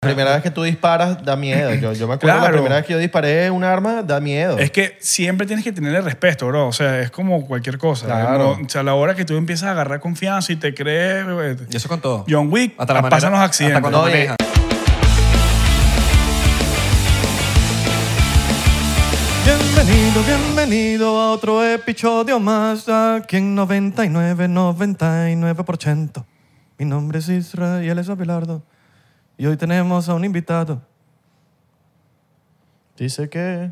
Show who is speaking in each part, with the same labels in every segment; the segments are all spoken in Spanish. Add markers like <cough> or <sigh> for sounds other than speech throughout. Speaker 1: La primera vez que tú disparas da miedo. Yo, yo me acuerdo la
Speaker 2: Claro.
Speaker 1: primera vez que yo disparé un arma da miedo.
Speaker 2: Es que siempre tienes que tenerle respeto, bro. O sea, es como cualquier cosa.
Speaker 1: Claro.
Speaker 2: Como- o sea, a la hora que tú empiezas a agarrar confianza y te crees... eh,
Speaker 3: Y eso con todo.
Speaker 2: John Wick, ah,
Speaker 3: Hasta la manera-
Speaker 2: pasan los accidentes.
Speaker 3: Hasta cuando
Speaker 1: No, y-
Speaker 3: maneja. Bienvenido, bienvenido a otro episodio más aquí en 99, 99%. Mi nombre es Israel y él es Abelardo. Y hoy tenemos a un invitado.
Speaker 1: Dice que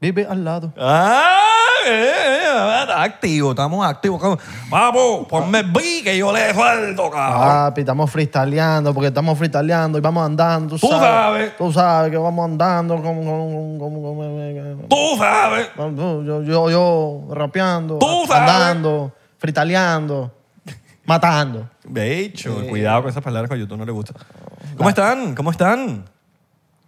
Speaker 1: vive al lado.
Speaker 3: ¡Ah! eh, eh, activo, estamos activos. cabrón. Vamos, ponme vi que yo le suelto,
Speaker 2: Ah.
Speaker 3: cabrón.
Speaker 1: Papi, estamos freestyleando porque estamos freestyleando y vamos andando. Tú,
Speaker 3: Tú
Speaker 1: sabes,
Speaker 3: sabes.
Speaker 1: Tú sabes que vamos andando como... como, como, como-
Speaker 3: Tú sabes.
Speaker 1: como- yo, yo, yo rapeando,
Speaker 3: Tú sabes.
Speaker 1: andando, freestyleando, matando.
Speaker 3: De hecho, cuidado con esas palabras que a YouTube no le gusta.
Speaker 1: Oh.
Speaker 3: ¿Cómo están? ¿Cómo están?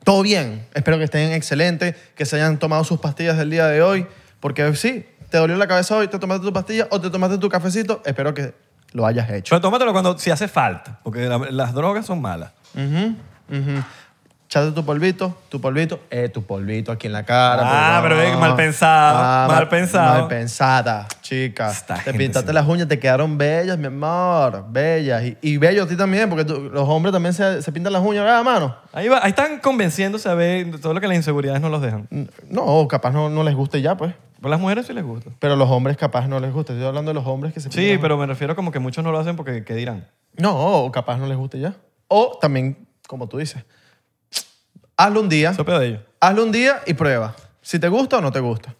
Speaker 1: Todo bien. Espero que estén excelentes, que se hayan tomado sus pastillas del día de hoy. Porque sí, te dolió la cabeza hoy, te tomaste tu pastilla o te tomaste tu cafecito. Espero que lo hayas hecho.
Speaker 3: Pero tómatelo cuando si hace falta, porque la- las drogas son malas.
Speaker 1: Ujú, ujú. Echate tu polvito, tu polvito, eh, tu polvito aquí en la cara.
Speaker 3: Ah,
Speaker 1: porque,
Speaker 3: pero
Speaker 1: ah,
Speaker 3: ve, mal pensado, mal
Speaker 1: ma-
Speaker 3: pensado.
Speaker 1: Mal pensada, chica.
Speaker 3: Esta
Speaker 1: te
Speaker 3: gente
Speaker 1: pintaste
Speaker 3: sí.
Speaker 1: las uñas, te quedaron bellas, mi amor, bellas. Y, y bello a ti también, porque tú- los hombres también se, se pintan las uñas, ¿verdad, mano?
Speaker 3: Ahí, va, ahí están convenciéndose a ver todo lo que las inseguridades no los dejan.
Speaker 1: No, capaz no, no les guste ya, pues.
Speaker 3: Pero a las mujeres sí les gusta.
Speaker 1: Pero los hombres capaz no les guste. Estoy hablando de los hombres que se pintan
Speaker 3: Sí,
Speaker 1: las
Speaker 3: pero me refiero como que muchos no lo hacen porque ¿qué dirán?
Speaker 1: No, o capaz no les guste ya. O también, como tú dices, hazlo un día,
Speaker 3: Eso es pedo de ellos.
Speaker 1: hazlo un día y prueba. Si te gusta o no te gusta.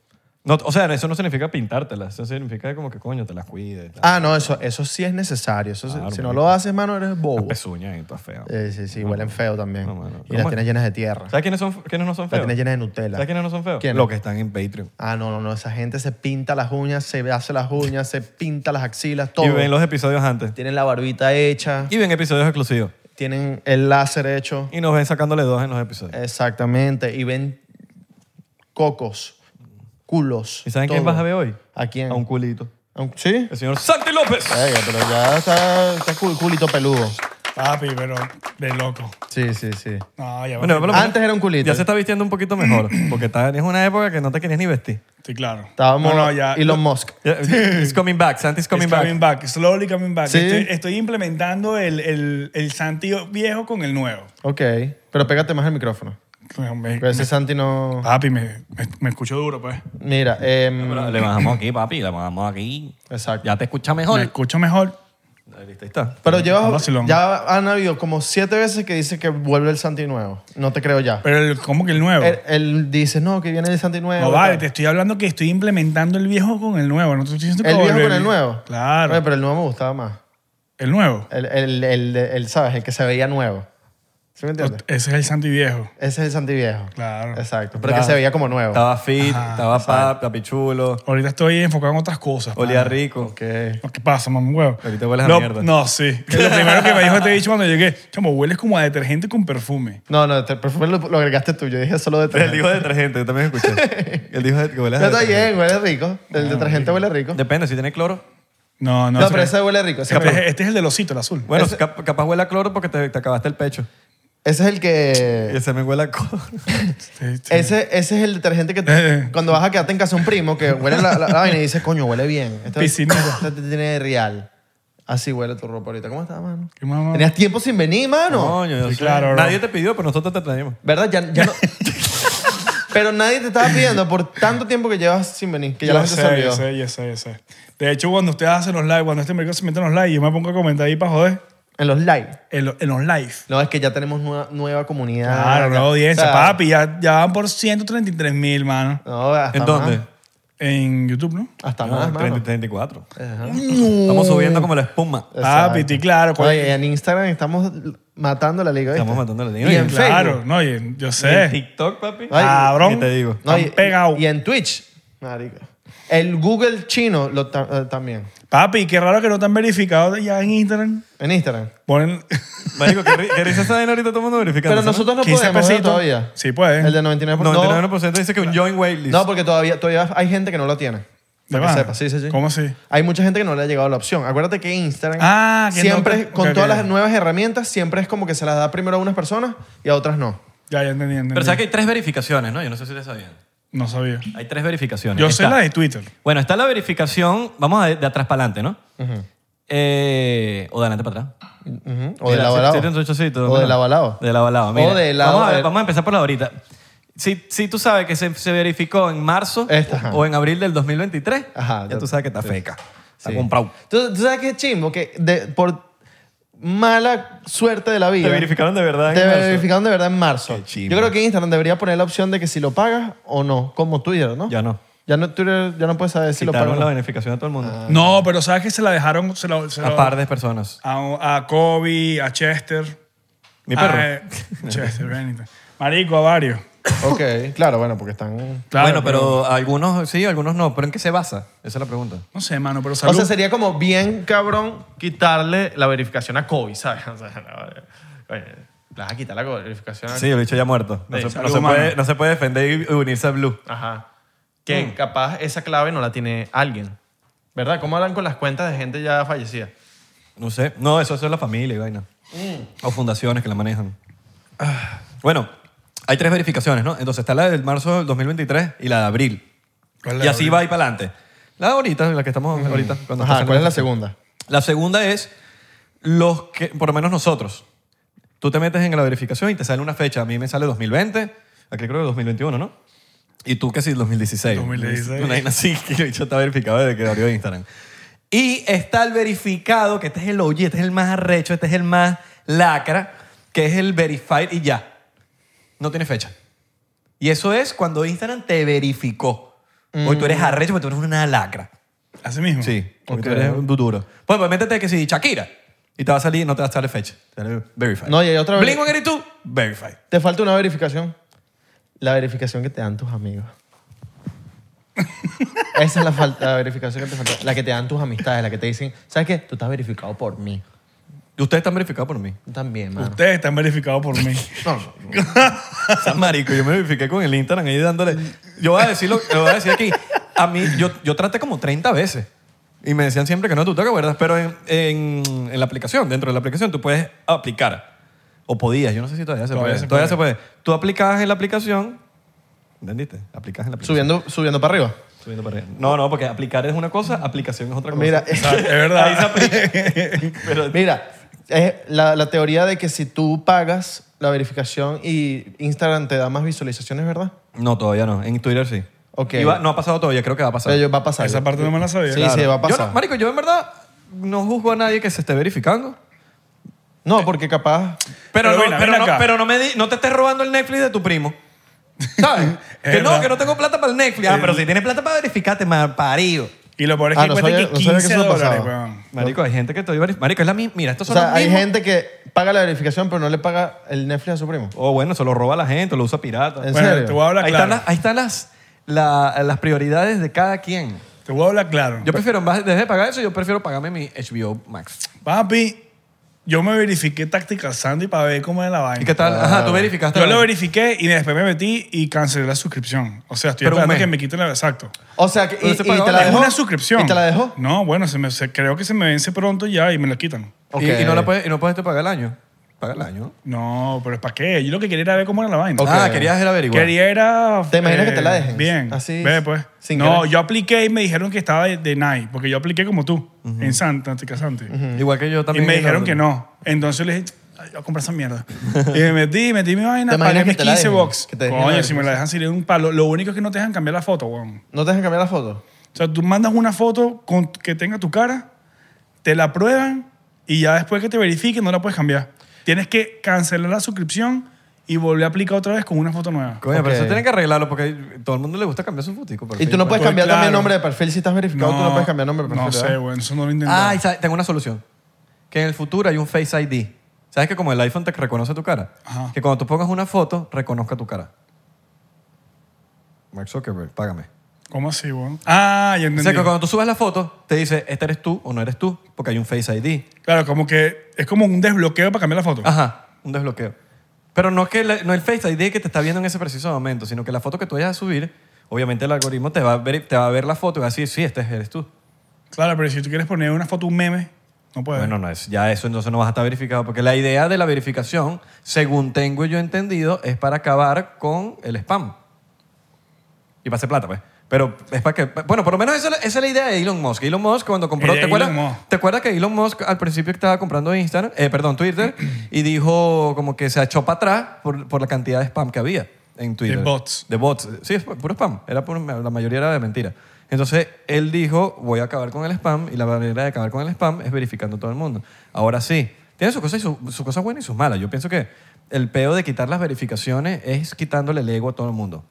Speaker 3: No, o sea, eso no significa pintártelas, eso significa como que coño, te las cuides. tal.
Speaker 1: Ah, no, eso, eso sí es necesario. Eso sí-
Speaker 3: Claro,
Speaker 1: si no
Speaker 3: marico.
Speaker 1: lo haces, mano, eres bobo.
Speaker 3: Las pezuñas y todo feo.
Speaker 1: Eh, sí, sí, huelen feo también.
Speaker 3: No, mano.
Speaker 1: y las
Speaker 3: ¿Cómo?
Speaker 1: tienes llenas de tierra.
Speaker 3: ¿Sabes quiénes, son, quiénes no son
Speaker 1: Las
Speaker 3: feos?
Speaker 1: tienes llenas de Nutella.
Speaker 3: ¿Sabes quiénes no son feos?
Speaker 1: ¿Quiénes?
Speaker 3: Los que están en Patreon.
Speaker 1: Ah, no, no, no. Esa gente se pinta las uñas, se hace las uñas, se pinta las axilas,
Speaker 3: Y
Speaker 1: todo.
Speaker 3: ven los episodios antes.
Speaker 1: Tienen la barbita hecha,
Speaker 3: Y ven episodios exclusivos.
Speaker 1: tienen el láser hecho.
Speaker 3: Y nos ven sacándole dos en los episodios.
Speaker 1: Exactamente. Y ven cocos, culos.
Speaker 3: ¿Y saben quién
Speaker 1: todo.
Speaker 3: vas a ver hoy?
Speaker 1: ¿A quién?
Speaker 3: A un culito.
Speaker 1: ¿A un- ¿Sí?
Speaker 3: El señor Santi López.
Speaker 1: Venga, pero ya está, está cul- culito peludo.
Speaker 2: Papi, pero de loco.
Speaker 1: Sí, sí, sí.
Speaker 2: No, ya va.
Speaker 3: Bueno, por lo menos
Speaker 1: Antes era un culito.
Speaker 3: Ya se está vistiendo un poquito mejor. Porque está, es una época que no te querías ni vestir.
Speaker 2: Sí, claro.
Speaker 1: Estábamos
Speaker 2: No, no, ya.
Speaker 1: Elon Musk.
Speaker 3: Yeah, It's coming back. Santi's coming
Speaker 2: It's
Speaker 3: back.
Speaker 2: coming back. Slowly coming back.
Speaker 1: Sí.
Speaker 2: Estoy, estoy implementando el, el, el Santi viejo con el nuevo.
Speaker 1: Ok, pero pégate más el micrófono.
Speaker 2: Me-
Speaker 1: Porque ese Santi no...
Speaker 2: papi, me, me, me escucho duro, pues.
Speaker 1: Mira, em,
Speaker 3: Pero Le bajamos aquí, papi. Le bajamos aquí.
Speaker 1: exacto.
Speaker 3: Ya te escucha
Speaker 2: Me
Speaker 3: mejor.
Speaker 2: escucho mejor.
Speaker 3: Ahí está, ahí está.
Speaker 1: Pero
Speaker 2: Está
Speaker 1: llevas,
Speaker 2: vacilón.
Speaker 1: ya han habido como siete veces que dice que vuelve el Santi nuevo. No te creo ya.
Speaker 2: Pero el, ¿cómo que el nuevo?
Speaker 3: Eh,
Speaker 1: Él, él dice, no, que viene el Santi nuevo.
Speaker 2: no vale, te
Speaker 1: tal.
Speaker 2: estoy hablando que estoy implementando el viejo con el nuevo. No te estoy diciendo que
Speaker 1: ¿El viejo con
Speaker 2: volver-
Speaker 1: el nuevo?
Speaker 2: Claro.
Speaker 1: Oye, pero el nuevo me gustaba más.
Speaker 2: El nuevo.
Speaker 1: El, el, el, el, ¿sabes? El que se veía nuevo. ¿Sí me entiendes?
Speaker 2: Ese es el Santi viejo.
Speaker 1: Ese es el Santi viejo.
Speaker 2: Claro.
Speaker 1: Exacto. Pero
Speaker 3: Claro.
Speaker 1: que se veía como nuevo.
Speaker 3: Estaba fit, estaba pap, papi chulo,
Speaker 2: Ahorita estoy enfocado en otras cosas.
Speaker 3: olía rico.
Speaker 1: Ah, Ok.
Speaker 2: No, ¿Qué pasa, mamá huevo?
Speaker 3: Ahorita hueles a
Speaker 2: Lo-
Speaker 3: mierda.
Speaker 1: <laughs>
Speaker 2: No, sí. Lo primero que me dijo este bicho cuando llegué, chamo, hueles como a detergente con perfume.
Speaker 1: No, no, te- perfume lo, lo agregaste tú. Yo dije solo
Speaker 3: El
Speaker 1: detergente.
Speaker 3: dijo detergente, yo también escuché.
Speaker 1: <laughs>
Speaker 3: El dijo que huele a <laughs>
Speaker 1: Pero está
Speaker 3: detergente.
Speaker 1: bien, huele rico. El detergente huele rico.
Speaker 3: Depende, si tiene cloro.
Speaker 2: No, no.
Speaker 1: No,
Speaker 2: ese-
Speaker 1: pero ese huele rico. Ese,
Speaker 2: este,
Speaker 1: huele-
Speaker 2: es- este es el del osito, el azul.
Speaker 3: Bueno,
Speaker 1: Ese-
Speaker 3: cap- capaz huele a cloro porque te, te acabaste el pecho.
Speaker 1: ese es el
Speaker 3: Y
Speaker 1: que...
Speaker 3: ese me huele a cloro.
Speaker 2: Sí, sí.
Speaker 1: Ese, ese es el detergente que
Speaker 2: Eh.
Speaker 1: cuando vas a quedarte en casa de un primo que huele la, la- la vaina y dices, coño, huele bien. Este,
Speaker 2: Piscinero.
Speaker 1: <laughs> este te tiene real. Así huele tu ropa ahorita. ¿Cómo estás, mano?
Speaker 2: ¿Qué mamá?
Speaker 1: Tenías tiempo sin venir, mano.
Speaker 3: Coño, yo
Speaker 2: Sí,
Speaker 3: sé.
Speaker 2: claro, bro.
Speaker 3: Nadie te pidió, pero nosotros te traímos.
Speaker 1: ¿Verdad? Ya,
Speaker 2: <laughs>
Speaker 1: ya no... pero nadie te estaba pidiendo por tanto tiempo que llevas sin venir, que ya
Speaker 2: yo
Speaker 1: la gente
Speaker 2: sé,
Speaker 1: se
Speaker 2: yo
Speaker 1: olvidó.
Speaker 2: sé, yo sé, yo sé. De hecho, cuando ustedes hacen los live, cuando este mercado se mete en los live, yo me pongo a comentar ahí para joder.
Speaker 1: En los live.
Speaker 2: En, lo- en los live.
Speaker 1: No, es que ya tenemos nueva, nueva comunidad.
Speaker 2: Claro, nueva
Speaker 1: Ya-
Speaker 2: audiencia.
Speaker 1: o sea,
Speaker 2: Papi, ya, ya van por 133 mil, mano.
Speaker 1: No, hasta
Speaker 3: ¿En dónde? Ah,
Speaker 1: más.
Speaker 2: En YouTube, ¿no?
Speaker 1: Hasta
Speaker 3: No,
Speaker 1: más, mano.
Speaker 3: 30, 34.
Speaker 1: Ajá.
Speaker 3: Estamos subiendo como la espuma.
Speaker 1: Exacto.
Speaker 2: Papi, ti, claro. pues. cuál-
Speaker 1: Oye, en Instagram estamos matando la liga. ¿viste?
Speaker 3: Estamos matando la
Speaker 1: Y
Speaker 3: línea.
Speaker 1: en
Speaker 2: claro,
Speaker 1: Facebook.
Speaker 2: no, y en- yo
Speaker 3: Y en
Speaker 2: sé.
Speaker 3: TikTok, papi.
Speaker 1: Ay,
Speaker 2: Cabrón.
Speaker 3: Ni te digo.
Speaker 1: No,
Speaker 2: Están pegados.
Speaker 1: y, y en Twitch. Marico. El Google chino lo ta- eh, también.
Speaker 2: Papi, qué raro que no te han verificado ya en Instagram.
Speaker 1: En Instagram.
Speaker 2: Ponen. <laughs>
Speaker 3: Marico, ¿qué, ri- qué risa esa vaina ahorita todo el mundo verificando.
Speaker 1: Pero nosotros no
Speaker 2: 15
Speaker 1: podemos ¿verdad?
Speaker 2: pesitos.
Speaker 1: todavía.
Speaker 2: Sí pueden.
Speaker 1: El de 99%.
Speaker 3: 99% dice que un join waitlist.
Speaker 1: No, no, porque todavía, todavía hay gente que no lo tiene. Para que
Speaker 2: vaina?
Speaker 1: sepas, sí, sí, sí.
Speaker 2: ¿Cómo así?
Speaker 1: Hay mucha gente que no le ha llegado la opción. Acuérdate que Instagram
Speaker 2: Ah, que no
Speaker 1: siempre,
Speaker 2: te-
Speaker 1: es- con
Speaker 2: ok,
Speaker 1: todas
Speaker 2: ok.
Speaker 1: las nuevas herramientas, siempre es como que se las da primero a unas personas y a otras no.
Speaker 2: Ya, ya entendí, entendí.
Speaker 3: Pero sabes que hay tres verificaciones, ¿no? Yo no sé si ustedes sabían.
Speaker 2: No sabía.
Speaker 3: Hay tres verificaciones.
Speaker 2: Yo sé
Speaker 3: Está-
Speaker 2: la de Twitter.
Speaker 3: Bueno, está la verificación, vamos a- de atrás para adelante, ¿no? Eh, o de adelante para atrás.
Speaker 1: Ujú. O de
Speaker 3: Mira,
Speaker 1: lado a lado.
Speaker 3: sí, sí, sí, sí, todo
Speaker 1: o de
Speaker 3: menos.
Speaker 1: lado a lado.
Speaker 3: De lado a lado,
Speaker 1: O
Speaker 3: mira.
Speaker 1: de lado
Speaker 3: vamos, a,
Speaker 1: a-
Speaker 3: vamos a empezar por la ahorita. Si, si tú sabes que se, se verificó en marzo
Speaker 1: Esta, ajá.
Speaker 3: o en abril del 2023,
Speaker 1: Ajá,
Speaker 3: ya tú sabes que está feca. Está
Speaker 1: Sí.
Speaker 3: comprado.
Speaker 1: ¿Tú, tú sabes qué chimbo? Que de- por mala suerte de la vida.
Speaker 3: Te verificaron de verdad. en
Speaker 1: Te
Speaker 3: marzo.
Speaker 1: verificaron de verdad en marzo.
Speaker 3: Qué chimbo.
Speaker 1: Yo creo que Instagram debería poner la opción de que si lo pagas o no, como Twitter, ¿no?
Speaker 3: Ya no.
Speaker 1: Ya no Twitter ya no puedes saber si lo Ah, pagas.
Speaker 3: Quitaron
Speaker 1: o
Speaker 3: la
Speaker 1: no.
Speaker 3: verificación a todo el mundo.
Speaker 2: No, pero sabes que se la dejaron se la- se
Speaker 3: a
Speaker 2: la-
Speaker 3: par de personas.
Speaker 2: a, a Kobe, a Chester.
Speaker 3: Mi perro.
Speaker 2: A- eh, Chester <laughs> Bennington. Marico, a varios.
Speaker 1: Ok, claro, bueno, porque están.
Speaker 2: Claro,
Speaker 3: bueno, pero, algunos sí, algunos no. ¿Pero en qué se basa? Esa es la pregunta.
Speaker 2: No sé, mano, pero
Speaker 1: O
Speaker 2: salud.
Speaker 1: sea, sería como bien cabrón quitarle la verificación a Kobe, ¿sabes? <laughs> O sea, no, oye, le vas a quitar la verificación a
Speaker 3: Sí, el bicho ya muerto. No,
Speaker 1: Sí,
Speaker 3: se, no,
Speaker 2: salud,
Speaker 3: se
Speaker 2: mano.
Speaker 3: puede, no se puede defender y unirse a Blue.
Speaker 1: Ajá. Que capaz esa clave no la tiene alguien. ¿Verdad? ¿Cómo hablan con las cuentas de gente ya fallecida?
Speaker 3: No sé. No, eso, eso es la familia y vaina.
Speaker 2: Mm.
Speaker 3: O fundaciones que la manejan. Bueno, hay tres verificaciones, ¿no? Entonces está la del marzo del 2023 y la de abril.
Speaker 2: ¿Cuál es
Speaker 3: y
Speaker 2: la de
Speaker 3: así
Speaker 2: abril? Mm.
Speaker 3: va y para adelante. La de ahorita, la que estamos ahorita. cuando
Speaker 1: Ajá,
Speaker 3: está saliendo
Speaker 1: ¿cuál es la
Speaker 3: esto.
Speaker 1: segunda?
Speaker 3: La segunda es los que, por lo menos nosotros, tú te metes en la verificación y te sale una fecha. A mí me sale 2020, aquí creo que 2021, ¿no? Y tú que sí, 2016.
Speaker 2: 2016.
Speaker 3: Una vaina así que el bicho está verificado desde que abrió Instagram. Y está el verificado, que este es el oye, este es el más arrecho, este es el más lacra, que es el verified y ya. No tiene fecha. Y eso es cuando Instagram te verificó. Hoy tú eres arrecho porque tú eres una lacra.
Speaker 2: Así mismo.
Speaker 3: Sí, porque
Speaker 1: Ok.
Speaker 3: tú eres un duro. Pues, pues métete que si Shakira y te va a salir, no te va a salir fecha. Te sale Verified.
Speaker 1: No, y hay otra vez-
Speaker 3: Blink eres tú, verified.
Speaker 1: Te falta una verificación. La verificación que te dan tus amigos. Esa es la, falta, la verificación que te falta. La que te dan tus amistades, la que te dicen, ¿sabes qué? Tú estás verificado por mí.
Speaker 3: Y ustedes están verificados por mí.
Speaker 1: Tú también, mano.
Speaker 2: Ustedes están verificados por mí.
Speaker 1: No, no, no.
Speaker 3: San marico, yo me verifiqué con el Instagram ahí dándole. Yo voy a decirlo, lo voy a decir aquí. A mí, yo, yo traté como 30 veces. Y me decían siempre que no, tú te acuerdas. Pero en, en, en la aplicación, dentro de la aplicación, tú puedes aplicar. O podías, yo no sé si todavía se
Speaker 2: Todavía
Speaker 3: puede.
Speaker 2: se
Speaker 3: todavía
Speaker 2: puede.
Speaker 3: se puede. Tú aplicabas en la aplicación. ¿Entendiste? Aplicas en la aplicación.
Speaker 1: Subiendo, subiendo para arriba.
Speaker 3: Subiendo para arriba. No, no, porque aplicar es una cosa, aplicación es otra cosa.
Speaker 1: Mira,
Speaker 2: O sea, es verdad.
Speaker 3: Ahí se aplica. Pero
Speaker 1: Mira, es la, la teoría de que si tú pagas la verificación y Instagram te da más visualizaciones, ¿verdad?
Speaker 3: no, todavía no. En Twitter sí.
Speaker 1: eh, Ok.
Speaker 3: Y va- no ha pasado todavía, creo que va a pasar.
Speaker 1: Pero va a pasar.
Speaker 2: Esa parte no me la sabía.
Speaker 1: Sí,
Speaker 2: Claro.
Speaker 1: sí, va a
Speaker 3: Yo no-
Speaker 1: pasar.
Speaker 3: marico, yo en verdad no juzgo a nadie que se esté verificando.
Speaker 1: No, porque capaz...
Speaker 3: Pero,
Speaker 2: Pero
Speaker 3: no,
Speaker 2: ven a-
Speaker 3: pero
Speaker 2: ven
Speaker 3: no-
Speaker 2: acá.
Speaker 3: pero no me di- no te estés robando el Netflix de tu primo. <laughs> ¿Sabes?
Speaker 2: Es
Speaker 3: que no,
Speaker 2: verdad.
Speaker 3: que no tengo plata para el Netflix. Ah, pero si tienes plata para verificarte, mal parido.
Speaker 2: Y lo peor es
Speaker 1: Ah,
Speaker 2: que
Speaker 1: no
Speaker 2: cuesta
Speaker 1: sabía-
Speaker 2: que
Speaker 1: no sabía que
Speaker 2: 15
Speaker 1: eso
Speaker 2: dólares,
Speaker 1: pasaba.
Speaker 2: weón.
Speaker 3: Marico, hay gente que estoy verificando. Marico, es la misma. Mira, estos
Speaker 1: O
Speaker 3: son
Speaker 1: sea,
Speaker 3: los
Speaker 1: hay
Speaker 3: mismos.
Speaker 1: gente que paga la verificación pero no le paga el Netflix a su primo.
Speaker 3: O Oh, bueno, se lo roba a la gente, lo usa pirata.
Speaker 1: ¿En
Speaker 2: Bueno,
Speaker 1: serio?
Speaker 2: te voy a hablar
Speaker 3: ahí,
Speaker 2: claro.
Speaker 3: están las, ahí están las, la- las prioridades de cada quien.
Speaker 2: Te voy a hablar claro.
Speaker 3: Yo prefiero, en vez de pagar eso, yo prefiero pagarme mi HBO Max.
Speaker 2: Papi, yo me verifiqué Tactical Sandy para ver cómo es la vaina.
Speaker 3: ¿Y qué tal? Ajá, tú verificaste.
Speaker 2: Yo
Speaker 3: la-
Speaker 2: lo verifiqué y después me metí y cancelé la suscripción. O sea, estoy
Speaker 3: Pero un
Speaker 2: esperando
Speaker 3: mes.
Speaker 2: que me quiten la... Exacto.
Speaker 1: O sea, que- y,
Speaker 3: Pero se
Speaker 1: y
Speaker 3: pagaba
Speaker 1: te la
Speaker 2: es
Speaker 1: dejó.
Speaker 2: una suscripción.
Speaker 1: ¿Y te la dejó?
Speaker 2: No, bueno, se me, se- creo que se me vence pronto ya y me la quitan.
Speaker 1: Ok.
Speaker 3: Y, y no la puedes, y no puedes te pagar el año. Paga el año.
Speaker 2: No, pero ¿para qué? Yo lo que quería era ver cómo era la vaina.
Speaker 1: Ok.
Speaker 3: Ah, querías ir a averiguar.
Speaker 2: Quería era... eh,
Speaker 1: ¿Te imaginas que te la dejen?
Speaker 2: Bien.
Speaker 1: Así,
Speaker 2: Ve, pues.
Speaker 1: sin
Speaker 2: no,
Speaker 1: querer.
Speaker 2: yo apliqué y me dijeron que estaba de, de Nike, porque yo apliqué como tú, en Santa, Tactical Sandy.
Speaker 3: Igual que yo
Speaker 2: Y
Speaker 3: también.
Speaker 2: me dijeron que no. Entonces le dije, "Ay, yo voy a comprar
Speaker 1: <laughs>
Speaker 2: esa mierda. y me metí, metí mi vaina,
Speaker 1: ¿Te
Speaker 2: pagué
Speaker 1: imaginas que
Speaker 2: mis
Speaker 1: te la
Speaker 2: 15
Speaker 1: dejen?
Speaker 2: bucks.
Speaker 1: Que te dejen pues.
Speaker 2: Coño,
Speaker 1: la
Speaker 2: si me la dejan sería un palo. Lo único es que no te dejan cambiar la foto, weón.
Speaker 1: ¿No te dejan cambiar la foto?
Speaker 2: O sea, tú mandas una foto con, que tenga tu cara, te la prueban y ya después que te verifiquen no la puedes cambiar. Tienes que cancelar la suscripción y volver a aplicar otra vez con una foto nueva.
Speaker 3: Coño, pero eso
Speaker 1: Ok.
Speaker 3: tienen que arreglarlo porque todo el mundo le gusta cambiar su fotico.
Speaker 1: Y tú no puedes
Speaker 2: pues,
Speaker 1: cambiar
Speaker 2: claro.
Speaker 1: también nombre de perfil si estás verificado. tú no puedes cambiar nombre de perfil.
Speaker 2: No sé,
Speaker 1: ¿verdad?
Speaker 2: weón, eso no lo he intentado.
Speaker 3: Ah, y sabe- tengo una solución. Que en el futuro hay un Face ID. ¿Sabes que como el iPhone te reconoce tu cara?
Speaker 2: Ajá.
Speaker 3: Que cuando tú pongas una foto, reconozca tu cara. Mark Zuckerberg, págame.
Speaker 2: ¿Cómo así, weón? Ah, ya
Speaker 3: O
Speaker 2: entendí.
Speaker 3: sea, que cuando tú subes la foto, te dice, este eres tú o no eres tú, porque hay un Face ID.
Speaker 2: Claro, como que es como un desbloqueo para cambiar la foto.
Speaker 3: Ajá, un desbloqueo. Pero no, que la- no el Face ID que te está viendo en ese preciso momento, sino que la foto que tú vayas a subir, Obviamente el algoritmo te va a ver, te va a ver la foto y va a decir, sí, este eres tú.
Speaker 2: Claro, pero si tú quieres poner una foto, un meme, no puedes.
Speaker 3: Bueno, no, es, ya eso entonces no vas a estar verificado, porque la idea de la verificación, según tengo yo entendido, es para acabar con el spam. Y para hacer plata, pues. Pero es para que... Bueno, por lo menos esa, esa es la idea de Elon Musk. Elon Musk cuando compró...
Speaker 2: Idea
Speaker 3: ¿te
Speaker 2: de Elon
Speaker 3: acuerdas,
Speaker 2: Musk.
Speaker 3: ¿Te acuerdas que Elon Musk al principio estaba comprando Instagram, eh, perdón, Twitter, y dijo como que se echó para atrás por, por la cantidad de spam que había en Twitter?
Speaker 2: bots.
Speaker 3: De bots. Sí, es pu- puro spam. Era puro- la mayoría era de mentira. Entonces, él dijo, voy a acabar con el spam y la manera de acabar con el spam es verificando a todo el mundo. Ahora sí, tiene sus cosas, y su- sus cosas buenas y sus malas. Yo pienso que el peo de quitar las verificaciones es quitándole el ego a todo el mundo.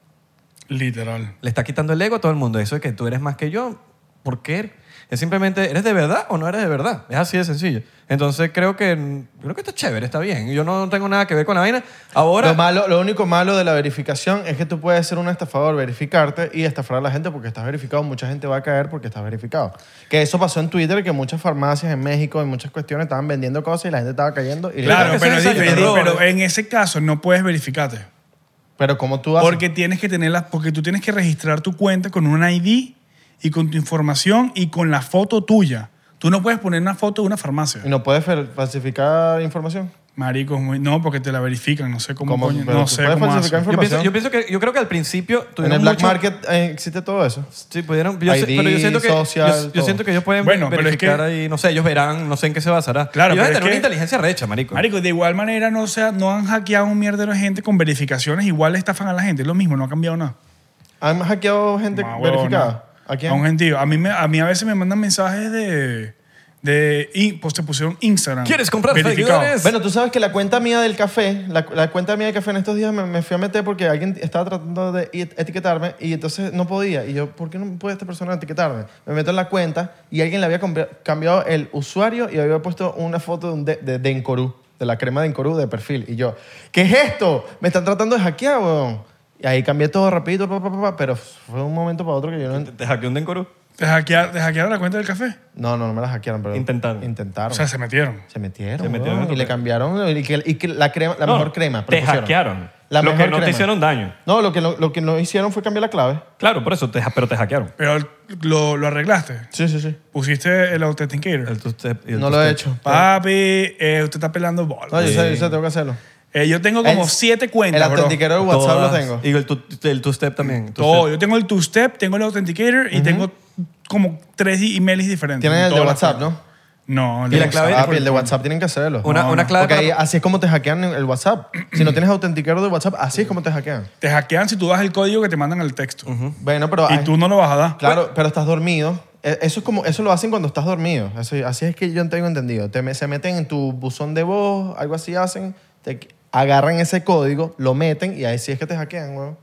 Speaker 2: Literal.
Speaker 3: Le está quitando el ego a todo el mundo. Eso de que tú eres más que yo, ¿por qué? Es simplemente, ¿eres de verdad o no eres de verdad? Es así de sencillo. Entonces creo que, creo que está chévere, está bien. Yo no tengo nada que ver con la vaina. Ahora...
Speaker 1: Lo, malo, lo único malo de la verificación es que tú puedes ser un estafador, verificarte y estafar a la gente porque estás verificado. Mucha gente va a caer porque estás verificado. Que eso pasó en Twitter, que muchas farmacias en México y muchas cuestiones estaban vendiendo cosas y la gente estaba cayendo. Y
Speaker 3: Claro,
Speaker 2: Claro,
Speaker 3: que
Speaker 2: pero,
Speaker 3: es
Speaker 2: es
Speaker 3: ensayo y
Speaker 2: diferente,
Speaker 3: error.
Speaker 2: pero en ese caso no puedes verificarte.
Speaker 1: Pero como tú haces...
Speaker 2: Porque tienes que tener las, porque tú tienes que registrar tu cuenta con un ID y con tu información y con la foto tuya. Tú no puedes poner una foto de una farmacia.
Speaker 1: Y no puedes fer- falsificar información.
Speaker 2: Marico, es muy- no, porque te la verifican, no sé cómo,
Speaker 1: ¿Cómo?
Speaker 2: coño,
Speaker 1: Pero
Speaker 2: no
Speaker 1: tú
Speaker 2: sé
Speaker 1: puedes
Speaker 2: cómo
Speaker 1: falsificar informa-
Speaker 2: hacen.
Speaker 3: yo pienso,
Speaker 1: información.
Speaker 3: yo pienso que yo creo que al principio
Speaker 1: En
Speaker 3: tuvieron
Speaker 1: el black
Speaker 3: mucho-
Speaker 1: market eh, existe todo eso.
Speaker 3: Sí, pudieron. Yo sé-
Speaker 1: ID,
Speaker 3: pero yo siento que,
Speaker 1: social,
Speaker 3: yo, yo
Speaker 1: todo.
Speaker 3: siento que ellos pueden
Speaker 2: Bueno, pero es que-
Speaker 3: verificar ahí, no sé, ellos verán, no sé en qué se basará.
Speaker 2: Claro,
Speaker 3: ellos
Speaker 2: pero es
Speaker 3: tener una
Speaker 2: que-
Speaker 3: inteligencia recha, marico.
Speaker 2: Marico, de igual manera no, sea, no han hackeado un mierdero de gente con verificaciones, igual estafan a la gente, es lo mismo, no ha cambiado nada.
Speaker 1: ¿Han hackeado gente
Speaker 2: Ma, huevona.
Speaker 1: verificada? ¿A quién?
Speaker 2: un gentío. A mí, me- a mí a veces me mandan mensajes de... de y, pues te pusieron Instagram.
Speaker 3: ¿Quieres comprar
Speaker 2: Verificado.
Speaker 3: seguidores?
Speaker 1: Bueno, tú sabes que la cuenta mía del café, la, la cuenta mía del café en estos días me, me fui a meter porque alguien estaba tratando de et- etiquetarme y entonces no podía. Y yo, ¿por qué no puede esta persona etiquetarme? Me meto en la cuenta y alguien le había compra- cambiado el usuario y había puesto una foto de, un de, de, de Encorú, de la crema de Encorú de perfil. Y yo, ¿qué es esto? Me están tratando de hackear, weón. Y ahí cambié todo rapidito, pa, pa, pa, pa, pero fue de un momento para otro que yo no...
Speaker 3: Te- Te hackeó un Denkoru.
Speaker 2: ¿Te hackearon, ¿Te hackearon la cuenta del café?
Speaker 1: No, no, no me la hackearon, pero...
Speaker 3: Intentaron.
Speaker 1: Intentaron.
Speaker 2: O sea, se metieron.
Speaker 1: Se metieron.
Speaker 3: Se metieron
Speaker 1: weón,
Speaker 3: en tu
Speaker 1: y le
Speaker 3: cre-
Speaker 1: cambiaron y que, y que la, crema, la
Speaker 3: No,
Speaker 1: mejor crema. pero
Speaker 3: Te
Speaker 1: pusieron.
Speaker 3: hackearon.
Speaker 1: La
Speaker 3: lo que
Speaker 1: mejor
Speaker 3: no te
Speaker 1: crema.
Speaker 3: hicieron daño.
Speaker 1: No, lo que, lo, lo que no hicieron fue cambiar la clave.
Speaker 3: Claro, por eso, te, ha- pero te hackearon.
Speaker 2: Pero lo, lo arreglaste.
Speaker 1: Sí, sí, sí.
Speaker 2: Pusiste el authenticator.
Speaker 3: El two-step y el
Speaker 1: No lo he
Speaker 3: two-step.
Speaker 1: hecho.
Speaker 2: Papi, eh, usted está pelando bolas.
Speaker 1: No, yo
Speaker 3: Sí.
Speaker 1: sé, yo sé, tengo que hacerlo.
Speaker 2: Eh, yo tengo como
Speaker 1: El-
Speaker 2: siete
Speaker 1: El
Speaker 2: cuentas, bro.
Speaker 1: autenticador de WhatsApp
Speaker 3: Todas.
Speaker 1: lo tengo.
Speaker 3: Y el, two, el two-step también.
Speaker 2: Todo.
Speaker 3: two-step.
Speaker 2: Yo tengo el two-step, tengo el authenticator y tengo como tres emails diferentes.
Speaker 1: Tienen el de
Speaker 2: Todas las
Speaker 1: WhatsApp,
Speaker 2: cuentas.
Speaker 1: ¿no?
Speaker 2: No, el
Speaker 3: Y
Speaker 2: de
Speaker 3: la clave-
Speaker 2: WhatsApp.
Speaker 1: Ah, pero el de WhatsApp tienen que hacerlo.
Speaker 3: Una,
Speaker 2: No,
Speaker 3: una
Speaker 2: no.
Speaker 3: clave
Speaker 1: Porque ahí,
Speaker 3: para-
Speaker 1: así es como te hackean el WhatsApp. si no tienes autenticador de WhatsApp, así es como te hackean.
Speaker 2: Te hackean si tú das el código que te mandan al texto.
Speaker 1: Bueno, pero...
Speaker 2: Y
Speaker 1: ay,
Speaker 2: tú no lo vas a dar.
Speaker 1: Claro, pero estás dormido. E- Eso, es como, eso lo hacen cuando estás dormido. Eso- así es que yo tengo entendido. Te, me- se meten en tu buzón de voz, algo así hacen, te qu- agarran ese código, lo meten y ahí sí es que te hackean, weón.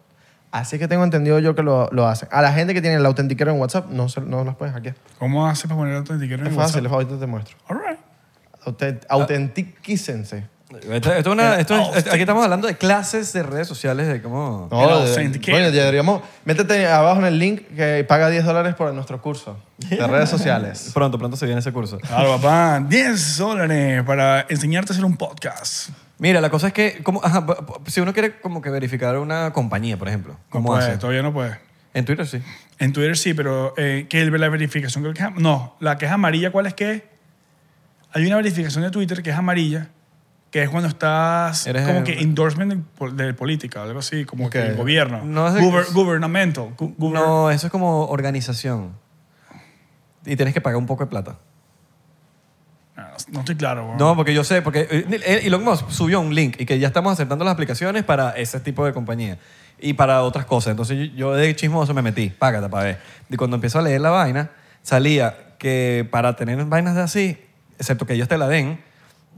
Speaker 1: Así es que tengo entendido yo que lo, lo hacen. A la gente que tiene el autenticero en WhatsApp, no, se- no las puedes hackear.
Speaker 2: ¿Cómo haces para poner el authenticator en
Speaker 1: Es
Speaker 2: el
Speaker 1: fácil,
Speaker 2: WhatsApp? Ah.
Speaker 1: es- ahorita te muestro.
Speaker 2: All right.
Speaker 1: Autent- Autentiquícense.
Speaker 3: Esto, esto es una- esto es- este,
Speaker 2: Oh, sí.
Speaker 3: aquí estamos hablando de clases de redes sociales, de cómo...
Speaker 1: No,
Speaker 2: El
Speaker 1: de-
Speaker 2: authenticator.
Speaker 1: coño, deberíamos... Métete abajo en el link que paga 10 dólares por nuestro curso de redes
Speaker 2: <laughs>
Speaker 1: sociales.
Speaker 3: Pronto, pronto se viene ese curso.
Speaker 2: Claro, papá. <laughs> 10 dólares para enseñarte a hacer un podcast.
Speaker 3: Mira, la cosa es que, como, ajá, p- p- si uno quiere como que verificar una compañía, por ejemplo,
Speaker 2: No
Speaker 3: ¿cómo
Speaker 2: puede,
Speaker 3: hace?
Speaker 2: todavía no puede.
Speaker 3: En Twitter sí.
Speaker 2: En Twitter sí, pero eh, que el- la verificación creo que es am- No, la que es amarilla, ¿cuál es que es? Hay una verificación de Twitter que es amarilla, que es cuando estás
Speaker 3: Eres
Speaker 2: como
Speaker 3: el-
Speaker 2: que endorsement de, pol- de política, algo así, como
Speaker 1: Ok.
Speaker 2: que el gobierno.
Speaker 3: No es de-
Speaker 2: Guber- Governamental. gu- guber-
Speaker 3: No, eso es como organización. Y tienes que pagar un poco de plata.
Speaker 2: No, Ah, no estoy claro, weón.
Speaker 3: No, porque yo sé, porque eh, eh, Elon Musk subió un link y que ya estamos aceptando las aplicaciones para ese tipo de compañía y para otras cosas. Entonces yo, yo de chismoso me metí, págata para ver. Y cuando empiezo a leer la vaina, salía que para tener vainas de así, excepto que ellos te la den,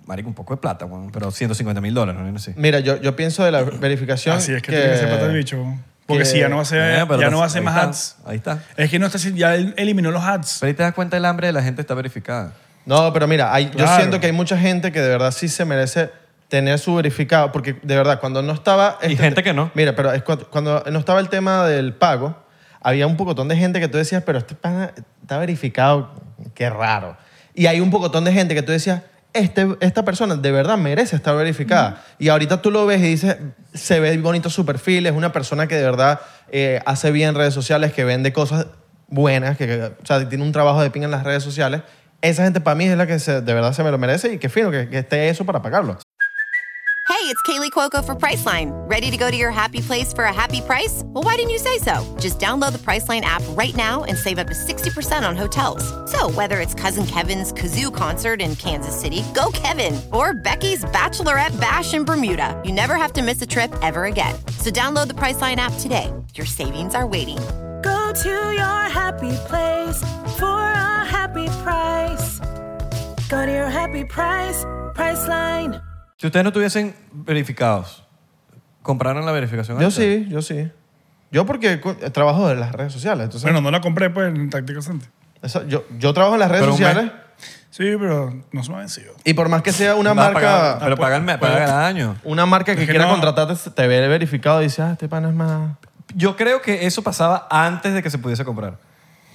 Speaker 3: marico, un poco de plata, weón, pero 150 mil dólares, no sé.
Speaker 1: Mira, yo, yo pienso de la verificación
Speaker 2: Así es que, tiene que ser pata el bicho. weón. Porque
Speaker 1: que-
Speaker 2: si ya no va a ser, ya no va a ser más ads.
Speaker 3: Eh, pues Ahí está.
Speaker 2: Es que no está, haciendo- ya él eliminó los ads.
Speaker 3: Pero ahí te das cuenta el hambre de la gente está verificada.
Speaker 1: No, pero mira, hay- yo
Speaker 2: Claro.
Speaker 1: siento que hay mucha gente que de verdad sí se merece tener su verificado, porque de verdad, cuando no estaba...
Speaker 3: Y gente que no.
Speaker 1: Este Mira, pero es cuando, cuando no estaba el tema del pago, había un pocotón de gente que tú decías, pero este pana está verificado, qué raro. Y hay un pocotón de gente que tú decías, este, esta persona de verdad merece estar verificada. Y ahorita tú lo ves y dices, se ve bonito su perfil, es una persona que de verdad eh, hace bien redes sociales, que vende cosas buenas, que, que, o sea, tiene un trabajo de pinga en las redes sociales. Esa gente para mí es la que se- de verdad se me lo merece y qué fino que, que esté eso para pagarlo.
Speaker 4: Hey, it's Kaylee Cuoco for Priceline. Ready to go to your happy place for a happy price? Well, why didn't you say so? Just download the Priceline app right now and save up to 60% on hotels. So, whether it's Cousin Kevin's Kazoo concert in Kansas City, go Kevin, or Becky's Bachelorette Bash in Bermuda, you never have to miss a trip ever again. So, download the Priceline app today. Your savings are waiting.
Speaker 5: Go to your happy place for a happy price. Go to your happy price, Priceline.
Speaker 3: Si ustedes no estuviesen verificados, ¿compraron la verificación?
Speaker 1: Yo
Speaker 3: antes?
Speaker 1: sí, yo sí. Yo porque cu- eh, trabajo en las redes sociales. Entonces,
Speaker 2: Bueno, no la compré pues en Tactical Center.
Speaker 1: eso- yo, yo trabajo en las redes
Speaker 3: Pero un mes.
Speaker 1: sociales
Speaker 2: Sí, pero no se me ha vencido.
Speaker 1: y por más que sea
Speaker 3: <laughs>
Speaker 1: una
Speaker 3: Vas a
Speaker 2: Ah,
Speaker 3: pagar-
Speaker 1: marca,
Speaker 3: pero
Speaker 2: pues,
Speaker 3: pagan, pagan el año.
Speaker 1: una marca que,
Speaker 2: Es que
Speaker 1: quiera
Speaker 2: no.
Speaker 1: contratarte, se te ve verificado y dice, ah, este pana es más...
Speaker 3: Yo creo que eso pasaba antes de que se pudiese comprar.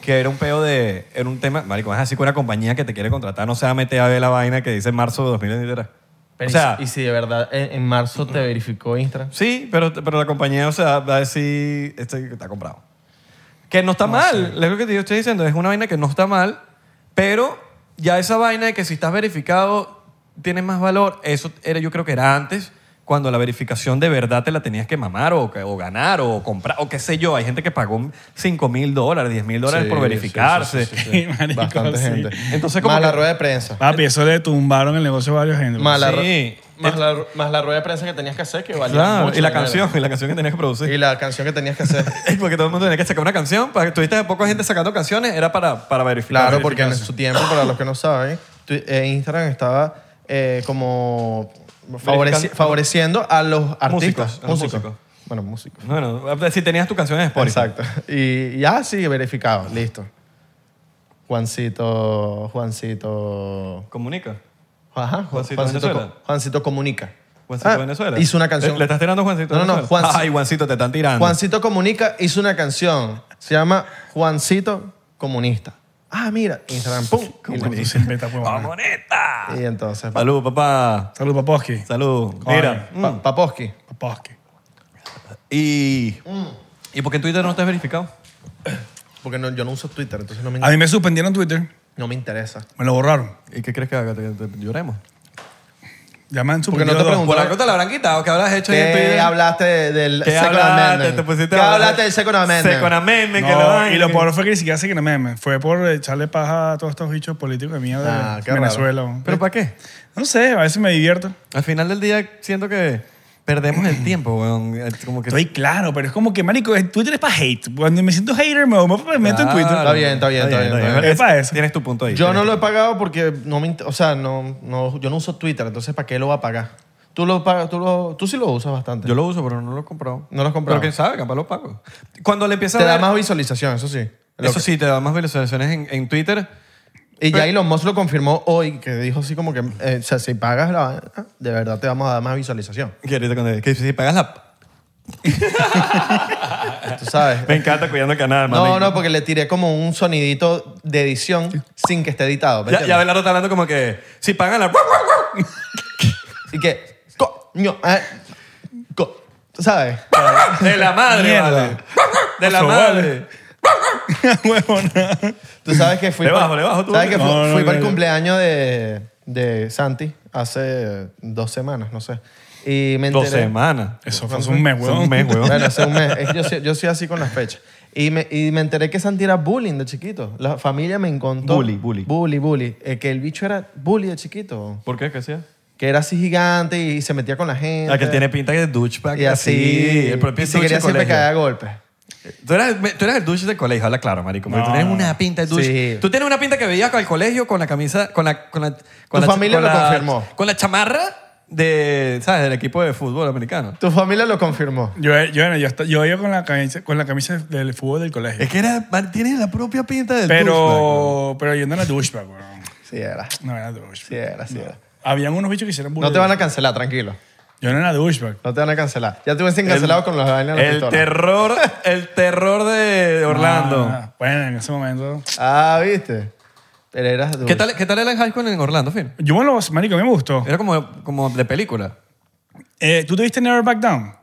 Speaker 3: Que era un peo de. Era un tema. Marico, es así que una compañía que te quiere contratar no se va a meter a ver la vaina que dice marzo de 2023.
Speaker 1: Pero
Speaker 3: o
Speaker 1: y
Speaker 3: sea,
Speaker 1: si- y si de verdad en, en marzo te verificó Instagram.
Speaker 3: sí, pero, pero la compañía, o sea, va a decir. Este que está comprado. Que no está mal. Lo que te estoy diciendo es una vaina que no está mal, pero ya esa vaina de que si estás verificado tienes más valor, eso era, yo creo que era antes, cuando la verificación de verdad te la tenías que mamar o, que- o ganar o comprar, o qué sé yo. Hay gente que pagó 5 mil dólares, 10 mil dólares
Speaker 1: Sí,
Speaker 3: por
Speaker 1: sí,
Speaker 3: verificarse.
Speaker 1: sí, sí, sí.
Speaker 2: Marico,
Speaker 1: Bastante
Speaker 2: sí.
Speaker 1: gente.
Speaker 3: Entonces, como
Speaker 1: más la
Speaker 3: que-
Speaker 1: rueda de prensa.
Speaker 2: Papi, eso le tumbaron el negocio a varios gente. bro.
Speaker 1: Más, la, ru-
Speaker 3: Sí.
Speaker 1: más, la, ru- más la rueda de prensa que tenías que hacer, que valía
Speaker 3: Claro,
Speaker 1: mucho
Speaker 3: y la
Speaker 1: dinero.
Speaker 3: canción, y la canción que tenías que producir.
Speaker 1: Y la canción que tenías que hacer.
Speaker 3: <laughs> Porque todo el mundo tenía que sacar una canción. Para que tuviste poca gente sacando canciones, era para, para verificar.
Speaker 1: Claro, porque en su tiempo, para los que no saben, tu- eh, Instagram estaba eh, como favoreci-
Speaker 3: Verificando.
Speaker 1: favoreciendo a los artistas.
Speaker 3: Músicos, a los músicos.
Speaker 1: Bueno, músicos.
Speaker 3: Bueno, si tenías tu canción en Spotify.
Speaker 1: Exacto. Y ya sí, verificado, listo. Juancito, Juancito.
Speaker 3: Comunica.
Speaker 1: Ajá, Ju-
Speaker 3: Juancito
Speaker 1: Juancito,
Speaker 3: Venezuela.
Speaker 1: Co- Juancito Comunica.
Speaker 3: Juancito
Speaker 1: Ah,
Speaker 3: Venezuela.
Speaker 1: Hizo una canción.
Speaker 3: ¿Le, le estás tirando a Juancito?
Speaker 1: No, no, no,
Speaker 3: Venezuela?
Speaker 1: Juanci-
Speaker 3: Ay, Juancito, te están tirando.
Speaker 1: Juancito Comunica hizo una canción. Se llama Juancito Comunista. Ah, mira, Instagram, pum. Y,
Speaker 2: Marico,
Speaker 1: listo.
Speaker 2: siempre está pues, bueno.
Speaker 3: ¡Comunista!
Speaker 1: Y entonces, pa-
Speaker 3: Salud, papá.
Speaker 2: Salud, Paposki.
Speaker 3: Salud. Mira. Mm.
Speaker 2: Ay.
Speaker 1: pa- Paposki.
Speaker 2: Paposki.
Speaker 3: Y. ¿Y por qué en Twitter no estás verificado?
Speaker 1: Porque no- yo no uso Twitter, entonces no me,
Speaker 2: A mí me suspendieron Twitter.
Speaker 1: no me interesa.
Speaker 2: Me lo borraron.
Speaker 3: ¿Y qué crees que haga? ¿Te- te- lloremos.
Speaker 2: Ya me han
Speaker 1: Porque no
Speaker 2: suspendido
Speaker 1: te
Speaker 2: dos.
Speaker 1: pregunto.
Speaker 3: ¿Por algo te la habrán quitado? ¿Qué habrás hecho ahí en
Speaker 1: ¿Qué
Speaker 3: Twitter?
Speaker 1: hablaste de- del
Speaker 3: ¿Qué
Speaker 1: Second
Speaker 3: hablaste?
Speaker 1: Amendment?
Speaker 3: ¿Te pusiste
Speaker 1: ¿Qué
Speaker 3: a hablar?
Speaker 1: hablaste del Second Amendment?
Speaker 3: Second Amendment, que
Speaker 2: No,
Speaker 3: la vaina,
Speaker 2: y lo
Speaker 3: que-
Speaker 2: peor fue que ni siquiera se que no me amen. Fue por echarle paja a todos estos bichos políticos de mierda
Speaker 1: Ah,
Speaker 2: de
Speaker 1: qué raro.
Speaker 2: Venezuela. bro.
Speaker 3: ¿Pero para qué?
Speaker 2: no sé, a veces me divierto.
Speaker 3: Al final del día siento que perdemos el tiempo, weón. Es Como que
Speaker 2: Estoy claro, pero es como que, marico, el Twitter es para hate. Cuando me siento hater, me, me meto en Twitter.
Speaker 3: Claro.
Speaker 1: Está bien, está bien, está bien, está
Speaker 2: bien. Es para eso.
Speaker 3: Tienes tu punto ahí.
Speaker 1: Yo no lo he pagado porque no me, int- o sea, no, no, yo no uso Twitter, entonces ¿para qué lo voy a pagar? Tú lo pagas, tú lo, tú sí lo usas bastante.
Speaker 3: Yo lo uso, pero no lo he comprado.
Speaker 1: No lo has comprado.
Speaker 3: Pero quién sabe, capaz lo pago. Cuando le empieza
Speaker 1: te
Speaker 3: a
Speaker 1: da
Speaker 3: dar-
Speaker 1: más visualización, eso sí. Lo
Speaker 3: Eso
Speaker 1: que-
Speaker 3: sí, te da más visualizaciones en, en Twitter.
Speaker 1: Y ya Elon Musk lo confirmó hoy, que dijo así como que, eh, o sea, si pagas la vaina, de verdad te vamos a dar más visualización.
Speaker 3: Que ahorita cuando- que si pagas la...
Speaker 1: Tú sabes.
Speaker 3: Me encanta cuidando el canal, Ah, mami.
Speaker 1: No, no, porque le tiré como un sonidito de edición sin que esté editado. ¿me
Speaker 3: Ya, ya
Speaker 1: entiendes?
Speaker 3: Abelardo está hablando como que si pagan la...
Speaker 1: Y que, coño, eh, co- ¿tú ¿sabes?
Speaker 3: De la madre,
Speaker 2: Mierda.
Speaker 3: vale. De la
Speaker 2: Oso,
Speaker 3: madre.
Speaker 2: Huevona.
Speaker 1: Tú sabes que fui
Speaker 3: Le
Speaker 1: para-
Speaker 3: bajo, le bajo tú.
Speaker 1: ¿sabes que
Speaker 2: No,
Speaker 1: fui,
Speaker 2: no,
Speaker 1: fui
Speaker 2: no,
Speaker 1: para el
Speaker 2: no.
Speaker 1: cumpleaños de, de Santi hace dos semanas, no sé. Y me
Speaker 3: Dos
Speaker 1: enteré-
Speaker 3: semanas.
Speaker 2: Eso fue hace un mes,
Speaker 3: Son
Speaker 2: huevón.
Speaker 3: un mes, weón.
Speaker 1: Bueno, hace un mes. Es que Yo, soy- yo soy así con las fechas. Y me, y me enteré que Santi era bullying de chiquito. La familia me encontró.
Speaker 3: Bully, bully.
Speaker 1: Bully, bully. Eh, que el bicho era bully de chiquito.
Speaker 3: ¿Por qué? ¿Qué hacía?
Speaker 1: Que era así gigante y se metía con la gente.
Speaker 3: La Ah, que tiene pinta que es douchebag.
Speaker 1: Y así.
Speaker 3: El propio
Speaker 1: y se quería siempre caer a golpes.
Speaker 3: Tú eras, tú eras el douche del colegio, habla claro, marico. porque Tú tienes una pinta de douche.
Speaker 1: Sí.
Speaker 3: Tú tienes una pinta que veías al colegio con la camisa, con la... Con la con
Speaker 1: Tu
Speaker 3: la-
Speaker 1: familia
Speaker 3: con
Speaker 1: lo
Speaker 3: la-
Speaker 1: confirmó.
Speaker 3: Con la chamarra de, ¿sabes? Del equipo de fútbol americano.
Speaker 1: Tu familia lo confirmó.
Speaker 2: <laughs> Yo, yo, bueno, yo, hasta- yo iba con la camisa, con la camisa del fútbol del colegio.
Speaker 3: Es que era, man, tienes la propia pinta del douchebag,
Speaker 2: pero, pero yo no era douchebag, weón.
Speaker 1: Sí, era.
Speaker 2: No era douchebag.
Speaker 1: Sí, era, sí, era.
Speaker 2: Habían unos bichos que hicieron bullying.
Speaker 1: No te van a cancelar, tranquilo.
Speaker 2: Yo no era douchebag.
Speaker 1: No te van a cancelar. Ya te hubiesen cancelado con los vainas de
Speaker 3: El
Speaker 1: las pistolas.
Speaker 3: terror, el terror de Orlando.
Speaker 2: Ah, bueno, en ese momento.
Speaker 1: Ah, ¿viste? Eras duro.
Speaker 3: ¿Qué tal, ¿Qué tal era el high school en Orlando, Phil?
Speaker 2: Yo me lo, marico, a mí me gustó.
Speaker 3: Era como, como de película.
Speaker 2: Eh, ¿Tú te viste Never Back Down?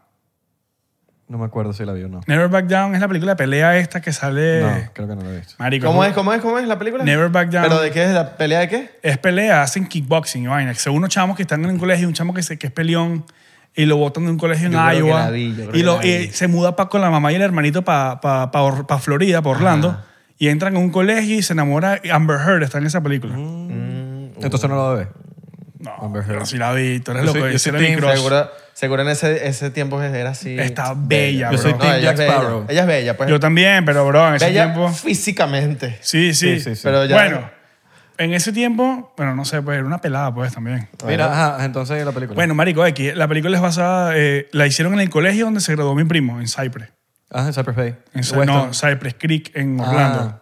Speaker 3: No me acuerdo si la vi o no.
Speaker 2: Never Back Down es la película de pelea esta que
Speaker 1: Eh.
Speaker 2: sale...
Speaker 3: No, creo que no la he visto.
Speaker 2: Marico,
Speaker 1: ¿Cómo es, cómo es, cómo es la película?
Speaker 2: Never Back Down.
Speaker 1: ¿Pero de qué es la pelea de qué?
Speaker 2: es pelea, hacen kickboxing y vaina. Según unos chamos que están en un colegio, un chamo que, se, que es peleón y lo botan de un colegio en
Speaker 1: Yo creo que
Speaker 2: Iowa.
Speaker 1: la vi, yo creo
Speaker 2: y
Speaker 1: que
Speaker 2: lo-
Speaker 1: la vi.
Speaker 2: y se muda pa- con la mamá y el hermanito para pa, pa Or- pa Florida, para Orlando. Y entran en un colegio y se enamora. Amber Heard está en esa película.
Speaker 3: Mm. Entonces no la ve.
Speaker 2: No,
Speaker 3: Amber
Speaker 2: yo
Speaker 3: Heard.
Speaker 2: sí la vi. Tú eres
Speaker 3: Yo
Speaker 2: loco.
Speaker 3: soy- yo
Speaker 2: ese
Speaker 3: soy
Speaker 2: era mi
Speaker 3: team
Speaker 2: crush.
Speaker 1: Seguro, seguro en ese, ese tiempo era así.
Speaker 2: Está bella,
Speaker 3: Yo soy
Speaker 2: bro.
Speaker 3: team
Speaker 1: ella es
Speaker 3: Jack
Speaker 1: bella.
Speaker 3: Sparrow.
Speaker 1: Ella es bella, pues.
Speaker 2: Yo también, pero bro, en ese
Speaker 1: bella
Speaker 2: tiempo...
Speaker 1: físicamente.
Speaker 2: Sí, sí.
Speaker 3: Sí, sí, sí.
Speaker 1: Pero ya-
Speaker 2: Bueno, en ese tiempo, bueno, no sé, pues era una pelada pues también.
Speaker 3: Mira, ajá, entonces la película.
Speaker 2: Bueno, marico, aquí la película es basada, eh, la hicieron en el colegio donde se graduó mi primo, en Cypress.
Speaker 3: Ajá, en Cypress Bay.
Speaker 2: En Cy-
Speaker 3: Weston.
Speaker 2: no, Cypress Creek, en
Speaker 1: Ah.
Speaker 2: Orlando.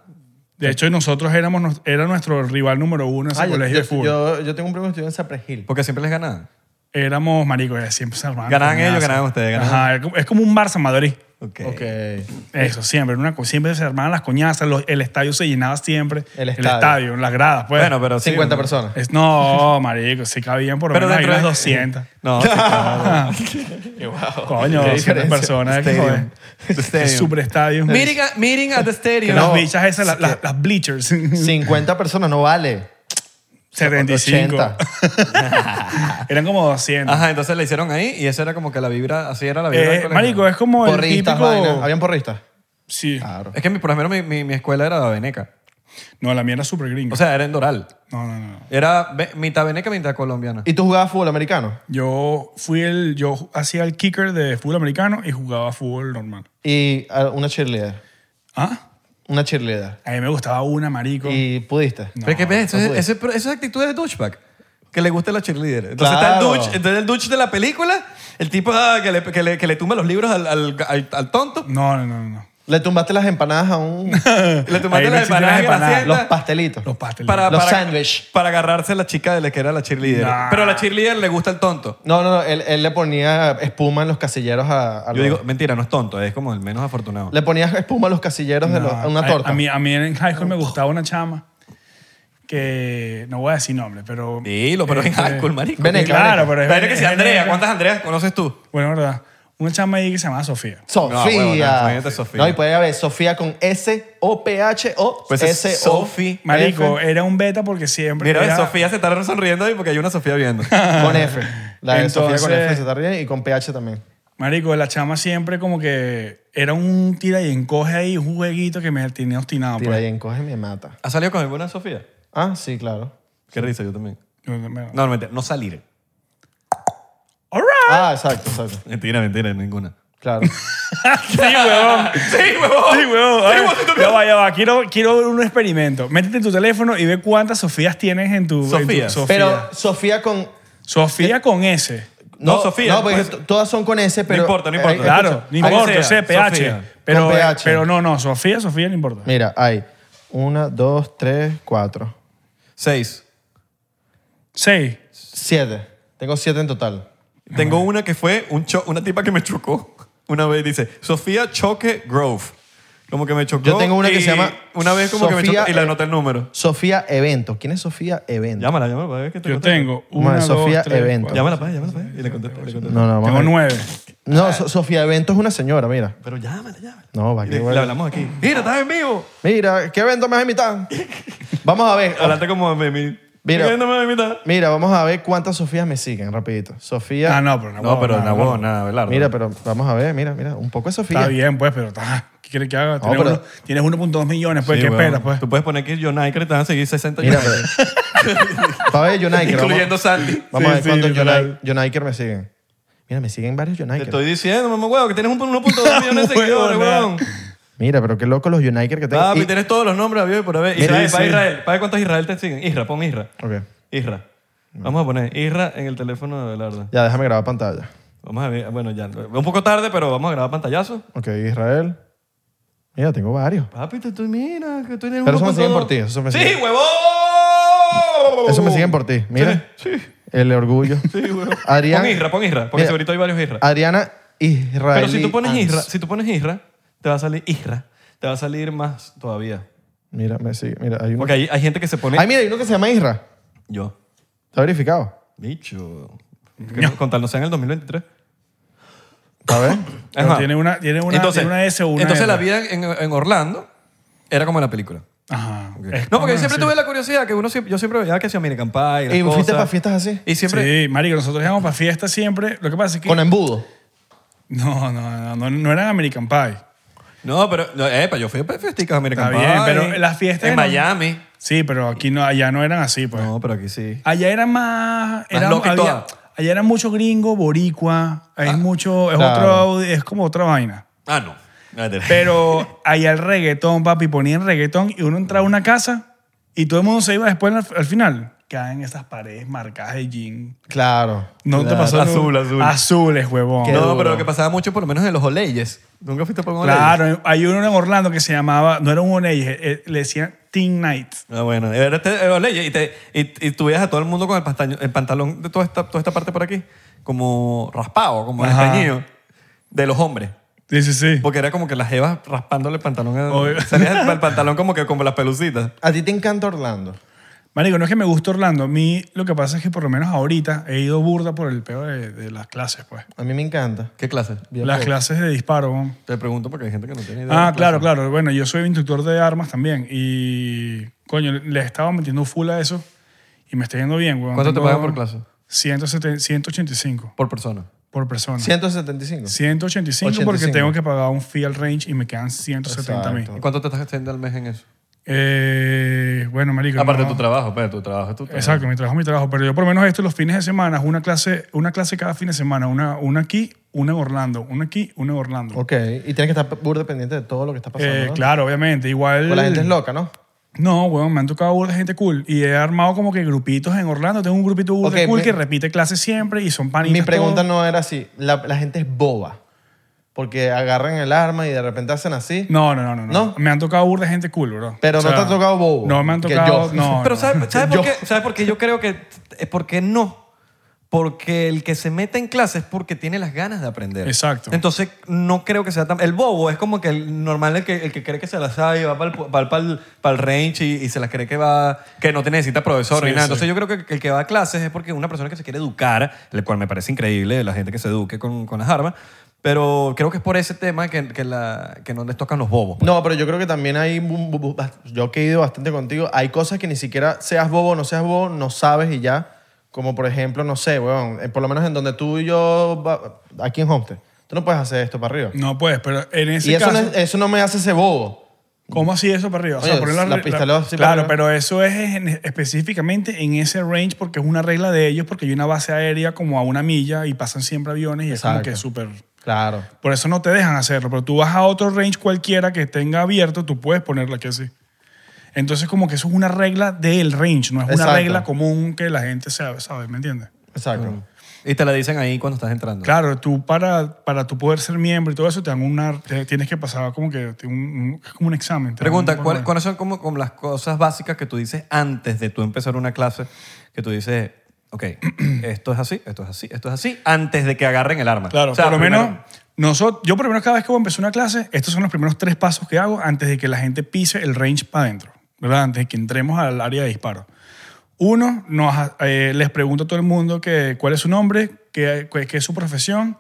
Speaker 2: De hecho, nosotros éramos, nos- era nuestro rival número uno en ese
Speaker 1: Ah, yo,
Speaker 2: colegio de
Speaker 1: yo,
Speaker 2: fútbol.
Speaker 1: yo, yo tengo un primo que estudió en Sapre Hill.
Speaker 3: Porque siempre les ganaban.
Speaker 2: éramos, marico, eh, siempre se armaban
Speaker 3: Ganaban
Speaker 2: coñazos.
Speaker 3: ellos, ganaban ustedes, ganaban.
Speaker 2: Ajá, es como- es como un Barça Madrid.
Speaker 3: Ok.
Speaker 1: Ok.
Speaker 2: Eso, siempre. Una, co- siempre se armaban las coñazas, los- el estadio se llenaba siempre.
Speaker 1: El estadio.
Speaker 2: las gradas, pues.
Speaker 3: Bueno, pero sí.
Speaker 1: 50 personas.
Speaker 2: <laughs> Es- no, marico, sí cabían por lo
Speaker 3: Pero
Speaker 2: menos ahí
Speaker 3: dentro
Speaker 2: las
Speaker 3: de-
Speaker 2: 200.
Speaker 3: <laughs> No.
Speaker 2: Coño,
Speaker 1: Qué
Speaker 2: 200
Speaker 1: diferencia.
Speaker 2: personas. que joder.
Speaker 3: Stadium. <laughs>
Speaker 2: <laughs>
Speaker 3: Stadium.
Speaker 2: Super estadio.
Speaker 3: Meeting at, meeting at the stadium.
Speaker 2: Las bichas esas, las, las- las bleachers. <laughs>
Speaker 1: 50 personas no vale.
Speaker 2: 75.
Speaker 1: 80.
Speaker 2: <laughs> Eran como 200.
Speaker 3: Ajá, entonces la hicieron ahí y esa era como que la vibra, así era la vibra. del
Speaker 2: Eh,
Speaker 3: colegio.
Speaker 2: marico, es como el
Speaker 1: Porristas,
Speaker 2: típico...
Speaker 1: vaina. ¿Habían porristas?
Speaker 2: Sí.
Speaker 1: Claro.
Speaker 3: Es que, mi, por ejemplo, mi, mi, mi escuela era veneca.
Speaker 2: No, la mía era súper gringa.
Speaker 3: O sea, era en Doral.
Speaker 2: no, no, no.
Speaker 3: Era ve- mitad veneca, mitad colombiana.
Speaker 1: ¿Y tú jugabas fútbol americano?
Speaker 2: Yo fui el... Yo hacía el kicker de fútbol americano y jugaba fútbol normal.
Speaker 1: Y ah, una cheerleader.
Speaker 2: ¿Ah?
Speaker 1: Una cheerleader.
Speaker 2: A mí me gustaba una, marico.
Speaker 1: ¿Y pudiste?
Speaker 3: Pero es que ves,
Speaker 1: no
Speaker 3: ese-
Speaker 1: pude.
Speaker 3: ese- pero esa es actitud de douchebag. Que le gusta la cheerleader. Entonces
Speaker 1: Claro.
Speaker 3: está el douche, entonces el douche de la película, el tipo ah, que, le, que, le, que le tumba los libros al, al, al-
Speaker 2: <laughs>
Speaker 3: al tonto,
Speaker 2: No, no, no, no.
Speaker 1: Le tumbaste las empanadas a un...
Speaker 3: le tumbaste
Speaker 2: Ahí no
Speaker 3: las
Speaker 2: existían
Speaker 3: empanadas
Speaker 2: las
Speaker 3: en la
Speaker 2: empanadas.
Speaker 1: los
Speaker 3: hacienda
Speaker 1: pastelitos.
Speaker 2: Los pasteles.
Speaker 3: para,
Speaker 1: los
Speaker 3: para-
Speaker 1: sándwich.
Speaker 3: para agarrarse a la chica de la que era la cheerleader.
Speaker 2: Nah.
Speaker 3: Pero a la cheerleader le gusta el tonto.
Speaker 1: No, no, no. Él, él le ponía espuma en los casilleros a... a
Speaker 3: Yo
Speaker 1: los-
Speaker 3: digo, mentira, no es tonto, es como el menos afortunado.
Speaker 1: Le ponía espuma a los casilleros de los- a una
Speaker 2: a-
Speaker 1: torta.
Speaker 2: A, mí, a mí en high school me gustaba una chama que... No voy a decir nombre, pero...
Speaker 3: Dilo, pero en
Speaker 2: Este,
Speaker 3: high school, marico.
Speaker 1: Veneca,
Speaker 2: Claro,
Speaker 1: veneca.
Speaker 2: pero... es-
Speaker 3: Imagina que si
Speaker 2: es
Speaker 3: Andrea,
Speaker 2: veneca.
Speaker 3: ¿cuántas Andreas conoces tú?
Speaker 2: Bueno, verdad. Una chama ahí que se llamaba Sofía.
Speaker 1: Sofía.
Speaker 3: No, huevo, no, imagínate Sofía.
Speaker 1: No, y puede haber Sofía con S O P H O
Speaker 3: Pues es
Speaker 1: S O
Speaker 3: Sofi.
Speaker 2: Marico, era un beta porque siempre.
Speaker 3: Mira,
Speaker 2: era-
Speaker 3: Sofía se está sonriendo ahí porque hay una Sofía viendo.
Speaker 2: <laughs>
Speaker 1: con F. La de Sofía con
Speaker 2: Entonces-
Speaker 1: F se está riendo y con PH también.
Speaker 2: Marico, la chama siempre como que era un tira y encoge ahí, un jueguito que me tenía obstinado.
Speaker 1: Tira y
Speaker 2: Pues.
Speaker 1: encoge me mata.
Speaker 3: ¿Has salido con alguna Sofía?
Speaker 1: Ah, sí, claro.
Speaker 3: Qué risa, yo también.
Speaker 2: No, no, no.
Speaker 3: No, no, mentira, no salir.
Speaker 2: All right.
Speaker 1: Ah, exacto, exacto.
Speaker 3: Mentira, mentira, ninguna. <laughs>
Speaker 1: Claro.
Speaker 2: Sí, huevón.
Speaker 3: ¡Sí, huevón!
Speaker 2: Sí, huevón. Ay,
Speaker 3: huevón, sí, tú-
Speaker 2: ya va, ya va. Quiero, quiero ver un experimento. Métete en tu teléfono y ve cuántas Sofías tienes en tu. en tu-
Speaker 3: Sofías.
Speaker 2: Sofía.
Speaker 1: Pero Sofía con.
Speaker 2: Sofía con S.
Speaker 3: No, Sofía,
Speaker 1: No, porque
Speaker 3: pues-
Speaker 1: t- todas son con S, pero.
Speaker 3: importa, no importa.
Speaker 1: Eh,
Speaker 2: Claro,
Speaker 1: escucha,
Speaker 2: no
Speaker 3: ahí
Speaker 2: importa,
Speaker 3: sea,
Speaker 2: ese PH.
Speaker 3: Sofía.
Speaker 2: Pero, eh,
Speaker 1: Con PH.
Speaker 2: pero no, no, Sofía, Sofía no importa.
Speaker 1: Mira, hay. Una, dos, tres, cuatro.
Speaker 3: Seis.
Speaker 2: Seis.
Speaker 1: Siete. Tengo siete en total.
Speaker 3: Tengo una que fue un cho- una tipa que me chocó una vez. Dice, Sofía Choque Grove. Como que me chocó.
Speaker 1: Yo tengo una que
Speaker 3: y
Speaker 1: se llama
Speaker 3: Una vez como que me
Speaker 1: Sofía,
Speaker 3: chocó y le
Speaker 1: eh,
Speaker 3: anoté el número.
Speaker 1: Sofía Evento. ¿Quién es Sofía Evento?
Speaker 3: Llámala, llámala para ver qué te
Speaker 2: Yo
Speaker 3: contesta.
Speaker 2: tengo
Speaker 1: Bueno,
Speaker 2: una,
Speaker 1: Sofía
Speaker 2: dos, tres,
Speaker 1: Evento.
Speaker 2: cuatro.
Speaker 3: Llámala para allá, llámala para allá. Y le contesté, le contesté.
Speaker 1: No, no, vamos a
Speaker 2: Tengo
Speaker 1: ver.
Speaker 2: nueve.
Speaker 1: No, So- Sofía Evento es una señora, mira.
Speaker 3: Pero llámala, llámala.
Speaker 1: No, va
Speaker 3: Y
Speaker 1: que
Speaker 3: Le, le
Speaker 1: huele.
Speaker 3: hablamos aquí. Mira, estás en vivo.
Speaker 1: Mira, ¿qué evento me vas a
Speaker 3: <laughs>
Speaker 1: invitar? Vamos a ver.
Speaker 3: Hablaste como de mí.
Speaker 1: Mira.
Speaker 3: Mira, no me invitas.
Speaker 1: Mira, vamos a ver cuántas Sofías me siguen, rapidito. Sofía.
Speaker 2: Ah, no, pero
Speaker 3: No, pero
Speaker 2: nada,
Speaker 3: nada,
Speaker 2: nada.
Speaker 3: huevón, nada, Abelardo.
Speaker 1: Mira, pero vamos a ver, mira, mira. Un poco de Sofía.
Speaker 2: Está bien, pues, pero está. ¿Qué quieres que haga? Tienes
Speaker 1: pero-
Speaker 2: uno- Tienes 1.2 millones, pues,
Speaker 3: Sí,
Speaker 2: ¿qué
Speaker 3: huevón.
Speaker 2: esperas, pues?
Speaker 3: Tú puedes poner que yo Nike te van a seguir 60
Speaker 1: Mira,
Speaker 3: Yonaiker.
Speaker 1: pero. Para ver, Yonaiker. vamos-
Speaker 3: <laughs> Incluyendo Sandy.
Speaker 1: Vamos a ver
Speaker 2: Sí,
Speaker 1: cuántos
Speaker 2: sí,
Speaker 1: Yonai-
Speaker 2: literal.
Speaker 1: Yonaiker me siguen. Mira, me siguen varios
Speaker 3: Te
Speaker 1: Yonaiker.
Speaker 3: estoy diciendo, mamá, huevo, que tienes un 1.2 millones
Speaker 1: <laughs>
Speaker 3: de seguidores,
Speaker 2: Huevona.
Speaker 3: huevón.
Speaker 1: Mira, pero qué loco los Yonaiker que tengo.
Speaker 3: Papi,
Speaker 1: Y-
Speaker 3: tienes todos los nombres, había por haber.
Speaker 2: Mira,
Speaker 3: Israel,
Speaker 2: sí,
Speaker 3: pa'
Speaker 2: sí.
Speaker 3: Israel. ¿Para cuántos Israel te siguen? Isra, pon Isra.
Speaker 1: Ok.
Speaker 3: Isra.
Speaker 1: Mm.
Speaker 3: Vamos a poner Isra en el teléfono de Abelardo.
Speaker 1: Ya, déjame grabar pantalla.
Speaker 3: Vamos a ver, bueno, ya. Un poco tarde, pero vamos a grabar pantallazo.
Speaker 1: Ok, Israel. Mira, tengo varios.
Speaker 3: Papi, tú, tú mira, que tú tienes
Speaker 1: Pero
Speaker 3: un
Speaker 1: eso me siguen
Speaker 3: 1.2.
Speaker 1: por ti, eso me
Speaker 3: ¡Sí,
Speaker 1: siguen.
Speaker 3: huevón!
Speaker 1: Eso me siguen por ti. Mira.
Speaker 3: Oh. Sí, sí.
Speaker 1: El orgullo.
Speaker 3: Sí, huevón.
Speaker 1: Adrián-
Speaker 3: Pon Isra, pon Isra, porque
Speaker 1: Mira. Ah,
Speaker 3: segurito hay varios Isra.
Speaker 1: Adriana Israel.
Speaker 3: Pero si tú pones Isra, si tú pones Isra, te va a salir Isra, te va a salir más todavía.
Speaker 1: Mira, me sigue. Mira, hay uno.
Speaker 3: Porque hay, hay gente que se pone.
Speaker 1: Ay, mira, hay uno que se llama Isra.
Speaker 3: Yo.
Speaker 1: Está verificado.
Speaker 3: Bicho. No. Con tal no sea en el 2023.
Speaker 1: A ver.
Speaker 2: Pero
Speaker 3: Ajá.
Speaker 2: tiene una, tiene una,
Speaker 3: entonces,
Speaker 2: tiene una S o una
Speaker 3: entonces
Speaker 2: R.
Speaker 3: la vida en, en Orlando era como en la película.
Speaker 2: Ajá. Es-
Speaker 3: No, porque yo
Speaker 2: ah,
Speaker 3: siempre
Speaker 2: sí.
Speaker 3: tuve la curiosidad que uno siempre, yo siempre veía que hacía American Pie. las
Speaker 1: ¿Y fuiste
Speaker 3: cosas.
Speaker 1: para fiestas así?
Speaker 3: Y siempre.
Speaker 2: Sí, marico, nosotros íbamos para fiestas siempre. Lo que pasa es que...
Speaker 1: Con embudo.
Speaker 2: No, no, no, no, no eran American Pie.
Speaker 3: No, pero. No, epa, yo fui a festicas American
Speaker 2: Está
Speaker 3: Pie.
Speaker 2: bien, pero las fiestas
Speaker 3: En
Speaker 2: eran-
Speaker 3: Miami.
Speaker 2: Sí, pero aquí no, allá no eran así, pues.
Speaker 3: No, pero aquí sí.
Speaker 2: Allá era más... Era,
Speaker 3: loca y
Speaker 2: había-
Speaker 3: toda.
Speaker 2: allá era mucho gringo, boricua. Hay mucho... Es,
Speaker 1: claro.
Speaker 2: otro, es como otra vaina.
Speaker 3: Ah, no. <laughs>
Speaker 2: Pero allá el reggaetón, papi, ponían reggaetón y uno entraba a una casa y todo el mundo se iba después al, al final. Caen esas paredes marcadas de jean.
Speaker 1: Claro.
Speaker 2: No te
Speaker 3: Claro,
Speaker 2: pasó nunca?
Speaker 3: azul, azul.
Speaker 2: Azules, huevón.
Speaker 3: no,
Speaker 1: duro.
Speaker 3: pero lo que pasaba mucho, por lo menos en los Oleyes. Nunca fuiste por un Oleyes.
Speaker 2: Claro, hay uno en Orlando que se llamaba, no era un Oneyes, eh, le decían Teen Night.
Speaker 3: Ah, bueno, era este, era Oleyes, y, te, y, y tú veías a todo el mundo con el, pastaño- el pantalón de toda esta, toda esta parte por aquí, como raspado, como
Speaker 2: Ajá.
Speaker 3: desteñido, de los hombres.
Speaker 2: Sí, sí, sí.
Speaker 3: Porque era como que las jevas raspándole el pantalón. a-
Speaker 2: Obvio. <laughs>
Speaker 3: Salía el, el pantalón como que como las pelucitas.
Speaker 1: A ti te encanta Orlando.
Speaker 2: Marico, no es que me guste Orlando. A mí lo que pasa es que por lo menos ahorita he ido burda por el peor de, de las clases, pues.
Speaker 1: A mí me encanta.
Speaker 3: ¿Qué clase?
Speaker 1: Bien
Speaker 2: las
Speaker 1: peor.
Speaker 2: clases de disparo, huevón.
Speaker 3: Te pregunto porque hay gente que no tiene idea. de
Speaker 2: Ah,
Speaker 3: qué
Speaker 2: claro,
Speaker 3: clase.
Speaker 2: claro. Bueno, yo soy instructor de armas también y, coño, le estaba metiendo full a eso y me está yendo bien, weón.
Speaker 3: ¿Cuánto te
Speaker 2: Tengo
Speaker 3: pagan por clase?
Speaker 2: 170 185
Speaker 3: Por persona.
Speaker 2: por persona.
Speaker 1: 175.
Speaker 2: 185 porque
Speaker 1: 85.
Speaker 2: tengo que pagar un fee al range y me quedan 170 mil.
Speaker 1: Exacto.
Speaker 3: ¿Y cuánto te estás haciendo al mes en eso?
Speaker 2: Eh, bueno, marico.
Speaker 3: Aparte
Speaker 2: no-
Speaker 3: de tu trabajo, pero tu trabajo es tu trabajo.
Speaker 2: Exacto, mi trabajo es mi trabajo. Pero yo por lo menos esto los fines de semana, una clase, una clase cada fin de semana, una, una aquí, una en Orlando, una aquí, una en Orlando.
Speaker 1: Ok. Y tienes que estar burda pendiente de todo lo que está pasando.
Speaker 2: Eh,
Speaker 1: ¿no?
Speaker 2: claro, obviamente. Igual.
Speaker 1: Pues la gente es loca, ¿no?
Speaker 2: No, weón, me han tocado burda de gente cool. Y he armado como que grupitos en Orlando. Tengo un grupito burda
Speaker 1: Ok,
Speaker 2: cool
Speaker 1: mi-
Speaker 2: que repite clases siempre y son panitas.
Speaker 1: Mi pregunta
Speaker 2: todos.
Speaker 1: no era así. La, la gente es boba. Porque agarran el arma y de repente hacen así.
Speaker 2: no... No, no, no,
Speaker 1: ¿No?
Speaker 2: Me han tocado burda de gente cool, bro.
Speaker 1: Pero
Speaker 2: O
Speaker 1: no
Speaker 2: sea,
Speaker 1: te ha tocado bobo.
Speaker 2: No, me han
Speaker 1: Que
Speaker 2: tocado...
Speaker 1: yo.
Speaker 2: No,
Speaker 3: <laughs> Pero
Speaker 2: no. <laughs>
Speaker 3: ¿sabes, sabes
Speaker 1: Yo-
Speaker 3: por qué? ¿Sabes por qué? Yo creo que... eh, ¿Por qué no? Porque el que se mete en clase es porque tiene las ganas de aprender.
Speaker 2: Exacto.
Speaker 3: Entonces, no creo que sea tan... El bobo es como que el normal, el que, el que cree que se las sabe y va para el, range y, y se las cree que va... Que no te necesita profesor
Speaker 2: Sí,
Speaker 3: ni nada.
Speaker 2: sí.
Speaker 3: Entonces, yo creo que el que va a clases es porque una persona que se quiere educar, el cual me parece increíble, la gente que se eduque con, con las armas, pero creo que es por ese tema que, que, la, que no les tocan los bobos.
Speaker 1: No, pero yo creo que también hay. bu- bu- bu- bast- Yo que he ido bastante contigo, hay cosas que ni siquiera seas bobo o no seas bobo, no sabes y ya. Como por ejemplo, no sé, weón, eh, por lo menos en donde tú y yo, va- aquí en Homestead, tú no puedes hacer esto para arriba.
Speaker 2: No puedes, pero en ese
Speaker 1: y eso,
Speaker 2: caso...
Speaker 1: no, es- eso no me hace ese bobo.
Speaker 2: ¿Cómo así eso para arriba? O
Speaker 1: Oye,
Speaker 2: sea, poner la,
Speaker 1: la
Speaker 2: re-
Speaker 1: pistola así para
Speaker 2: Claro,
Speaker 1: arriba.
Speaker 2: pero eso es en- específicamente en ese range porque es una regla de ellos porque hay una base aérea como a una milla y pasan siempre aviones y es como
Speaker 1: Exacto.
Speaker 2: que es súper...
Speaker 1: Claro.
Speaker 2: Por eso no te dejan hacerlo, pero tú vas a otro range cualquiera que tenga abierto, tú puedes ponerla que así. Entonces como que eso es una regla del range, no es una
Speaker 1: Exacto.
Speaker 2: regla común que la gente sabe, ¿sabes? ¿Me entiendes?
Speaker 1: Exacto.
Speaker 3: Y te la dicen ahí cuando estás entrando.
Speaker 2: Claro, tú para, para tú poder ser miembro y todo eso, te dan una, te- tienes que pasar como que te- un, un- es como un examen. te dan
Speaker 3: Pregunta,
Speaker 2: un-
Speaker 3: ¿cuál- ¿cuáles son como, como las cosas básicas que tú dices antes de tú empezar una clase? Que tú dices, ok, <clears throat> esto es así, esto es así, esto es así, antes de que agarren el arma.
Speaker 2: Claro,
Speaker 3: O sea,
Speaker 2: por lo
Speaker 3: primero-
Speaker 2: menos nosotros, yo por lo menos cada vez que voy a empezar una clase, estos son los primeros tres pasos que hago antes de que la gente pise el range para adentro, ¿verdad? Antes de que entremos al área de disparo. Uno, nos, eh, les pregunto a todo el mundo que, cuál es su nombre, qué, qué- qué es su profesión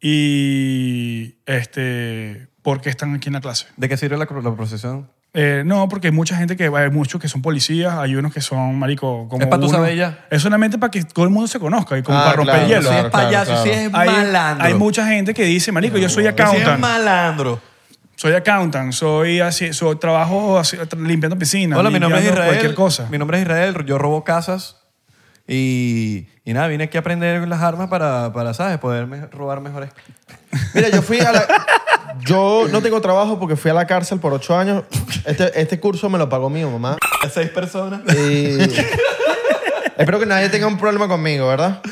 Speaker 2: y este, por qué están aquí en la clase.
Speaker 3: ¿De qué sirve la, la procesión?
Speaker 2: Eh, no, porque hay mucha gente que hay muchos que son policías, hay unos que son marico como
Speaker 3: Es pa' tú
Speaker 2: uno-
Speaker 3: saber ya.
Speaker 2: Es solamente para que todo el mundo se conozca y como
Speaker 1: Ah,
Speaker 2: para romper
Speaker 1: claro,
Speaker 2: hielo.
Speaker 1: sí, Claro, claro.
Speaker 3: es
Speaker 2: Hay, hay mucha gente que dice, marico, yo soy
Speaker 3: si es
Speaker 2: accountant,
Speaker 3: malandro.
Speaker 2: soy accountant, soy así, soy, trabajo así, tra- limpiando piscinas,
Speaker 3: Hola, mi nombre es
Speaker 2: limpiando
Speaker 3: Israel.
Speaker 2: cualquier cosa.
Speaker 3: Mi nombre es Israel, yo robo casas y, y nada, vine aquí a aprender las armas para, para ¿sabes? Poder me- robar mejores. <laughs>
Speaker 1: Mira, yo fui a la. Yo no tengo trabajo porque fui a la cárcel por ocho años. Este, este curso me lo pagó mi mamá.
Speaker 3: Seis personas.
Speaker 1: Y- Espero que nadie tenga un problema conmigo, ¿verdad?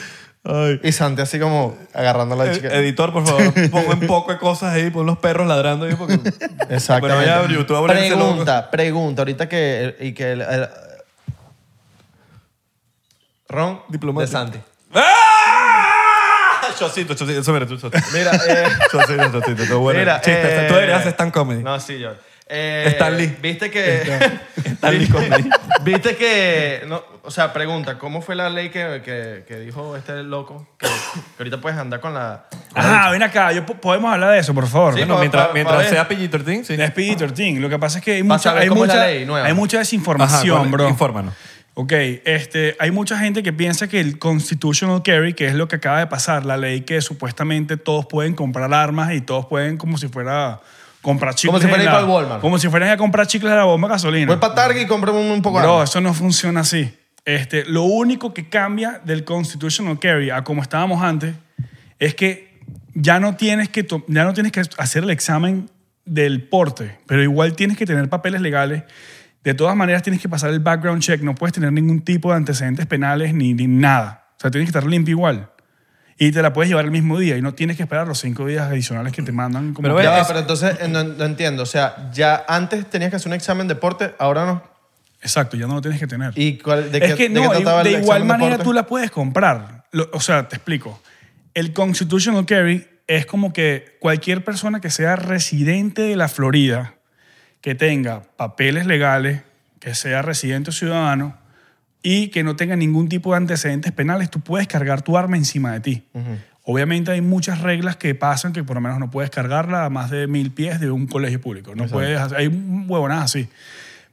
Speaker 1: Y Santi así como agarrando a la chica.
Speaker 3: Eh, Editor, por favor,
Speaker 1: <laughs>
Speaker 3: pongo un poco de cosas ahí, pon los perros ladrando ahí porque...
Speaker 1: Exactamente.
Speaker 3: Pero ya YouTube abre ese logo.
Speaker 1: pregunta, pregunta. Ahorita que... Y que el- el- Ron
Speaker 3: Diplomático.
Speaker 1: de Santi.
Speaker 3: ¡Ah! Chocito, chocito, eso mira, tú chocito.
Speaker 1: Mira, eh,
Speaker 3: Chocito, chocito, todo bueno.
Speaker 1: mira,
Speaker 3: Chiste,
Speaker 1: eh,
Speaker 3: tú deberías hacer stand comedy.
Speaker 1: No, sí, yo. Eh,
Speaker 3: Stan Lee.
Speaker 1: Viste que. <laughs>
Speaker 3: Stan Lee Connery.
Speaker 1: Viste que. no, o sea, pregunta, ¿cómo fue la ley que, que- que dijo este loco? Que, que ahorita puedes andar con la.
Speaker 2: Ajá, ven acá, yo, po- podemos hablar de eso, por favor.
Speaker 1: Sí, pa-
Speaker 2: Bueno,
Speaker 3: No, mientras,
Speaker 1: pa-
Speaker 3: mientras
Speaker 1: pa ver.
Speaker 3: sea PG-13, sí.
Speaker 2: de Speedy 13. Lo que pasa es que hay
Speaker 1: Pa'
Speaker 2: mucha,
Speaker 1: saber
Speaker 2: hay
Speaker 1: cómo es la
Speaker 2: mucha,
Speaker 1: ley nueva.
Speaker 2: hay mucha desinformación,
Speaker 3: ¿cuál es?
Speaker 2: bro.
Speaker 3: Infórmanos.
Speaker 2: Ok, este, hay mucha gente que piensa que el constitutional carry, que es lo que acaba de pasar, la ley que supuestamente todos pueden comprar armas y todos pueden como si fuera comprar chicles.
Speaker 1: si fuera
Speaker 2: en
Speaker 1: ir
Speaker 2: la-
Speaker 1: para el Walmart.
Speaker 2: Como si fueran a comprar chicles a la bomba de gasolina.
Speaker 1: Voy para Target y compré un, un poco de
Speaker 2: Bro,
Speaker 1: armas.
Speaker 2: eso no funciona así. Este, lo único que cambia del constitutional carry a como estábamos antes es que ya no tienes que to- ya no tienes que hacer el examen del porte, pero igual tienes que tener papeles legales. De todas maneras tienes que pasar el background check, no puedes tener ningún tipo de antecedentes penales ni, ni nada. O sea, tienes que estar limpio igual. Y te la puedes llevar el mismo día y no tienes que esperar los cinco días adicionales que te mandan. Como
Speaker 3: Pero
Speaker 2: que-
Speaker 1: Ya va,
Speaker 3: es-
Speaker 1: pero entonces eh, no, no entiendo. O sea, ya antes tenías que hacer un examen de deporte, ahora no.
Speaker 2: Exacto, ya no lo tienes que tener.
Speaker 1: ¿Y cuál- de
Speaker 2: es
Speaker 1: qué-
Speaker 2: que
Speaker 1: de
Speaker 2: no,
Speaker 1: qué trataba
Speaker 2: de
Speaker 1: el
Speaker 2: igual
Speaker 1: examen de
Speaker 2: manera
Speaker 1: porte?
Speaker 2: tú la puedes comprar. Lo- o sea, te explico. El constitutional carry es como que cualquier persona que sea residente de la Florida, que tenga papeles legales, que sea residente o ciudadano y que no tenga ningún tipo de antecedentes penales, tú puedes cargar tu arma encima de ti. Obviamente hay muchas reglas que pasan que por lo menos no puedes cargarla a más de mil pies de un colegio público. No puedes, hacer- hay huevonadas así.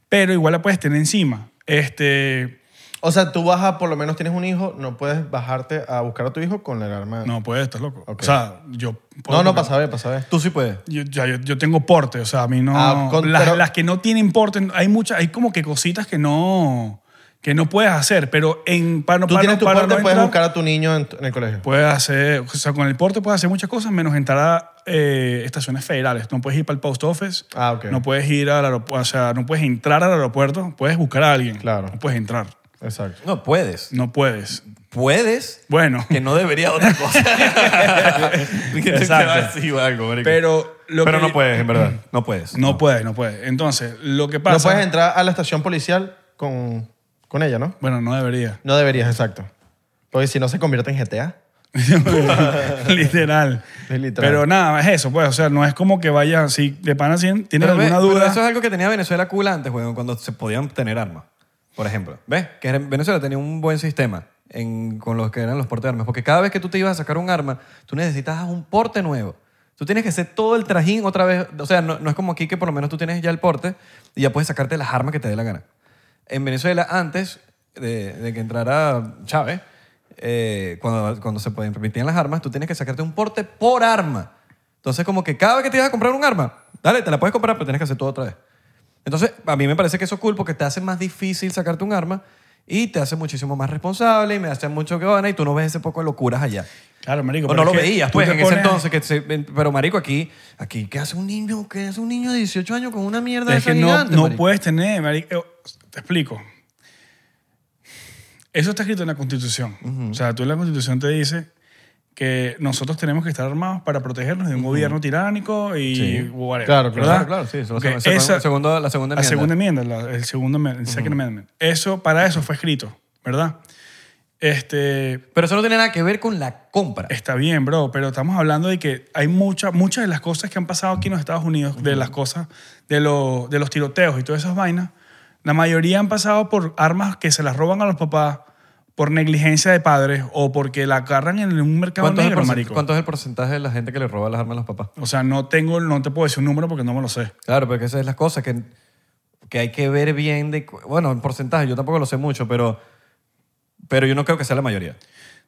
Speaker 2: Pero igual la puedes tener encima. Este,
Speaker 1: O sea, tú bajas, por lo menos tienes un hijo, no puedes bajarte a buscar a tu hijo con el arma.
Speaker 2: No, puede estar loco.
Speaker 1: Ok.
Speaker 2: O sea, yo.
Speaker 1: no,
Speaker 2: puedo-
Speaker 1: no, para saber, para saber.
Speaker 3: Tú sí puedes.
Speaker 2: Yo, ya, yo, yo tengo porte, o sea, a mí no.
Speaker 1: Ah, con-
Speaker 2: las,
Speaker 1: pero-
Speaker 2: las que no tienen porte, hay muchas, hay como que cositas que no, que no puedes hacer, pero en. Para, no-
Speaker 1: Tú
Speaker 2: para,
Speaker 1: tienes
Speaker 2: no-
Speaker 1: tu
Speaker 2: para
Speaker 1: porte,
Speaker 2: no
Speaker 1: puedes
Speaker 2: entrar,
Speaker 1: buscar a tu niño en, tu- en el colegio.
Speaker 2: Puedes hacer, o sea, con el porte puedes hacer muchas cosas menos entrar a eh, estaciones federales. No puedes ir para el post office.
Speaker 1: Ah, ok.
Speaker 2: No puedes ir al aeropuerto, o sea, no puedes entrar al aeropuerto. Puedes buscar a alguien.
Speaker 1: Claro.
Speaker 2: No puedes entrar.
Speaker 1: Exacto.
Speaker 3: No, puedes.
Speaker 2: No puedes.
Speaker 3: Puedes.
Speaker 2: Bueno.
Speaker 3: Que no debería
Speaker 2: <laughs>
Speaker 3: otra cosa. <laughs>
Speaker 2: Exacto.
Speaker 3: Sí, algo, marico.
Speaker 2: Pero lo
Speaker 3: Pero
Speaker 2: que-
Speaker 3: no puedes, en verdad. No puedes.
Speaker 2: No puedes, no puedes. Entonces, lo que pasa.
Speaker 1: No puedes entrar a la estación policial con, con ella, ¿no?
Speaker 2: Bueno, no debería. <laughs>
Speaker 1: No deberías, exacto. Porque si no se convierte en GTA.
Speaker 2: Literal.
Speaker 1: Es literal.
Speaker 2: Pero nada, es eso, pues. O sea, no es como que vaya así de pana si tienes
Speaker 3: Pero ve,
Speaker 2: alguna
Speaker 3: pero
Speaker 2: duda.
Speaker 3: eso es algo que tenía Venezuela cool antes, weón, cuando se podían tener armas. Por ejemplo, ¿ves? Que en Venezuela tenía un buen sistema en- con los que eran los portes de armas. Porque cada vez que tú te ibas a sacar un arma, tú necesitabas un porte nuevo. Tú tienes que hacer todo el trajín otra vez. O sea, no, no es como aquí que por lo menos tú tienes ya el porte y ya puedes sacarte las armas que te dé la gana. En Venezuela, antes de, de que entrara Chávez, eh, cuando, cuando se podían- permitían las armas, tú tienes que sacarte un porte por arma. Entonces, como que cada vez que te ibas a comprar un arma, dale, te la puedes comprar, pero tienes que hacer todo otra vez. Entonces, a mí me parece que eso es cool porque te hace más difícil sacarte un arma y te hace muchísimo más responsable y me hace mucho que van y tú no ves ese poco de locuras allá.
Speaker 2: Claro, marico.
Speaker 3: O
Speaker 2: pero
Speaker 3: no lo
Speaker 2: es que
Speaker 3: veías,
Speaker 2: tú
Speaker 3: pues,
Speaker 2: te
Speaker 3: en ese
Speaker 2: pones-
Speaker 3: entonces. Que se- pero, marico, aquí, aquí, ¿qué hace un niño? ¿Qué hace un niño de 18 años con una mierda
Speaker 2: Es
Speaker 3: esa
Speaker 2: que no,
Speaker 3: gigante,
Speaker 2: no
Speaker 3: marico?
Speaker 2: puedes tener, marico. Eh, Te explico. Eso está escrito en la Constitución. O sea, tú en la Constitución te dice que nosotros tenemos que estar armados para protegernos de un gobierno tiránico y
Speaker 3: Sí.
Speaker 2: whatever,
Speaker 1: Claro, claro,
Speaker 2: ¿verdad?
Speaker 3: claro, sí, eso lo
Speaker 2: Ok,
Speaker 3: sabemos. Segun- segundo- la segunda
Speaker 2: La
Speaker 3: enmienda.
Speaker 2: segunda enmienda, la- el segundo amen- el second amendment. Eso, para eso fue escrito, ¿verdad? Este,
Speaker 3: Pero eso no tiene nada que ver con la compra.
Speaker 2: Está bien, bro, pero estamos hablando de que hay muchas muchas de las cosas que han pasado aquí en los Estados Unidos, de las cosas, de, lo- de los tiroteos y todas esas vainas, la mayoría han pasado por armas que se las roban a los papás por negligencia de padres o porque la agarran en un mercado
Speaker 3: ¿Cuánto es, el
Speaker 2: negro,
Speaker 3: porcent-
Speaker 2: marico.
Speaker 3: cuánto es el porcentaje de la gente que le roba las armas a los papás?
Speaker 2: O sea, no tengo, no te puedo decir un número porque no me lo sé.
Speaker 3: Claro, porque esa es la cosa que, que hay que ver bien de... cu- Bueno, en porcentaje, yo tampoco lo sé mucho, pero, pero yo no creo que sea la mayoría.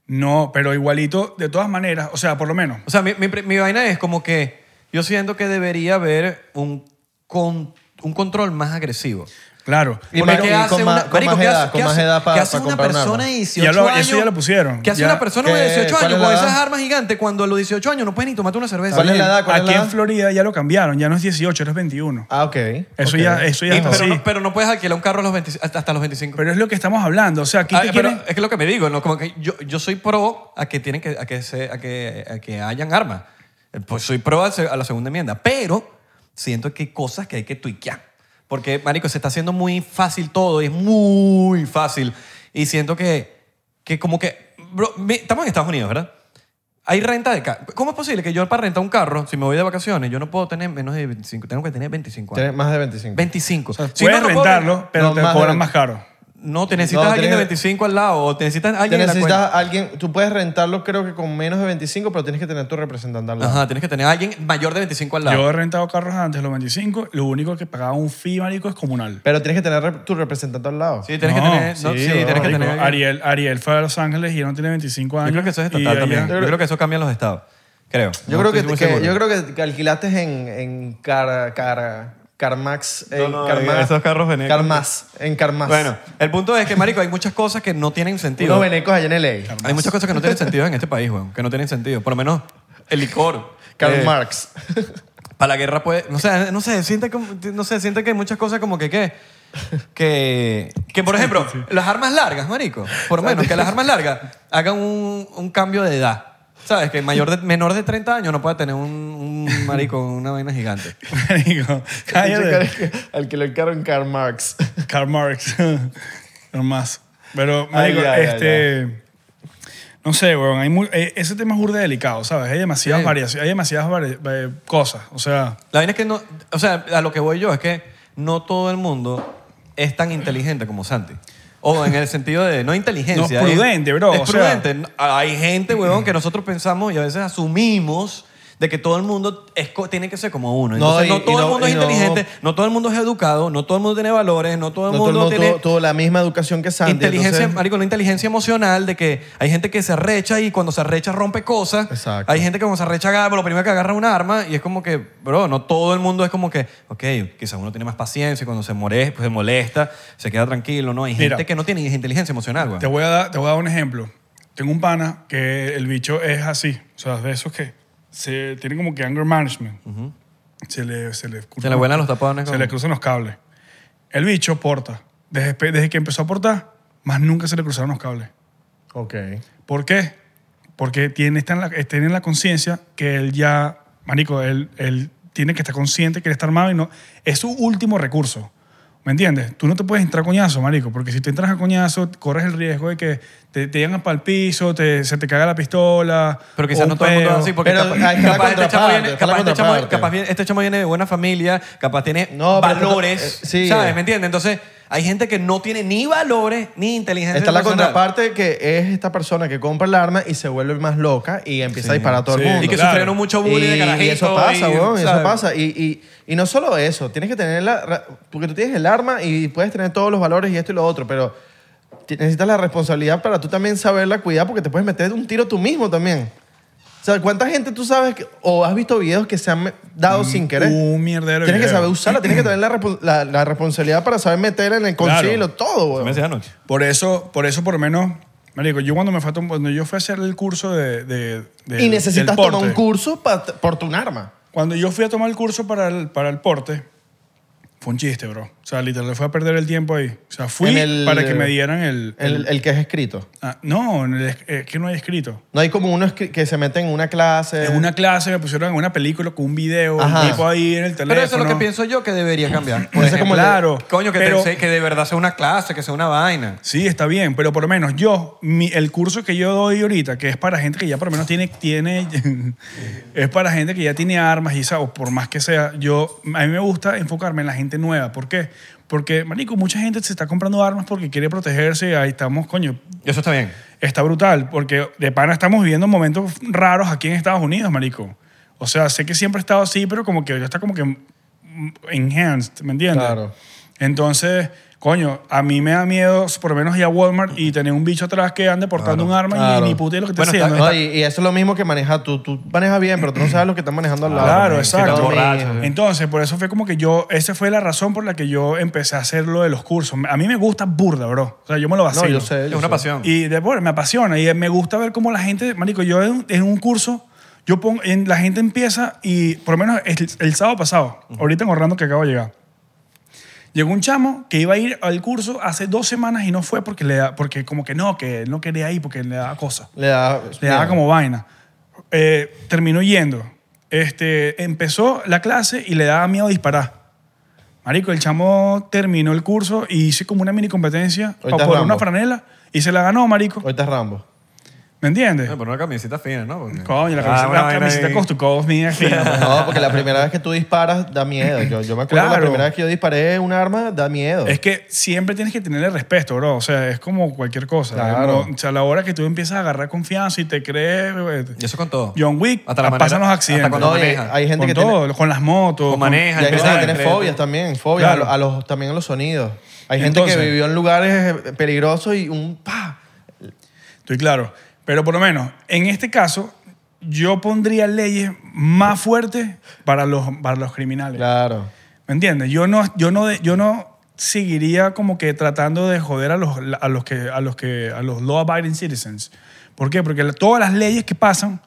Speaker 2: No, pero igualito, de todas maneras, o sea, por lo menos.
Speaker 3: O sea, mi, mi pre- mi vaina es como que yo siento que debería haber un, con- un control más agresivo.
Speaker 2: Claro.
Speaker 1: Y
Speaker 3: Porque
Speaker 1: marico,
Speaker 3: ¿qué
Speaker 1: y
Speaker 3: hace
Speaker 1: con
Speaker 3: una-
Speaker 1: más- con
Speaker 3: marico,
Speaker 1: más
Speaker 3: ¿qué
Speaker 1: edad,
Speaker 3: hace-
Speaker 1: con
Speaker 3: qué
Speaker 1: más
Speaker 3: hace-
Speaker 1: edad pa-
Speaker 3: ¿qué hace
Speaker 1: pa
Speaker 3: una
Speaker 1: comprar un
Speaker 3: persona
Speaker 1: arma?
Speaker 3: de
Speaker 2: Ya
Speaker 3: 18
Speaker 2: lo- eso
Speaker 3: años?
Speaker 2: ya lo pusieron.
Speaker 3: ¿Qué hace
Speaker 2: Ya.
Speaker 3: una persona de
Speaker 1: ¿Qué-
Speaker 3: 18
Speaker 1: cuál
Speaker 3: años
Speaker 1: es
Speaker 3: con
Speaker 1: la
Speaker 3: esas
Speaker 1: edad?
Speaker 3: armas gigantes cuando a los 18 años no puedes ni tomarte una cerveza?
Speaker 1: ¿Cuál es la
Speaker 3: Bien.
Speaker 1: edad? ¿Cuál es
Speaker 2: Aquí
Speaker 1: la
Speaker 2: en
Speaker 1: edad?
Speaker 2: Florida ya lo cambiaron, ya no es 18, eres 21.
Speaker 1: Ah, ok.
Speaker 2: Eso
Speaker 1: Ok.
Speaker 2: ya, eso ya
Speaker 3: Y-
Speaker 2: está
Speaker 3: pero,
Speaker 2: así.
Speaker 3: no, pero no puedes alquilar un carro a los 20 hasta hasta los 25.
Speaker 2: Pero es lo que estamos hablando. O sea, aquí
Speaker 3: Ah,
Speaker 2: te
Speaker 3: pero
Speaker 2: quieren-
Speaker 3: es que lo que me digo, ¿no? Como que yo, yo soy pro a que tienen que, a que, se, a que, a que hayan armas. Eh, Pues soy pro a, se- a la segunda enmienda. Pero siento que hay cosas que hay que tuiquear. Porque, marico, se está haciendo muy fácil todo. Es muy fácil. Y siento que, que como que... bro, mi- estamos en Estados Unidos, ¿verdad? Hay renta de carro. ¿Cómo es posible que yo para rentar un carro, si me voy de vacaciones, yo no puedo tener menos de 25, tengo que tener 25 años?
Speaker 1: Tienes más de 25.
Speaker 3: 25. Si
Speaker 2: Puedes
Speaker 3: no, no puedo-
Speaker 2: rentarlo, pero
Speaker 1: No,
Speaker 2: te
Speaker 1: más de-
Speaker 2: cobran más caro.
Speaker 3: No, te necesitas
Speaker 1: No,
Speaker 3: alguien de
Speaker 1: tienes-
Speaker 3: 25 al lado o te necesitas
Speaker 1: Te
Speaker 3: alguien en la
Speaker 1: necesitas
Speaker 3: cuenta.
Speaker 1: alguien, tú puedes rentarlo creo que con menos de 25, pero tienes que tener tu representante al lado.
Speaker 3: Ajá, tienes que tener a alguien mayor de 25 al lado.
Speaker 2: Yo he rentado carros antes, los 25, lo único que pagaba un fee, marico, es comunal.
Speaker 1: Pero tienes que tener rep- tu representante al lado.
Speaker 3: Sí, tienes que
Speaker 2: No,
Speaker 3: tener. no,
Speaker 1: sí,
Speaker 3: sí, tienes que
Speaker 1: marico,
Speaker 3: tener. alguien.
Speaker 2: Ariel, Ariel fue a Los Ángeles y ya no tiene 25 años.
Speaker 3: Yo creo que eso es
Speaker 2: y
Speaker 3: estatal también.
Speaker 2: ella-
Speaker 3: Yo creo que eso cambia en los estados. Creo.
Speaker 1: Yo,
Speaker 3: No
Speaker 1: creo que,
Speaker 3: estoy muy
Speaker 1: que-
Speaker 3: seguro.
Speaker 1: yo creo que- que alquilaste en, en Car, Car- Carmax.
Speaker 3: No,
Speaker 1: en
Speaker 3: no,
Speaker 1: Carma-
Speaker 3: esos carros venecos.
Speaker 1: Carmas, en Carmas.
Speaker 3: Bueno, el punto es que, marico, hay muchas cosas que no tienen sentido.
Speaker 1: Unos venecos allá en LA.
Speaker 3: Hay muchas cosas que no tienen sentido en este país, weón. Que no tienen sentido. Por lo menos el licor.
Speaker 1: Karl
Speaker 3: Eh,
Speaker 1: Marx.
Speaker 3: Para la guerra puede... No sé, no sé, siente, como- no sé, siente que hay muchas cosas como que qué. Que, que, por ejemplo, las armas largas, marico. Por lo menos que las armas largas hagan un, un cambio de edad. ¿Sabes? Que mayor de, menor de 30 años no pueda tener un, un marico, una vaina gigante.
Speaker 2: <laughs>
Speaker 3: <laughs>
Speaker 2: Marico,
Speaker 1: Ah,
Speaker 2: cállate.
Speaker 1: Alquiló el carro en Karl Marx.
Speaker 2: Karl Marx. <laughs> no más. Pero,
Speaker 1: Ay,
Speaker 2: marico,
Speaker 1: ya, ya,
Speaker 2: este... No sé, weón. Hay mu- eh, ese tema es burda delicado, ¿sabes? Hay demasiadas
Speaker 3: Sí.
Speaker 2: variaciones, hay demasiadas vari- eh, cosas. O sea,
Speaker 3: La vaina es que no... O sea, a lo que voy yo es que no todo el mundo es tan inteligente como Santi. O en el sentido de no inteligencia.
Speaker 2: No,
Speaker 3: es-
Speaker 2: prudente, bro,
Speaker 3: Es
Speaker 2: o sea.
Speaker 3: prudente. Hay gente, huevón, que nosotros pensamos y a veces asumimos de que todo el mundo es co- tiene que ser como uno.
Speaker 1: No,
Speaker 3: Entonces, no,
Speaker 1: y- y
Speaker 3: todo el
Speaker 1: no-
Speaker 3: mundo es
Speaker 1: y no-
Speaker 3: inteligente, no, todo el mundo es educado, no todo el mundo tiene valores, no todo el
Speaker 1: No todo el
Speaker 3: mundo
Speaker 1: mundo
Speaker 3: tiene
Speaker 1: tuvo- tuvo la misma educación que Santi.
Speaker 3: inteligencia,
Speaker 1: entonces-
Speaker 3: marico, una inteligencia emocional de que hay gente que se arrecha y cuando se arrecha rompe cosas.
Speaker 1: Exacto.
Speaker 3: Hay gente que cuando se arrecha agarra, lo primero que agarra es un arma y es como que, bro, no todo el mundo es como que, ok, quizás uno tiene más paciencia y cuando se, more, pues, se molesta, se queda tranquilo, ¿no? Hay
Speaker 2: Mira.
Speaker 3: gente que no tiene inteligencia emocional, güey.
Speaker 2: te voy, a dar, te voy a dar un ejemplo. Tengo un pana que el bicho es así. O sea, de esos que se, tienen como que anger management. Se le... Se le,
Speaker 3: Se le vuelan los tapones.
Speaker 2: Se
Speaker 3: como-
Speaker 2: le cruzan los cables. El bicho porta. Desde, desde que empezó a portar, más nunca se le cruzaron los cables.
Speaker 1: Ok.
Speaker 2: ¿Por qué? Porque tiene, está en la, está en la conciencia que él ya, marico, él, él tiene que estar consciente que él está armado y no. Es su último recurso. ¿Me entiendes? Tú no te puedes entrar a coñazo, marico, porque si te entras a coñazo, corres el riesgo de que te, te llegan para el piso, te- se te caga la pistola.
Speaker 3: Pero
Speaker 2: o
Speaker 3: quizás
Speaker 2: un
Speaker 3: no todo el mundo es
Speaker 2: peo.
Speaker 3: así, porque
Speaker 1: Pero
Speaker 3: capaz,
Speaker 1: hay que la
Speaker 3: capaz este chamo
Speaker 1: contraparte,
Speaker 3: viene,
Speaker 1: está la
Speaker 3: capaz este chamo-
Speaker 1: contraparte.
Speaker 3: capaz viene- este chamo viene de buena familia, capaz tiene
Speaker 1: No, pero-
Speaker 3: valores,
Speaker 1: eh, sí.
Speaker 3: ¿sabes? ¿Me entiendes? Entonces, hay gente que no tiene ni valores ni inteligencia
Speaker 1: Está la
Speaker 3: emocional.
Speaker 1: contraparte que es esta persona que compra el arma y se vuelve más loca y empieza a disparar a todo
Speaker 2: sí.
Speaker 1: el mundo.
Speaker 3: Y que
Speaker 2: Claro.
Speaker 3: sufrieron mucho bullying de carajito.
Speaker 1: y eso pasa,
Speaker 3: y,
Speaker 1: weón, eso
Speaker 3: ¿sabes?
Speaker 1: pasa. Y, y- y no solo eso, tienes que tener la... ra- Porque tú tienes el arma y puedes tener todos los valores y esto y lo otro, pero ti- necesitas la responsabilidad para tú también saberla cuidar porque te puedes meter un tiro tú mismo también. O sea, ¿cuánta gente tú sabes que- o has visto videos que se han me- dado sin querer?
Speaker 2: Mm, Un mierdero.
Speaker 1: Tienes que
Speaker 2: video.
Speaker 1: saber usarla, tienes que tener la, respon- la- la responsabilidad para saber meterla en el
Speaker 2: Claro.
Speaker 1: concilio, todo,
Speaker 3: Se me
Speaker 1: weón.
Speaker 3: decía anoche.
Speaker 2: Por eso, por eso, por lo menos, marico, yo cuando me fue a tom- cuando yo fui a hacer el curso de, de- de-
Speaker 1: Y necesitas
Speaker 2: del
Speaker 1: tomar
Speaker 2: porte,
Speaker 1: un curso para portar un arma.
Speaker 2: Cuando yo fui a tomar el curso para el, para el porte, fue un chiste, bro. O sea, literal, fue a perder el tiempo ahí. O sea, fui
Speaker 1: En el-
Speaker 2: para que me dieran el...
Speaker 1: El, el que es escrito.
Speaker 2: Ah, no, en el- es que no hay escrito.
Speaker 1: No hay como uno escri- que se mete en una clase.
Speaker 2: En una clase me pusieron en una película con un video,
Speaker 1: Eh. Ajá.
Speaker 2: un tipo ahí en el teléfono.
Speaker 3: Pero eso es lo que pienso yo que
Speaker 2: <laughs>
Speaker 3: debería cambiar. Por
Speaker 1: Eso es
Speaker 3: ejemplo,
Speaker 1: como el-
Speaker 2: Claro.
Speaker 3: Coño, que, te-
Speaker 2: pero-
Speaker 3: se- que de verdad sea una clase, que sea una vaina.
Speaker 2: Sí, está bien, pero por lo menos yo, mi- el curso que yo doy ahorita, que es para gente que ya por lo menos tiene, tiene <laughs> es para gente que ya tiene armas y esa, o por más que sea, yo, a mí me gusta enfocarme en la gente nueva. ¿Por qué? Porque, marico, mucha gente se está comprando armas porque quiere protegerse, ahí estamos, coño,
Speaker 3: Y eso está bien.
Speaker 2: está brutal, porque de pana estamos viviendo momentos raros aquí en Estados Unidos, marico. O sea, sé que siempre ha estado así, pero como que ya está como que mm, enhanced, ¿me entiendes?
Speaker 1: Claro.
Speaker 2: Entonces, coño, a mí me da miedo por lo menos ir a Walmart y tener un bicho atrás que ande portando un arma
Speaker 1: claro.
Speaker 2: y ni puta idea lo que está
Speaker 3: Bueno,
Speaker 2: haciendo.
Speaker 3: está-
Speaker 1: No, y, y eso es lo mismo que manejar. Tú, tú manejas bien, pero tú no sabes lo que están manejando al lado.
Speaker 2: Claro,
Speaker 1: Sí,
Speaker 2: exacto.
Speaker 1: lo
Speaker 3: Borracho,
Speaker 1: mismo.
Speaker 2: Entonces, por eso fue como que yo, esa fue la razón por la que yo empecé a hacer lo de los cursos. A mí me gusta burda, bro. O sea, yo me lo
Speaker 1: No, yo
Speaker 2: vacilo.
Speaker 1: sé.
Speaker 3: Es
Speaker 1: yo
Speaker 3: una
Speaker 1: sé.
Speaker 3: pasión.
Speaker 2: Y de, bueno, me apasiona y me gusta ver cómo la gente, marico, yo en, en un curso, yo pongo, en, la gente empieza y por lo menos el, el sábado pasado, ahorita en Orlando que acabo de llegar, llegó un chamo que iba a ir al curso hace dos semanas y no fue porque le da, porque como que no, que él no quería ir porque le daba cosa,
Speaker 1: Le da,
Speaker 2: le daba como vaina. Eh, terminó yendo. Este, empezó la clase y le daba miedo disparar. Marico, el chamo terminó el curso y hice como una mini competencia
Speaker 1: Ahorita
Speaker 2: para poner una
Speaker 1: Rambo.
Speaker 2: franela y se la ganó, marico.
Speaker 1: Ahorita es Rambo.
Speaker 2: ¿Me entiendes?
Speaker 3: Pero una camiseta fina, ¿no? Porque-
Speaker 2: Coño, la
Speaker 3: Ah,
Speaker 2: camiseta,
Speaker 3: una
Speaker 2: la
Speaker 3: vaina
Speaker 2: camiseta
Speaker 3: ahí.
Speaker 2: Costucos
Speaker 3: <laughs>
Speaker 2: mía fina.
Speaker 1: No, porque la primera vez que tú disparas da miedo. Yo, yo me acuerdo la
Speaker 2: Claro.
Speaker 1: primera vez que yo disparé un arma da miedo.
Speaker 2: Es que siempre tienes que tenerle respeto, bro. O sea, es como cualquier cosa.
Speaker 1: Claro.
Speaker 2: No, o sea, a la hora que tú empiezas a agarrar confianza y te crees... eh,
Speaker 3: Y eso con todo.
Speaker 2: John Wick,
Speaker 3: Hasta la manera-
Speaker 2: pasan los accidentes.
Speaker 3: hasta
Speaker 1: No,
Speaker 3: cuando
Speaker 1: y
Speaker 3: maneja.
Speaker 1: hay gente
Speaker 2: con
Speaker 1: que
Speaker 2: todo,
Speaker 1: tiene,
Speaker 2: con las motos.
Speaker 3: O
Speaker 2: con-
Speaker 1: y
Speaker 3: maneja.
Speaker 1: hay gente
Speaker 3: empieza
Speaker 1: que
Speaker 3: a
Speaker 1: tiene
Speaker 3: creer-
Speaker 1: fobias también, fobias
Speaker 2: Claro.
Speaker 1: a, lo- a los, también a los sonidos. Hay gente que
Speaker 2: Entonces-
Speaker 1: vivió en lugares eh, peligrosos y un pa.
Speaker 2: Estoy claro. Pero por lo menos, en este caso, yo pondría leyes más fuertes para los, para los criminales.
Speaker 1: Claro.
Speaker 2: ¿Me entiendes? Yo no, yo no, de- yo no seguiría como que tratando de joder a los, a los que, a los que, a los law abiding citizens. ¿Por qué? Porque la- todas las leyes que pasan,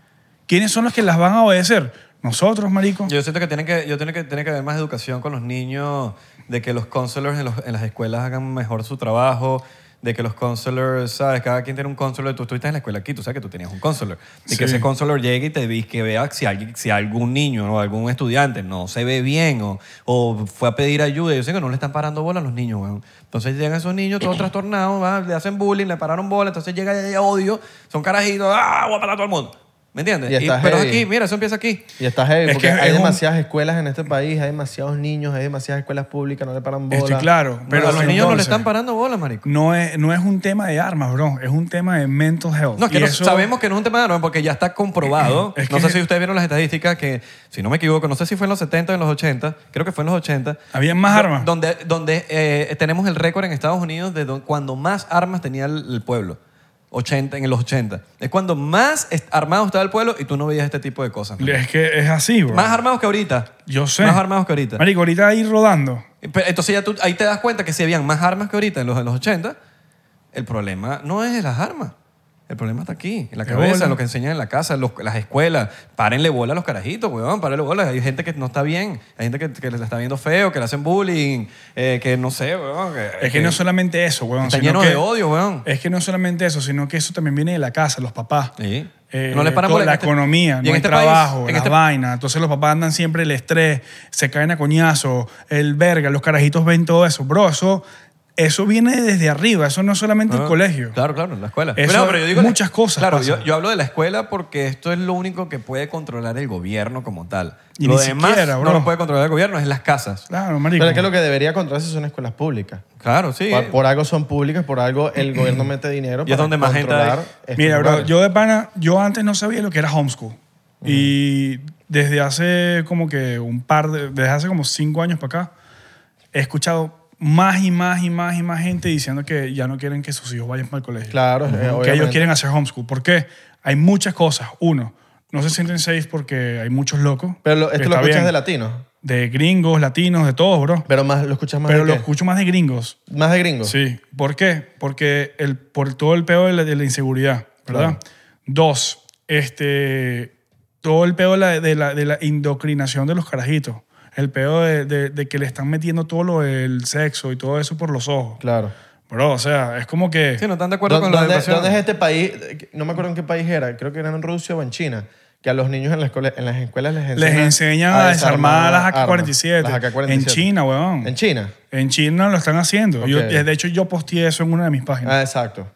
Speaker 2: ¿quiénes son los que las van a obedecer? Nosotros, marico.
Speaker 3: Yo siento que tiene que, yo tiene que, tiene que haber más educación con los niños, de que los counselors en, los- en las escuelas hagan mejor su trabajo, de que los counselors, ¿sabes? Cada quien tiene un counselor. Tú estuviste en la escuela aquí, tú sabes que tú tenías un counselor. Y
Speaker 2: Sí.
Speaker 3: que ese counselor llegue y te vi- que vea si, alguien, si algún niño o algún estudiante no se ve bien o, o fue a pedir ayuda. Yo sé que no le están parando bola a los niños, weón. Entonces llegan esos niños todos trastornados, ¿va? le hacen bullying, le pararon bola, entonces llega ya odio, son carajitos, ¡ah! Voy a parar a todo el mundo. ¿Me entiendes?
Speaker 1: Y está
Speaker 3: pero
Speaker 1: heavy.
Speaker 3: aquí, mira, eso empieza aquí.
Speaker 1: Y está heavy,
Speaker 2: Es
Speaker 1: porque
Speaker 2: que
Speaker 1: hay
Speaker 2: es un-
Speaker 1: demasiadas escuelas en este país, hay demasiados niños, hay demasiadas escuelas públicas, no le paran bola.
Speaker 2: Estoy claro. Pero
Speaker 3: Pero a los niños no le
Speaker 2: entonces,
Speaker 3: están parando bola, marico.
Speaker 2: No es, no es un tema de armas, bro. Es un tema de mental health.
Speaker 3: No, es que
Speaker 2: Y
Speaker 3: no-
Speaker 2: eso-
Speaker 3: sabemos que no es un tema de armas porque ya está comprobado.
Speaker 2: <clears throat> Es
Speaker 3: no
Speaker 2: que-
Speaker 3: sé si ustedes vieron las estadísticas que, si no me equivoco, no sé si fue en los 70 o en los 80, creo que fue en los 80.
Speaker 2: Habían más
Speaker 3: do-
Speaker 2: armas.
Speaker 3: Donde, donde eh, tenemos el récord en Estados Unidos de don- cuando más armas tenía el, el pueblo. 80, en los 80. Es cuando más est- armado estaba el pueblo y tú no veías este tipo de cosas. ¿no?
Speaker 2: Es que es así, bro.
Speaker 3: Más armados que ahorita.
Speaker 2: Yo sé.
Speaker 3: Más armados que ahorita.
Speaker 2: Marico, ahorita ahí rodando.
Speaker 3: Pero Entonces ya tú ahí te das cuenta que si habían más armas que ahorita en los, en los 80, el problema no es las armas. El problema está aquí, en la
Speaker 2: De
Speaker 3: cabeza,
Speaker 2: bola.
Speaker 3: en lo que enseñan en la casa, los- las escuelas. Párenle bola a los carajitos, weón, párenle bola. Hay gente que no está bien, hay gente que, que les está viendo feo, que le hacen bullying, eh, que no sé, weón.
Speaker 2: Es que no es solamente eso, weón.
Speaker 3: Está
Speaker 2: sino
Speaker 3: lleno
Speaker 2: que-
Speaker 3: de odio, weón.
Speaker 2: Es que no es solamente eso, sino que eso también viene de la casa, los papás.
Speaker 3: Sí.
Speaker 2: Eh,
Speaker 3: No le paran
Speaker 2: con
Speaker 3: bola en
Speaker 2: la
Speaker 3: este-
Speaker 2: economía,
Speaker 3: y
Speaker 2: no
Speaker 3: en
Speaker 2: hay
Speaker 3: este país,
Speaker 2: trabajo,
Speaker 3: en
Speaker 2: las
Speaker 3: este-
Speaker 2: vainas. Entonces los papás andan siempre el estrés, se caen a coñazo, el verga, los carajitos ven todo eso. Bro, eso, eso viene desde arriba, eso no es solamente el
Speaker 3: Ah,
Speaker 2: colegio.
Speaker 3: Claro, claro, la escuela.
Speaker 2: Eso- muchas cosas
Speaker 3: Claro,
Speaker 2: pasan.
Speaker 3: yo, yo hablo de la escuela porque esto es lo único que puede controlar el gobierno como tal.
Speaker 2: Y
Speaker 3: lo
Speaker 2: ni
Speaker 3: demás
Speaker 2: siquiera,
Speaker 3: no
Speaker 2: bro.
Speaker 3: lo puede controlar el gobierno, es las casas.
Speaker 2: Claro, marico.
Speaker 1: Pero es que lo que debería controlarse son escuelas públicas.
Speaker 3: Claro, sí.
Speaker 1: Por, por algo son públicas, por algo el
Speaker 2: <clears throat>
Speaker 1: gobierno mete dinero
Speaker 3: Y es
Speaker 1: para
Speaker 3: donde más gente
Speaker 1: controlar
Speaker 3: hay.
Speaker 1: estos
Speaker 2: Mira, bro,
Speaker 1: lugares.
Speaker 2: yo de pana, yo antes no sabía lo que era homeschool. Y desde hace como que un par de, desde hace como cinco años para acá, he escuchado más y más y más y más gente diciendo que ya no quieren que sus hijos vayan para el colegio.
Speaker 1: Claro, eh,
Speaker 2: que
Speaker 1: obviamente.
Speaker 2: ellos quieren hacer homeschool. ¿Por qué? Hay muchas cosas. Uno, no se sienten safe porque hay muchos locos.
Speaker 1: Pero lo- esto lo
Speaker 2: Está
Speaker 1: escuchas
Speaker 2: bien.
Speaker 1: de latino,
Speaker 2: De gringos, latinos, de todos, bro.
Speaker 1: pero más lo escuchas más
Speaker 2: Pero
Speaker 1: de
Speaker 2: lo
Speaker 1: qué?
Speaker 2: escucho más de gringos.
Speaker 1: más de gringo.
Speaker 2: Sí. ¿Por qué? Porque el, por todo el peor de la, de la inseguridad, ¿verdad? Dos, este, todo el peor de la, de, la, de la indoctrinación de los carajitos. El peor de, de- de que le están metiendo todo lo del sexo y todo eso por los ojos.
Speaker 1: Claro.
Speaker 2: Bro, o sea, es como que...
Speaker 3: Sí, no están de acuerdo con la
Speaker 1: ¿Dónde,
Speaker 3: educación.
Speaker 1: dónde es este país? Eh, No me acuerdo en qué país era, creo que era en Rusia o en China, que a los niños en, la escuela- en las escuelas les enseñan,
Speaker 2: Les enseñan a desarmar las
Speaker 1: armas,
Speaker 2: AK-47.
Speaker 1: las AK-47.
Speaker 2: En China, weón.
Speaker 1: ¿En China?
Speaker 2: En China lo están haciendo. Yo-
Speaker 1: Ok.
Speaker 2: de hecho, yo posteé eso en una de mis páginas.
Speaker 1: Ah, exacto.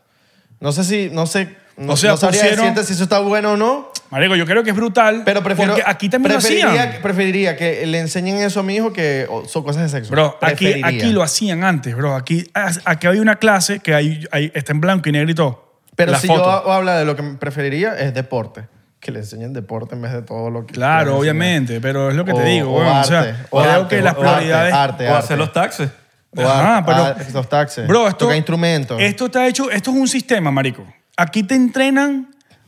Speaker 1: No sé si, no sé, no,
Speaker 2: O sea,
Speaker 1: no sabría
Speaker 2: pusieron-
Speaker 1: decirte si eso está bueno o no,
Speaker 2: Marico, yo creo que es brutal.
Speaker 1: pero prefiero...
Speaker 2: Porque aquí también lo
Speaker 1: preferiría,
Speaker 2: hacían.
Speaker 1: Preferiría que le enseñen eso a mi hijo que o, son cosas de sexo.
Speaker 2: Bro, aquí,
Speaker 1: Preferiría.
Speaker 2: aquí lo hacían antes, bro. Aquí, aquí había una clase que hay, hay- está en blanco y negro y todo.
Speaker 1: Pero
Speaker 2: La
Speaker 1: si
Speaker 2: foto.
Speaker 1: yo ha- habla de lo que preferiría es deporte. Que le enseñen deporte en vez de todo lo que...
Speaker 2: Claro,
Speaker 1: que le enseñan.
Speaker 2: obviamente, pero es lo que te
Speaker 1: O-
Speaker 2: digo,
Speaker 1: o
Speaker 2: weón. O sea,
Speaker 1: arte, o
Speaker 2: creo
Speaker 1: arte,
Speaker 2: que las
Speaker 1: o arte,
Speaker 2: prioridades.
Speaker 1: arte,
Speaker 3: O
Speaker 1: arte.
Speaker 3: hacer los taxes.
Speaker 1: O
Speaker 2: Ajá,
Speaker 1: arte,
Speaker 2: pero-
Speaker 1: arte, los taxes.
Speaker 2: Bro, esto.
Speaker 1: Toca instrumentos.
Speaker 2: Esto está hecho. Esto es un sistema, marico. Aquí te entrenan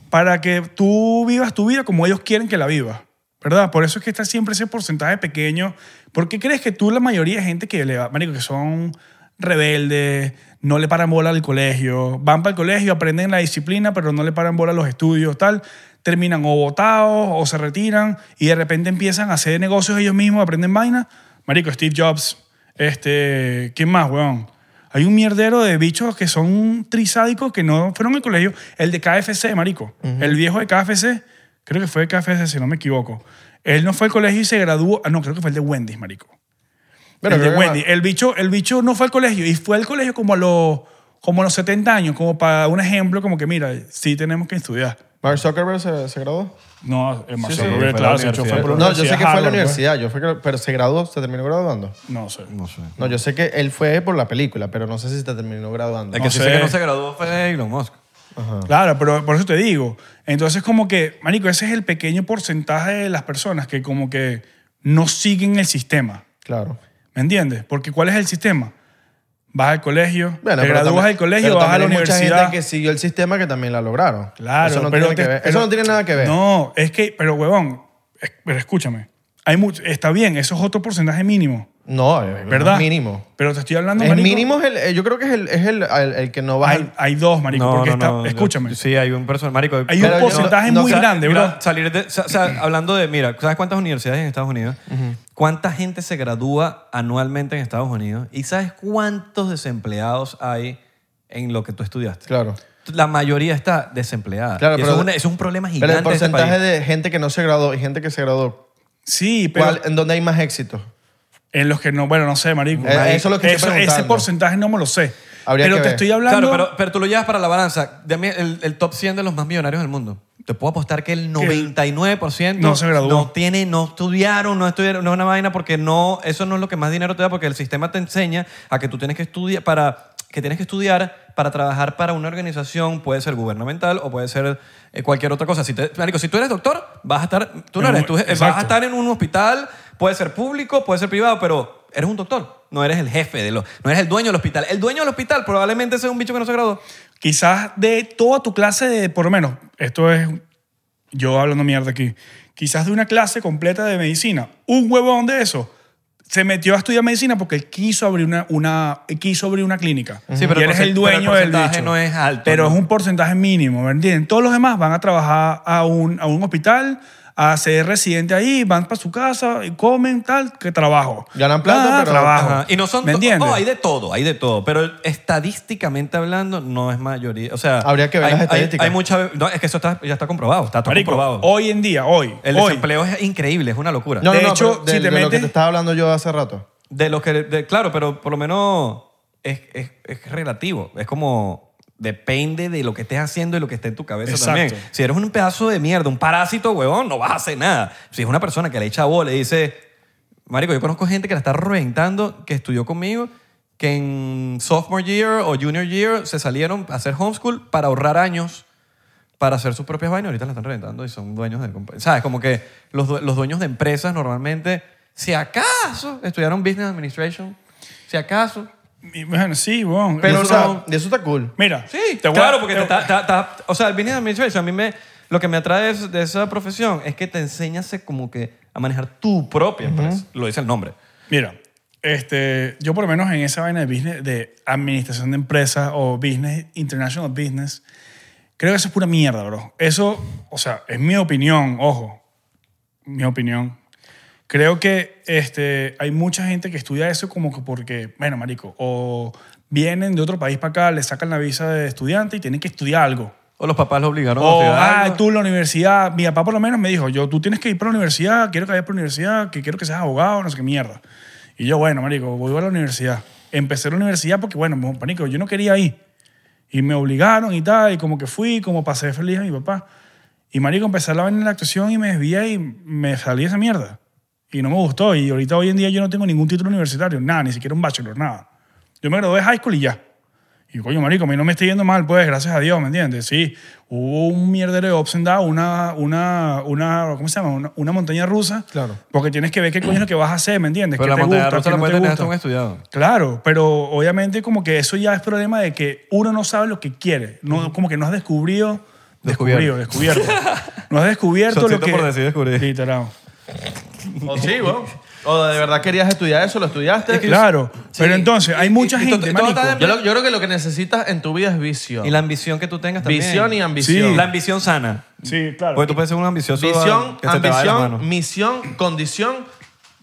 Speaker 2: para que tú vivas tu vida como ellos quieren que la vivas. ¿Verdad? Por eso es que está siempre ese porcentaje pequeño. ¿Por qué crees que tú, la mayoría de gente que le va, marico, que son rebeldes, no le paran bola al colegio, van para el colegio, aprenden la disciplina, pero no le paran bola a los estudios, tal, terminan o votados o se retiran y de repente empiezan a hacer negocios ellos mismos, aprenden vaina? Marico, Steve Jobs, este, ¿quién más, weón? Hay un mierdero de bichos que son trisádicos que no fueron al colegio. El de KFC, marico. El viejo de KFC, creo que fue de KFC, si no me equivoco. Él no fue al colegio y se graduó. Ah, no, creo que fue el de Wendy's, marico.
Speaker 1: Pero
Speaker 2: el de
Speaker 1: creo que-
Speaker 2: Wendy's. El bicho, el bicho no fue al colegio y fue al colegio como a los como a los 70 años, como para un ejemplo, como que mira, sí tenemos que estudiar.
Speaker 1: Mark Zuckerberg se, se graduó.
Speaker 2: No, el Mark
Speaker 3: sí,
Speaker 2: Zuckerberg,
Speaker 3: fue a la
Speaker 2: claro, se echó-
Speaker 3: universidad.
Speaker 2: fue por la
Speaker 1: No, yo sé que fue a la
Speaker 2: Harvard, pues.
Speaker 1: universidad, yo fue que- pero se graduó, se terminó graduando.
Speaker 2: No sé.
Speaker 3: No sé.
Speaker 1: No, yo sé que él fue por la película, pero no sé si se terminó graduando.
Speaker 3: El
Speaker 2: No
Speaker 3: que sí sé
Speaker 2: sé.
Speaker 3: que no se graduó fue Elon Musk.
Speaker 2: Claro, pero por eso te digo. Entonces, como que, marico, ese es el pequeño porcentaje de las personas que como que no siguen el sistema.
Speaker 1: Claro.
Speaker 2: ¿Me entiendes? Porque ¿cuál es el sistema? Vas al colegio,
Speaker 1: Bueno,
Speaker 2: te
Speaker 1: pero
Speaker 2: gradúas
Speaker 1: también-
Speaker 2: del colegio,
Speaker 1: pero
Speaker 2: vas a la
Speaker 1: también hay Mucha
Speaker 2: universidad.
Speaker 1: gente que siguió el sistema que también la lograron.
Speaker 2: Claro,
Speaker 1: eso no,
Speaker 2: pero
Speaker 1: tiene,
Speaker 2: te-
Speaker 1: que ver.
Speaker 2: pero-
Speaker 1: eso no tiene nada que ver.
Speaker 2: No, es que, pero huevón, es- pero escúchame. Hay mucho, está bien, eso es otro porcentaje mínimo,
Speaker 1: No, es
Speaker 2: ¿verdad?
Speaker 1: mínimo.
Speaker 2: Pero te estoy hablando,
Speaker 1: el
Speaker 2: marico,
Speaker 1: mínimo es el, eh, yo creo que es el, es el, el- el que no va.
Speaker 2: Hay, hay dos, marico,
Speaker 3: No,
Speaker 2: porque
Speaker 3: no,
Speaker 2: está,
Speaker 3: no, yo-
Speaker 2: escúchame.
Speaker 3: sí, hay un personaje. Marico,
Speaker 2: Hay un
Speaker 1: Pero yo-
Speaker 2: porcentaje
Speaker 1: no,
Speaker 2: muy
Speaker 1: o sea,
Speaker 2: grande,
Speaker 3: mira,
Speaker 2: bro.
Speaker 3: Salir de, o sea, o sea, hablando de, mira, ¿sabes cuántas universidades hay en Estados Unidos? ¿Cuánta gente se gradúa anualmente en Estados Unidos? ¿Y sabes cuántos desempleados hay en lo que tú estudiaste?
Speaker 1: Claro.
Speaker 3: La mayoría está desempleada.
Speaker 1: Claro,
Speaker 3: Y eso,
Speaker 1: pero-
Speaker 3: es una- eso es un problema
Speaker 1: Pero
Speaker 3: gigante.
Speaker 1: el
Speaker 3: de este
Speaker 1: porcentaje
Speaker 3: país.
Speaker 1: de gente que no se graduó y gente que se graduó,
Speaker 2: Sí, pero
Speaker 1: ¿cuál, ¿en dónde hay más éxito?
Speaker 2: en los que no, bueno, no sé, marico.
Speaker 1: Eh, eso es lo que estoy
Speaker 2: Ese
Speaker 1: preguntando.
Speaker 2: porcentaje no me lo sé.
Speaker 1: Habría
Speaker 2: pero
Speaker 1: que
Speaker 2: te
Speaker 1: ver.
Speaker 2: estoy hablando
Speaker 3: Claro, pero, pero tú lo llevas para la balanza. Dame el, el top 100 de los más millonarios del mundo. Te puedo apostar que el 99%
Speaker 2: No se graduó.
Speaker 3: no tiene, no estudiaron, no estudiaron, no es una vaina porque no, eso no es lo que más dinero te da porque el sistema te enseña a que tú tienes que estudiar para que tienes que estudiar para trabajar para una organización, puede ser gubernamental o puede ser eh, cualquier otra cosa. Si te- marico, si tú eres doctor, vas a estar, tú no
Speaker 2: En un-
Speaker 3: eres, tú- eh, vas a
Speaker 2: exacto.
Speaker 3: estar en un hospital, puede ser público, puede ser privado, pero eres un doctor. No eres el jefe de lo, no eres el dueño del hospital. El dueño del hospital probablemente sea un bicho que no se graduó.
Speaker 2: quizás de toda tu clase de, por lo menos, esto es yo hablando mierda aquí, quizás de una clase completa de medicina, un huevón de eso se metió a estudiar medicina porque él quiso abrir una, una, quiso abrir una clínica.
Speaker 3: Sí, pero
Speaker 2: y él
Speaker 3: el
Speaker 2: es
Speaker 3: porcent-
Speaker 2: el dueño
Speaker 3: pero el
Speaker 2: del
Speaker 3: porcentaje
Speaker 2: bicho.
Speaker 3: no es alto,
Speaker 2: Pero
Speaker 3: ¿no?
Speaker 2: es un porcentaje mínimo, ¿me entienden? Todos los demás van a trabajar a un, a un hospital, a ser residente ahí, van para su casa, y comen, tal, que trabajo. Ah,
Speaker 1: Ganan plata, pero-
Speaker 2: trabajo.
Speaker 3: Ajá. Y no son
Speaker 2: ¿Me
Speaker 3: to-
Speaker 2: entiendes?
Speaker 3: oh, hay de todo, hay de todo. Pero estadísticamente hablando, no es mayoría. O sea,
Speaker 1: Habría que ver
Speaker 3: hay,
Speaker 1: las
Speaker 3: hay-
Speaker 1: estadísticas.
Speaker 3: Hay, mucha. No, es que eso está, ya está comprobado. Está todo
Speaker 2: Marico,
Speaker 3: comprobado.
Speaker 2: hoy en día, hoy,
Speaker 3: el
Speaker 2: hoy,
Speaker 3: desempleo es increíble, es una locura.
Speaker 1: No,
Speaker 2: De
Speaker 1: no, no,
Speaker 2: hecho,
Speaker 1: pero de,
Speaker 2: si te
Speaker 1: de lo que
Speaker 2: metes-
Speaker 1: te estaba hablando yo hace rato.
Speaker 3: De los que. de- claro, pero por lo menos es, es- es relativo. Es como. Depende de lo que estés haciendo y lo que esté en tu cabeza
Speaker 2: Exacto.
Speaker 3: también. Si eres un pedazo de mierda, un parásito, huevón, no vas a hacer nada. Si es una persona que le echa bola y dice. Marico, yo conozco gente que la está reventando, que estudió conmigo, que en sophomore year o junior year se salieron a hacer homeschool para ahorrar años para hacer sus propias vainas. Ahorita la están reventando y son dueños de compañías. ¿Sabes? Como que los, due- los dueños de empresas normalmente, si acaso, estudiaron Business Administration, si acaso.
Speaker 2: Y Bueno, sí, bueno.
Speaker 1: Pero, o
Speaker 2: eso está-
Speaker 1: sea, eso está cool.
Speaker 2: Mira,
Speaker 3: Sí,
Speaker 2: te voy a-
Speaker 3: claro, porque
Speaker 2: te-
Speaker 3: te- ta- ta- ta- o sea, el Business Administration a mí me, lo que me atrae es- de esa profesión es que te enseñas como que a manejar tu propia empresa. Lo dice el nombre.
Speaker 2: Mira, este, yo por lo menos en esa vaina de business, de administración de empresas o business, international business, creo que eso es pura mierda, bro. Eso, o sea, es mi opinión, ojo, mi opinión. Creo que este, hay mucha gente que estudia eso como que porque, bueno, marico, o vienen de otro país para acá, le sacan la visa de estudiante y tienen que estudiar algo.
Speaker 3: O los papás lo obligaron a
Speaker 2: O,
Speaker 3: estudiar
Speaker 2: ah,
Speaker 3: algo.
Speaker 2: tú la universidad. Mi papá por lo menos me dijo, yo, tú tienes que ir para la universidad, quiero que vayas para la universidad, que quiero que seas abogado, no sé qué mierda. Y yo, bueno, marico, voy a la universidad. Empecé la universidad porque, bueno, marico, yo no quería ir. Y me obligaron y tal, y como que fui, como pasé feliz a mi papá. Y marico, empecé la vaina en la actuación y me desvié y me salí de esa mierda. Y no me gustó. Y ahorita hoy en día yo no tengo ningún título universitario, nada, ni siquiera un bachelor, nada. Yo me gradué de high school y ya. Y coño, marico, a mí no me está yendo mal, pues, gracias a Dios, ¿me entiendes? Sí, hubo un mierdero de ups and downs, una, una, una, ¿cómo se llama? Una, una montaña rusa.
Speaker 1: Claro.
Speaker 2: Porque tienes que ver qué coño es lo que vas a hacer, ¿me entiendes?
Speaker 3: Pero
Speaker 2: ¿Qué
Speaker 3: la
Speaker 2: te
Speaker 3: montaña
Speaker 2: gusta,
Speaker 3: rusa
Speaker 2: qué
Speaker 3: la
Speaker 2: no
Speaker 3: puede
Speaker 2: te
Speaker 3: tener
Speaker 2: gusta?
Speaker 3: hasta un estudiado.
Speaker 2: Claro, pero obviamente como que eso ya es problema de que uno no sabe lo que quiere, no, como que no has descubrido, descubrido,
Speaker 3: Descubierto.
Speaker 2: descubierto, no has descubierto lo
Speaker 3: Shotcito
Speaker 2: que
Speaker 3: por decir descubrir.
Speaker 2: literal.
Speaker 1: O Oh, sí, weón. O de verdad querías estudiar eso, lo estudiaste.
Speaker 2: Claro,
Speaker 3: Sí.
Speaker 2: pero entonces hay
Speaker 3: Y-
Speaker 2: mucha
Speaker 3: y- y to-
Speaker 2: gente,
Speaker 3: y todo está
Speaker 2: marico.
Speaker 1: Yo, lo- yo creo que lo que necesitas en tu vida es visión.
Speaker 3: Y la ambición que tú tengas también.
Speaker 1: visión y ambición.
Speaker 2: Sí.
Speaker 3: La ambición sana.
Speaker 2: Sí, claro.
Speaker 3: Porque tú puedes ser un ambicioso
Speaker 1: Visión,
Speaker 3: que se te vaya la
Speaker 1: ambición,
Speaker 3: mano.
Speaker 1: misión, condición